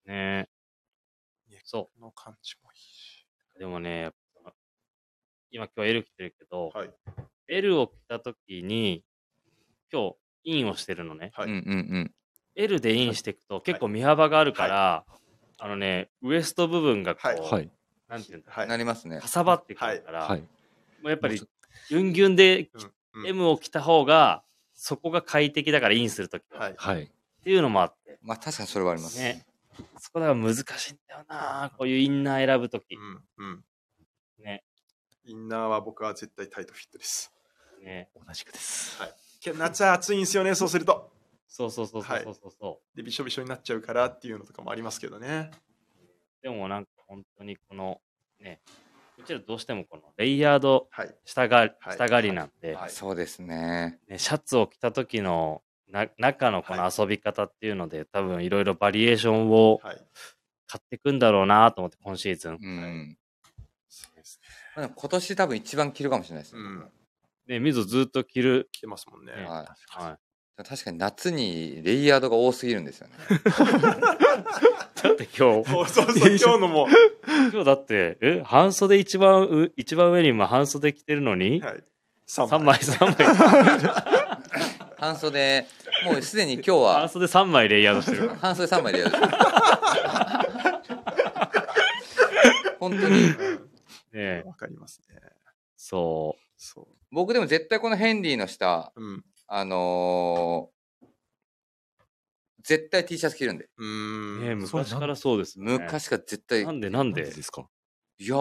[SPEAKER 3] い、
[SPEAKER 2] ね
[SPEAKER 3] いや
[SPEAKER 2] そ
[SPEAKER 3] の感じもいいし
[SPEAKER 2] う。でもね、やっぱ今今日 L 着てるけど、
[SPEAKER 3] はい
[SPEAKER 2] L を着たときに、今日インをしてるのね。
[SPEAKER 3] はい
[SPEAKER 1] うんうんうん。
[SPEAKER 2] L でインしていくと結構身幅があるから、あのね、ウエスト部分がこう、
[SPEAKER 4] はい。
[SPEAKER 2] なんていうんだ、
[SPEAKER 3] はい
[SPEAKER 1] なりますね
[SPEAKER 2] か。さばってくるから、
[SPEAKER 4] はい。
[SPEAKER 2] もうやっぱり
[SPEAKER 1] もう
[SPEAKER 2] ギュンギュンで
[SPEAKER 3] うん
[SPEAKER 2] M を着た方が、そこが快適だからインするときは、
[SPEAKER 3] は
[SPEAKER 2] っ
[SPEAKER 3] い
[SPEAKER 4] はい。
[SPEAKER 2] ていうのもあって
[SPEAKER 1] まあ確かにそれはあります。
[SPEAKER 2] ね。そこだから難しいんだよなこういうインナー選ぶとき。
[SPEAKER 3] うんうん
[SPEAKER 2] ね。
[SPEAKER 3] インナーは僕は絶対タイトフィットです
[SPEAKER 2] ね。
[SPEAKER 4] 同じくです。
[SPEAKER 3] け夏は暑いんですよねそうすると
[SPEAKER 2] そうそうそうそうそうそうそう。
[SPEAKER 3] でびしょびしょになっちゃうからっていうのとかもありますけどね
[SPEAKER 2] でもなんか本当にこの、ね、うちらどうしてもこのレイヤード
[SPEAKER 3] はい
[SPEAKER 2] 下がり
[SPEAKER 3] はい
[SPEAKER 2] 下がりなんで、
[SPEAKER 3] はい
[SPEAKER 1] そうですね。
[SPEAKER 2] ね、シャツを着た時のな中のこの遊び方っていうので、多分いろいろバリエーションを
[SPEAKER 3] はい
[SPEAKER 2] 買っていくんだろうなと思って今シーズン。
[SPEAKER 1] うん。
[SPEAKER 3] はい
[SPEAKER 2] そうですね
[SPEAKER 1] まあでも今年多分一番着るかもしれないです
[SPEAKER 3] う
[SPEAKER 1] ね。
[SPEAKER 3] ん
[SPEAKER 2] ね、みずずっと着る。
[SPEAKER 3] 来てますもんね
[SPEAKER 2] ね
[SPEAKER 1] はい
[SPEAKER 2] は
[SPEAKER 1] 確かに夏にレイヤードが多すぎるんですよね。
[SPEAKER 2] い、だって [laughs] 今
[SPEAKER 3] [laughs]
[SPEAKER 2] 日、
[SPEAKER 3] そうそうそう今日のもは
[SPEAKER 2] 今日だって、え半袖一番う一番上に今半袖着てるのに、
[SPEAKER 3] い
[SPEAKER 2] 3
[SPEAKER 3] 3
[SPEAKER 2] 枚3枚、
[SPEAKER 1] 半袖、もうすでに今日
[SPEAKER 2] 半
[SPEAKER 1] は
[SPEAKER 2] 袖3枚レイヤー
[SPEAKER 1] [laughs]
[SPEAKER 2] ドしてるから。
[SPEAKER 1] 半袖3枚レイヤードしてる本当に。
[SPEAKER 2] ね、
[SPEAKER 3] わかりますね
[SPEAKER 2] そ
[SPEAKER 3] そ
[SPEAKER 1] 僕でも絶対このヘンリーの下、
[SPEAKER 3] ううん
[SPEAKER 1] あのー絶対 T シャツ着るんで。
[SPEAKER 2] う。
[SPEAKER 3] うーん
[SPEAKER 2] ね、
[SPEAKER 4] そうなん
[SPEAKER 2] 昔からそうです、ね。
[SPEAKER 1] 昔から絶対、
[SPEAKER 2] なんでなんで
[SPEAKER 4] ですか
[SPEAKER 1] いや、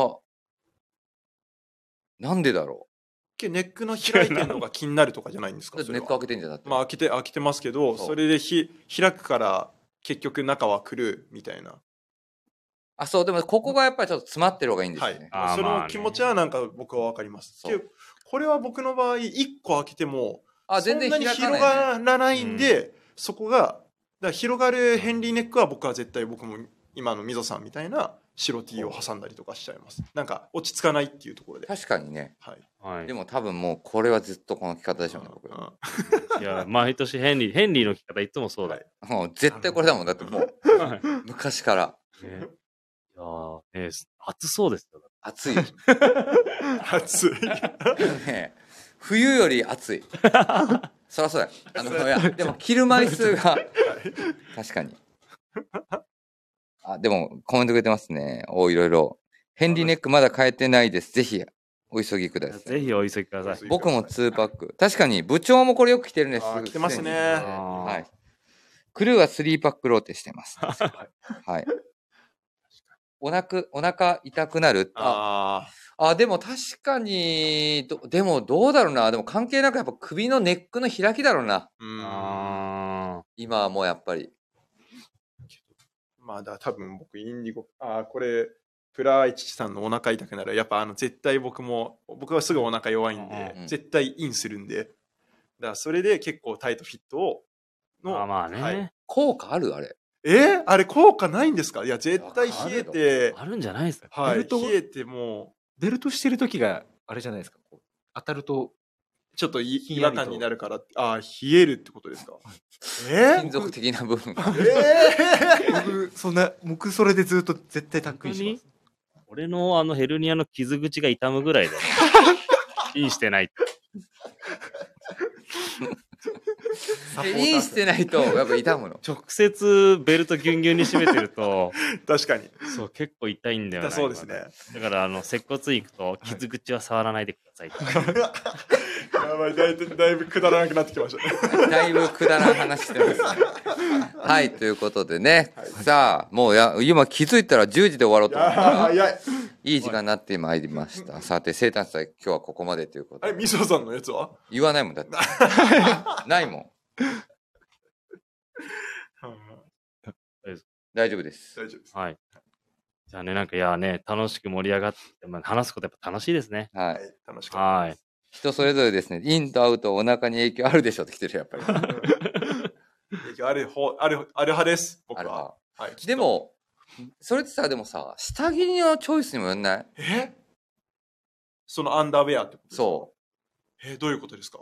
[SPEAKER 1] なんでだろ
[SPEAKER 3] けネックの開いてるのが気になるとかじゃないんです
[SPEAKER 1] う。
[SPEAKER 3] か
[SPEAKER 1] だって
[SPEAKER 3] そ
[SPEAKER 1] ネ
[SPEAKER 3] れ
[SPEAKER 1] ッ
[SPEAKER 3] は
[SPEAKER 1] ク開けてんじゃなくて。
[SPEAKER 3] まあ開けて開けてますけど
[SPEAKER 1] そう
[SPEAKER 3] それでひ開くから結局中は来るみたいな
[SPEAKER 1] あ、そう、でもここがやっぱりちょっと詰まってる方がいいんです
[SPEAKER 3] は
[SPEAKER 1] よね
[SPEAKER 3] い。
[SPEAKER 2] あー
[SPEAKER 3] そ
[SPEAKER 2] まあ
[SPEAKER 3] の
[SPEAKER 2] ね
[SPEAKER 3] 気持ちはなんか僕はわかります
[SPEAKER 1] そう
[SPEAKER 3] けどこれは僕の場合1個開けても
[SPEAKER 1] あ、全然
[SPEAKER 3] そんな
[SPEAKER 1] 開
[SPEAKER 3] に
[SPEAKER 1] かない、ね。
[SPEAKER 3] 広がらないんで、そこがだから広がるヘンリーネックは僕は絶対僕も今の溝さんみたいな白 T を挟んだりとかしちゃいますなんか落ち着かないっていうところで、
[SPEAKER 1] 確かにね。
[SPEAKER 3] はい、
[SPEAKER 2] はい
[SPEAKER 1] で、も多分もうこれはずっとこの着方でしょうね、僕。
[SPEAKER 3] うんうん
[SPEAKER 2] いや、毎年ヘンリー、ヘンリーの着方いつもそうだ。
[SPEAKER 3] はい
[SPEAKER 1] もう絶対これだもん。だってもう
[SPEAKER 2] はい
[SPEAKER 1] 昔から
[SPEAKER 2] ね、いやー、ね、暑そうですよ。
[SPEAKER 1] 暑い。ね
[SPEAKER 3] 暑い [laughs]
[SPEAKER 1] え冬より暑い。そりゃそうだ。あの、いや、でも着る枚数が、確かに。あ、でもコメントくれてますね。おいろいろ。ヘンリーネックまだ変えてないです。ぜひ、お急ぎください。
[SPEAKER 2] ぜひお急ぎください。
[SPEAKER 1] 僕も2パック。確かに部長もこれよく着てるんです。
[SPEAKER 3] あー着てますね
[SPEAKER 1] すでに
[SPEAKER 2] あー
[SPEAKER 1] はい。クルーは3パックローテしてます。はい。お腹、お腹痛くなるあ
[SPEAKER 3] あ
[SPEAKER 1] あ、でも確かに、どでもどうだろうな。でも関係なくやっぱ首のネックの開きだろうな。
[SPEAKER 3] ーうん
[SPEAKER 2] あ
[SPEAKER 1] 今はもうやっぱり。
[SPEAKER 3] まあだ多分僕インディゴああこれプライチチさんのお腹痛くなるやっぱあの絶対僕も僕はすぐお腹弱いんで、
[SPEAKER 1] うんうん
[SPEAKER 3] 絶対インするんでだからそれで結構タイトフィットを
[SPEAKER 2] ー
[SPEAKER 3] の
[SPEAKER 2] まあまあね、
[SPEAKER 3] はい
[SPEAKER 1] 効果あるあれ。
[SPEAKER 3] えーあれ効果ないんですかいや絶対冷えて
[SPEAKER 2] あるんじゃないですか。
[SPEAKER 3] はい
[SPEAKER 4] ベルト
[SPEAKER 3] 冷えても
[SPEAKER 4] ベルトしてる時が、あれじゃないですか。こう当たると、
[SPEAKER 3] うちょっとい
[SPEAKER 4] ひん
[SPEAKER 3] 違
[SPEAKER 4] や
[SPEAKER 3] 和
[SPEAKER 4] りと
[SPEAKER 3] 感になるからああ冷えるってことですか [laughs] え
[SPEAKER 1] 金属的な部分が。
[SPEAKER 3] えー
[SPEAKER 4] 僕、そんな、僕それでずっと絶対タックインします。
[SPEAKER 2] 俺のあのヘルニアの傷口が痛むぐらい [laughs] だよ。インしてないって。
[SPEAKER 3] サポーター
[SPEAKER 1] インしてないと、やっぱ痛むの。
[SPEAKER 2] 直接ベルトギュンギュンに締めてると、
[SPEAKER 3] 確かに。
[SPEAKER 2] [laughs] そう、結構痛いんだよ
[SPEAKER 3] だ
[SPEAKER 2] ね。
[SPEAKER 3] そうですね。
[SPEAKER 2] だから、あの、接骨院行くと、傷口は触らないでくださいって。
[SPEAKER 3] やばい、だいぶだいぶくだらなくなってきましたね。
[SPEAKER 1] だいぶくだらん話してます。はい、ということでね。さあ、もうや、今気づいたら10時で終わろう
[SPEAKER 3] い
[SPEAKER 1] と思っ
[SPEAKER 3] や
[SPEAKER 1] たら
[SPEAKER 3] ー、早い。
[SPEAKER 1] いい時間になってまいりました。さて、生誕祭、今日はここまでということ
[SPEAKER 3] あれ、
[SPEAKER 1] で。
[SPEAKER 3] みそさんのやつは
[SPEAKER 1] 言わないもんだ
[SPEAKER 3] [laughs]
[SPEAKER 1] って。ないもん。大丈夫です。
[SPEAKER 3] 大丈夫です。
[SPEAKER 2] はい。じゃあね、なんか、いやーね、楽しく盛り上がって、まあ、話すことやっぱ楽しいですね。
[SPEAKER 1] は。
[SPEAKER 3] はいい、楽しか
[SPEAKER 2] は
[SPEAKER 3] っ
[SPEAKER 2] い。
[SPEAKER 1] 人それぞれですね、インとアウト、お腹に影響あるでしょって来てる、やっぱり。
[SPEAKER 3] たです。いやあれ、ほあれ、あれ派です、僕
[SPEAKER 1] あれ
[SPEAKER 3] は。
[SPEAKER 1] は。
[SPEAKER 3] はい、
[SPEAKER 1] で、も、それってさ、でもさ、下着のチョイスにもよんない
[SPEAKER 3] えそのアンダーウェアってことですか
[SPEAKER 1] そう。
[SPEAKER 3] え、どういうことですか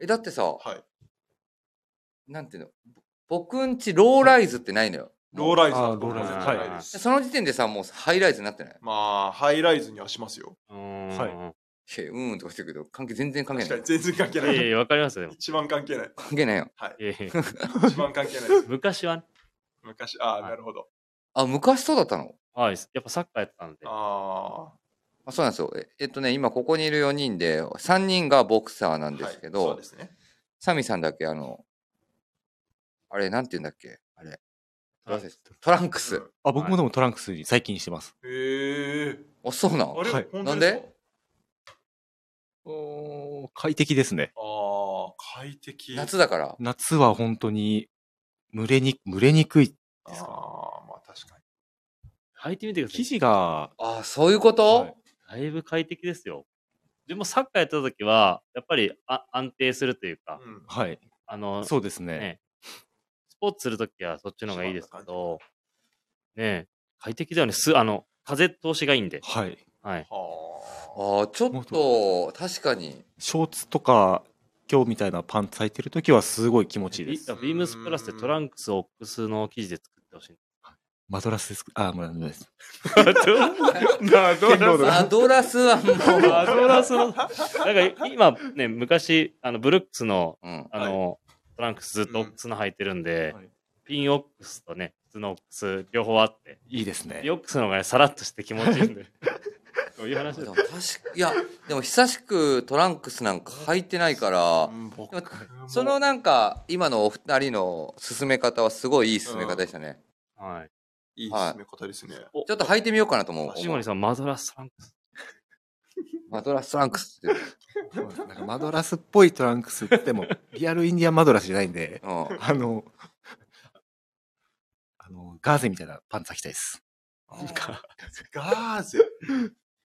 [SPEAKER 1] え、だってさ、
[SPEAKER 3] はい。
[SPEAKER 1] なんていうの、僕んちローライズってないのよ。
[SPEAKER 3] ローライズ
[SPEAKER 4] あ
[SPEAKER 3] は
[SPEAKER 4] ーローライズ
[SPEAKER 3] 僕はないです。
[SPEAKER 1] その時点でさ、もうハイライズになってない
[SPEAKER 3] まあ、ハイライズにはしますよ。
[SPEAKER 2] うーん。
[SPEAKER 4] はい
[SPEAKER 1] や、うーんとかしてるけど、関係全然関係
[SPEAKER 3] 確
[SPEAKER 1] な
[SPEAKER 3] かに
[SPEAKER 1] い。
[SPEAKER 3] 全然関係ない
[SPEAKER 2] いやい
[SPEAKER 3] い。
[SPEAKER 2] や、わかりますよ、でも。
[SPEAKER 3] 一番関
[SPEAKER 1] [laughs]
[SPEAKER 3] 係ない。
[SPEAKER 1] 関係ないよ。
[SPEAKER 2] いやいや
[SPEAKER 3] 一番関係ないです。
[SPEAKER 2] 昔はね、
[SPEAKER 3] 昔、ああ、
[SPEAKER 2] はい
[SPEAKER 3] なるほど。
[SPEAKER 1] あ、昔そうだったの
[SPEAKER 2] はい、やっぱサッカーやってたんで。
[SPEAKER 3] あ
[SPEAKER 1] あそうなんですよ。ええっとね、今ここにいる4人で、3人がボクサーな
[SPEAKER 3] あ、
[SPEAKER 1] んですけ
[SPEAKER 3] はい
[SPEAKER 1] ど、
[SPEAKER 3] そうですね。
[SPEAKER 1] サミさんだけ、あの、あれ、なんて言うんだっけあれ。
[SPEAKER 2] あ
[SPEAKER 1] トランクス。
[SPEAKER 4] あ、僕もでもトランクスに最近してます。
[SPEAKER 3] へえ。
[SPEAKER 1] あ、そうな
[SPEAKER 3] あ
[SPEAKER 1] の
[SPEAKER 3] れ、
[SPEAKER 4] はい
[SPEAKER 3] 本
[SPEAKER 1] な
[SPEAKER 3] 当
[SPEAKER 1] ん
[SPEAKER 3] です
[SPEAKER 1] で
[SPEAKER 3] か
[SPEAKER 4] おー快適ですね。
[SPEAKER 3] ああ、快適。
[SPEAKER 1] 夏だから。
[SPEAKER 4] 夏は本当に、蒸れに、蒸れにくい。
[SPEAKER 3] ああ、まあ確かに。
[SPEAKER 2] 履いてみてくださ
[SPEAKER 4] 生
[SPEAKER 2] い。
[SPEAKER 4] 地が、
[SPEAKER 1] あー、そういうこと、
[SPEAKER 4] はい
[SPEAKER 2] だいぶ快適ですよ。でもサッカーやってた時は、やっぱりあ安定するというか、
[SPEAKER 3] うん
[SPEAKER 4] はい。
[SPEAKER 2] あの、
[SPEAKER 4] そうですね。
[SPEAKER 2] ね、スポーツするときはそっちの方がいいですけど、ねえ、快適だよね。す、あの、風通しがいいんで。
[SPEAKER 4] はい。
[SPEAKER 2] はい。
[SPEAKER 1] あ
[SPEAKER 3] は
[SPEAKER 1] ー、ちょっと、確かに。
[SPEAKER 4] ショーツとか、今日みたいなパンツ履いてるときはすごい気持ちいいで
[SPEAKER 2] ビ
[SPEAKER 4] す。
[SPEAKER 2] ームスプラスでトランクス、オックスの生地で作ってほしい。
[SPEAKER 4] マドラスです。あ、まあ、です。
[SPEAKER 3] あ。どうどうどう
[SPEAKER 1] アドラスは
[SPEAKER 2] [laughs] ア
[SPEAKER 1] も
[SPEAKER 2] ドラスの、なんか今ね、昔、あの、ブルックスの、
[SPEAKER 1] う。うん。
[SPEAKER 2] あの、トランクスずっとオックスの履いてるんで、
[SPEAKER 4] はい
[SPEAKER 2] ピンオックスとね、普通のオックス両方あって、
[SPEAKER 4] いいですね
[SPEAKER 2] ピン。オックスの方がね、さらっとして気持ちいいんで。 [laughs] そういう話
[SPEAKER 1] で
[SPEAKER 2] です
[SPEAKER 1] も。確か、いや、でも久しくトランクスなんか履いてないから
[SPEAKER 3] う、ん僕
[SPEAKER 1] でも
[SPEAKER 3] も
[SPEAKER 1] そのなんか、今のお二人の進め方はすごいいい進め方でしたね。
[SPEAKER 2] はい。
[SPEAKER 3] いい締め方ですね。
[SPEAKER 2] お
[SPEAKER 1] ちょっと履いてみようかなと思う。
[SPEAKER 2] シモリさん、マドラストランクス。
[SPEAKER 1] マドラストランクスって。
[SPEAKER 4] なんかマドラスっぽいトランクスっ
[SPEAKER 2] [laughs]
[SPEAKER 4] てでも、リアルインディアンマドラスじゃないんで、
[SPEAKER 1] うん。
[SPEAKER 4] あの、あの、ガーゼみたいなパンツ履きたいです。
[SPEAKER 3] ガ
[SPEAKER 1] [laughs]
[SPEAKER 3] ーゼ。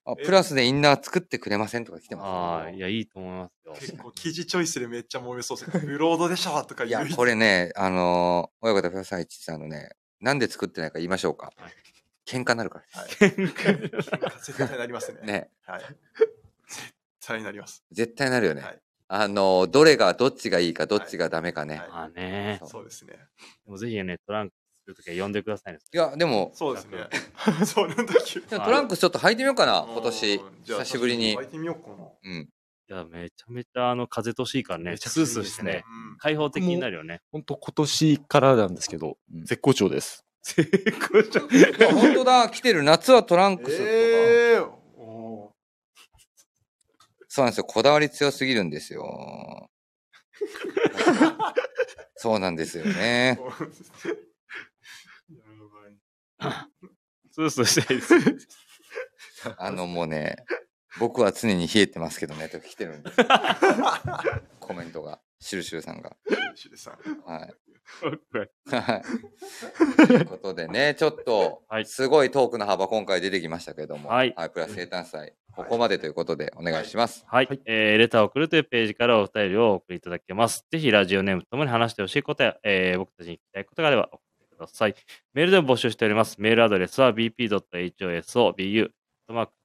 [SPEAKER 1] あ、プラスでインナー作ってくれませんとか来てま
[SPEAKER 2] はい。いや、いいと思いますよ。
[SPEAKER 3] 結構生地チョイスでめっちゃ揉めそうですね。ブロードでしょとか
[SPEAKER 1] す。い
[SPEAKER 3] 言
[SPEAKER 1] や
[SPEAKER 3] う。、
[SPEAKER 1] これね、あのー、親方不さいちさんのね、なんで作ってないか言いましょうか
[SPEAKER 2] はい。
[SPEAKER 1] 喧嘩になるか
[SPEAKER 3] はい。喧嘩絶対なりますね。
[SPEAKER 1] ら。ね。
[SPEAKER 3] はい。絶対なります。
[SPEAKER 1] 絶対なるよね
[SPEAKER 3] はい。
[SPEAKER 1] あのー、どれがどっちがいいかどっちがダメかね
[SPEAKER 3] はい。
[SPEAKER 2] まあね。
[SPEAKER 1] そう
[SPEAKER 3] そうですね。
[SPEAKER 2] でもぜひね、トランクスするときは呼んでくださいね。
[SPEAKER 1] いや、でも、
[SPEAKER 3] そうですね。 [laughs] そうなんだっけ。
[SPEAKER 1] でもトランクスちょっと履いてみようかな、今年
[SPEAKER 3] うん。じゃあ
[SPEAKER 1] 久しぶりに
[SPEAKER 3] 履。いてみようかな。
[SPEAKER 1] うん。
[SPEAKER 2] いや、めちゃめちゃ、あの、風通しいいからね、
[SPEAKER 4] めちゃく
[SPEAKER 2] ス
[SPEAKER 4] ち
[SPEAKER 2] ー
[SPEAKER 4] ゃいいです
[SPEAKER 2] ス
[SPEAKER 4] ね
[SPEAKER 2] ーしてね、
[SPEAKER 3] うん
[SPEAKER 2] 開放的になるよね。
[SPEAKER 4] 本当今年からなんですけど、
[SPEAKER 1] うん
[SPEAKER 4] 絶好調です。
[SPEAKER 1] いや本当だ、来てる。夏はトランクスとか。
[SPEAKER 3] ええ。お
[SPEAKER 1] そうなんですよ。こだわり強すぎるんですよ。そうなんですよね。
[SPEAKER 3] ー [laughs] やばい。
[SPEAKER 2] スースーしたいです。
[SPEAKER 1] あのもうね、僕は常に冷えてますけどね、と来てるんですよ。コメントが、シュルシュルさんが。
[SPEAKER 3] シデさん。
[SPEAKER 1] はい。
[SPEAKER 2] はい
[SPEAKER 1] はいということでね、ちょっと
[SPEAKER 2] は、い
[SPEAKER 1] すごいトークの幅今回出てきましたけども、
[SPEAKER 2] はい
[SPEAKER 1] プラス生誕祭、ここまでということでお願いします。
[SPEAKER 2] はい。えーレターを送るというページからお便りをお送りいただけます。ぜひ、ラジオネームともに話してほしいことや、えー僕たちに聞きたいことがあれば送ってください。メールでも募集しております。メールアドレスは bp.hosobu。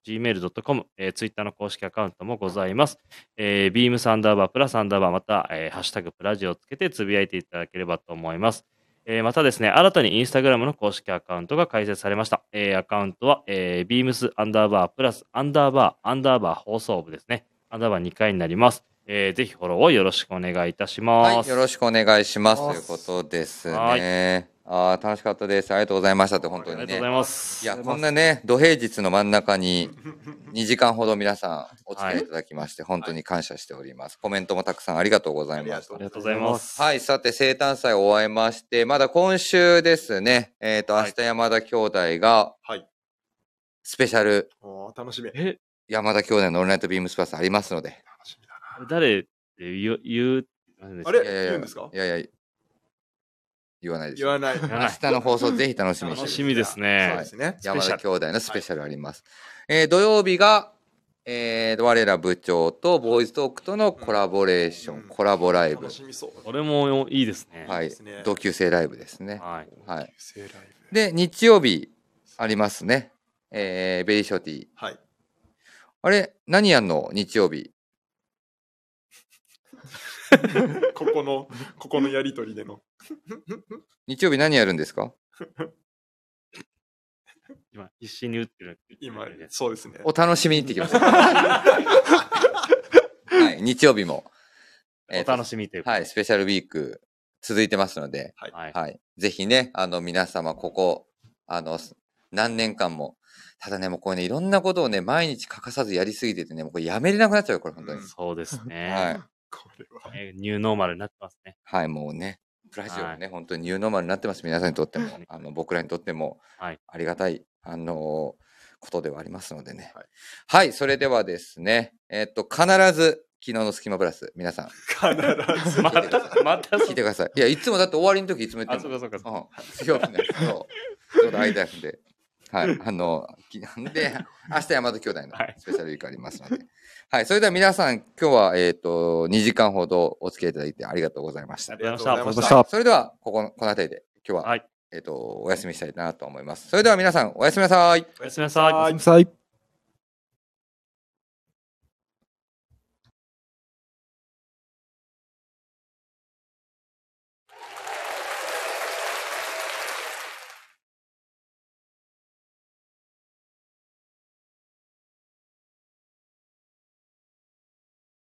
[SPEAKER 2] gmail.com、えー、ツイッターの公式アカウントもございます。えー、ビームサンダーバープラサンダーバーまた、えーハッシュタグプラジオをつけてつぶやいていただければと思います。えーまたですね、新たにインスタグラムの公式アカウントが開設されました。えーアカウントは、えー、beams アンダーバープラスアンダーバーアンダーバー放送部ですね。アンダーバー2回になります。えーぜひフォローをよろしくお願いいたします。
[SPEAKER 1] はい、よろしくお願いします。
[SPEAKER 5] お
[SPEAKER 1] と
[SPEAKER 5] 願
[SPEAKER 1] い
[SPEAKER 5] いうし
[SPEAKER 1] こ
[SPEAKER 5] ます
[SPEAKER 1] とです
[SPEAKER 2] は
[SPEAKER 1] ね。ああ、楽しかったです。ありがとうございましたって、本当
[SPEAKER 2] ありが
[SPEAKER 1] に
[SPEAKER 2] とう
[SPEAKER 1] ね
[SPEAKER 2] ござ。います。
[SPEAKER 1] いや、こんなね、土平日の真ん中に、2時間ほど皆さんお付き合いいただきまして、本当に感謝しております。コメントもたくさんありがとうございまし
[SPEAKER 2] あ
[SPEAKER 1] た
[SPEAKER 2] り。がとうございます。
[SPEAKER 1] はい、さて、生誕祭を終えまして、まだ今週ですね、えっ、と、明
[SPEAKER 2] はい
[SPEAKER 1] 日山田兄弟が、
[SPEAKER 3] はい
[SPEAKER 1] スペシャル
[SPEAKER 3] おー楽しみ。楽
[SPEAKER 2] え、
[SPEAKER 1] 山田兄弟のオンライトビームスパースありますので。
[SPEAKER 3] しみだな。
[SPEAKER 2] 誰って言う、言う、
[SPEAKER 3] あ
[SPEAKER 1] い
[SPEAKER 3] れ
[SPEAKER 1] やいや
[SPEAKER 3] 言うんですか
[SPEAKER 1] いやいや、言わないです
[SPEAKER 3] 言。わない。
[SPEAKER 2] 言わ
[SPEAKER 1] 明
[SPEAKER 2] ない
[SPEAKER 1] 日の放送ぜひ楽しみにして
[SPEAKER 2] 楽
[SPEAKER 1] て
[SPEAKER 2] しみです
[SPEAKER 3] そう
[SPEAKER 2] ね
[SPEAKER 3] で。すね。
[SPEAKER 1] 山
[SPEAKER 2] スペシ
[SPEAKER 1] 田
[SPEAKER 2] ャル
[SPEAKER 1] 兄弟のスペシャルあります。えー土曜日が、えー我ら部長とボーイズトークとのコラボレーション、
[SPEAKER 3] うん
[SPEAKER 1] コラボライブ
[SPEAKER 3] 楽、しみそう。
[SPEAKER 2] これもいいですね。
[SPEAKER 1] はいい
[SPEAKER 3] いですね
[SPEAKER 1] 同級生ライブですね。
[SPEAKER 2] はい。
[SPEAKER 1] はい、
[SPEAKER 3] 旧姓ライブ
[SPEAKER 1] で、日曜日ありますね。えーベリーショーティー。
[SPEAKER 3] はい。
[SPEAKER 1] あれ何やんの日曜日。
[SPEAKER 3] ここの、ここのやりとりでの。
[SPEAKER 1] 日曜日何やるんですか
[SPEAKER 2] 今、必死に打ってる。 [laughs]
[SPEAKER 3] 今、そうですね。
[SPEAKER 1] お楽しみにってきました。はい、日曜日も、
[SPEAKER 2] お楽しみという
[SPEAKER 1] みはい、スペシャルウィーク続いてますので、
[SPEAKER 2] み。はい。
[SPEAKER 1] はい。ぜひね、あの、皆様、ここ、あの、す何年間も、ただね、もうこれね、いろんなことをね、毎日欠かさずやりすぎててね、もうこれやめれなくなっちゃうよ、これ、本当に。
[SPEAKER 2] そうです
[SPEAKER 1] はい
[SPEAKER 2] ね。。
[SPEAKER 1] [laughs]
[SPEAKER 3] これは。
[SPEAKER 2] えーニューノーマルになってますね。 [laughs]
[SPEAKER 1] はい、もうね、ラジオもね、本当にニューノーマルになってます。皆さんにとっても、あの、僕らにとっても、
[SPEAKER 2] はい
[SPEAKER 1] ありがたい、あのことではありますのでね。は
[SPEAKER 3] はい
[SPEAKER 1] い、それではですね、えっと、必ず、昨日のスキマプラス、皆さん、
[SPEAKER 3] 必ず。
[SPEAKER 2] また、また、
[SPEAKER 1] 聞いてください。いや、いつもだって終わりの時いつも言って
[SPEAKER 2] あ、
[SPEAKER 1] る
[SPEAKER 2] そ
[SPEAKER 1] も
[SPEAKER 2] うんかそうか。そうか
[SPEAKER 1] うん、強くないと、ちょうど間なんで。はい。あの、きで、明日山田兄弟の
[SPEAKER 2] はい
[SPEAKER 1] スペシャルウィークありますので。はい。それでは皆さん、今日は、えっ、と、2時間ほどお付き合いいただいてありがとうございまし
[SPEAKER 2] あ
[SPEAKER 1] た。
[SPEAKER 2] りがとうございま
[SPEAKER 4] ありがとうご
[SPEAKER 2] し
[SPEAKER 4] ざいま
[SPEAKER 2] た
[SPEAKER 4] し。た。
[SPEAKER 1] それでは、ここの、この辺りで、今日は、
[SPEAKER 2] はい。
[SPEAKER 1] えっ、と、お休みしたいなと思います。それでは皆さん、おやすみなさい。
[SPEAKER 2] おやすみなさい。
[SPEAKER 4] さい。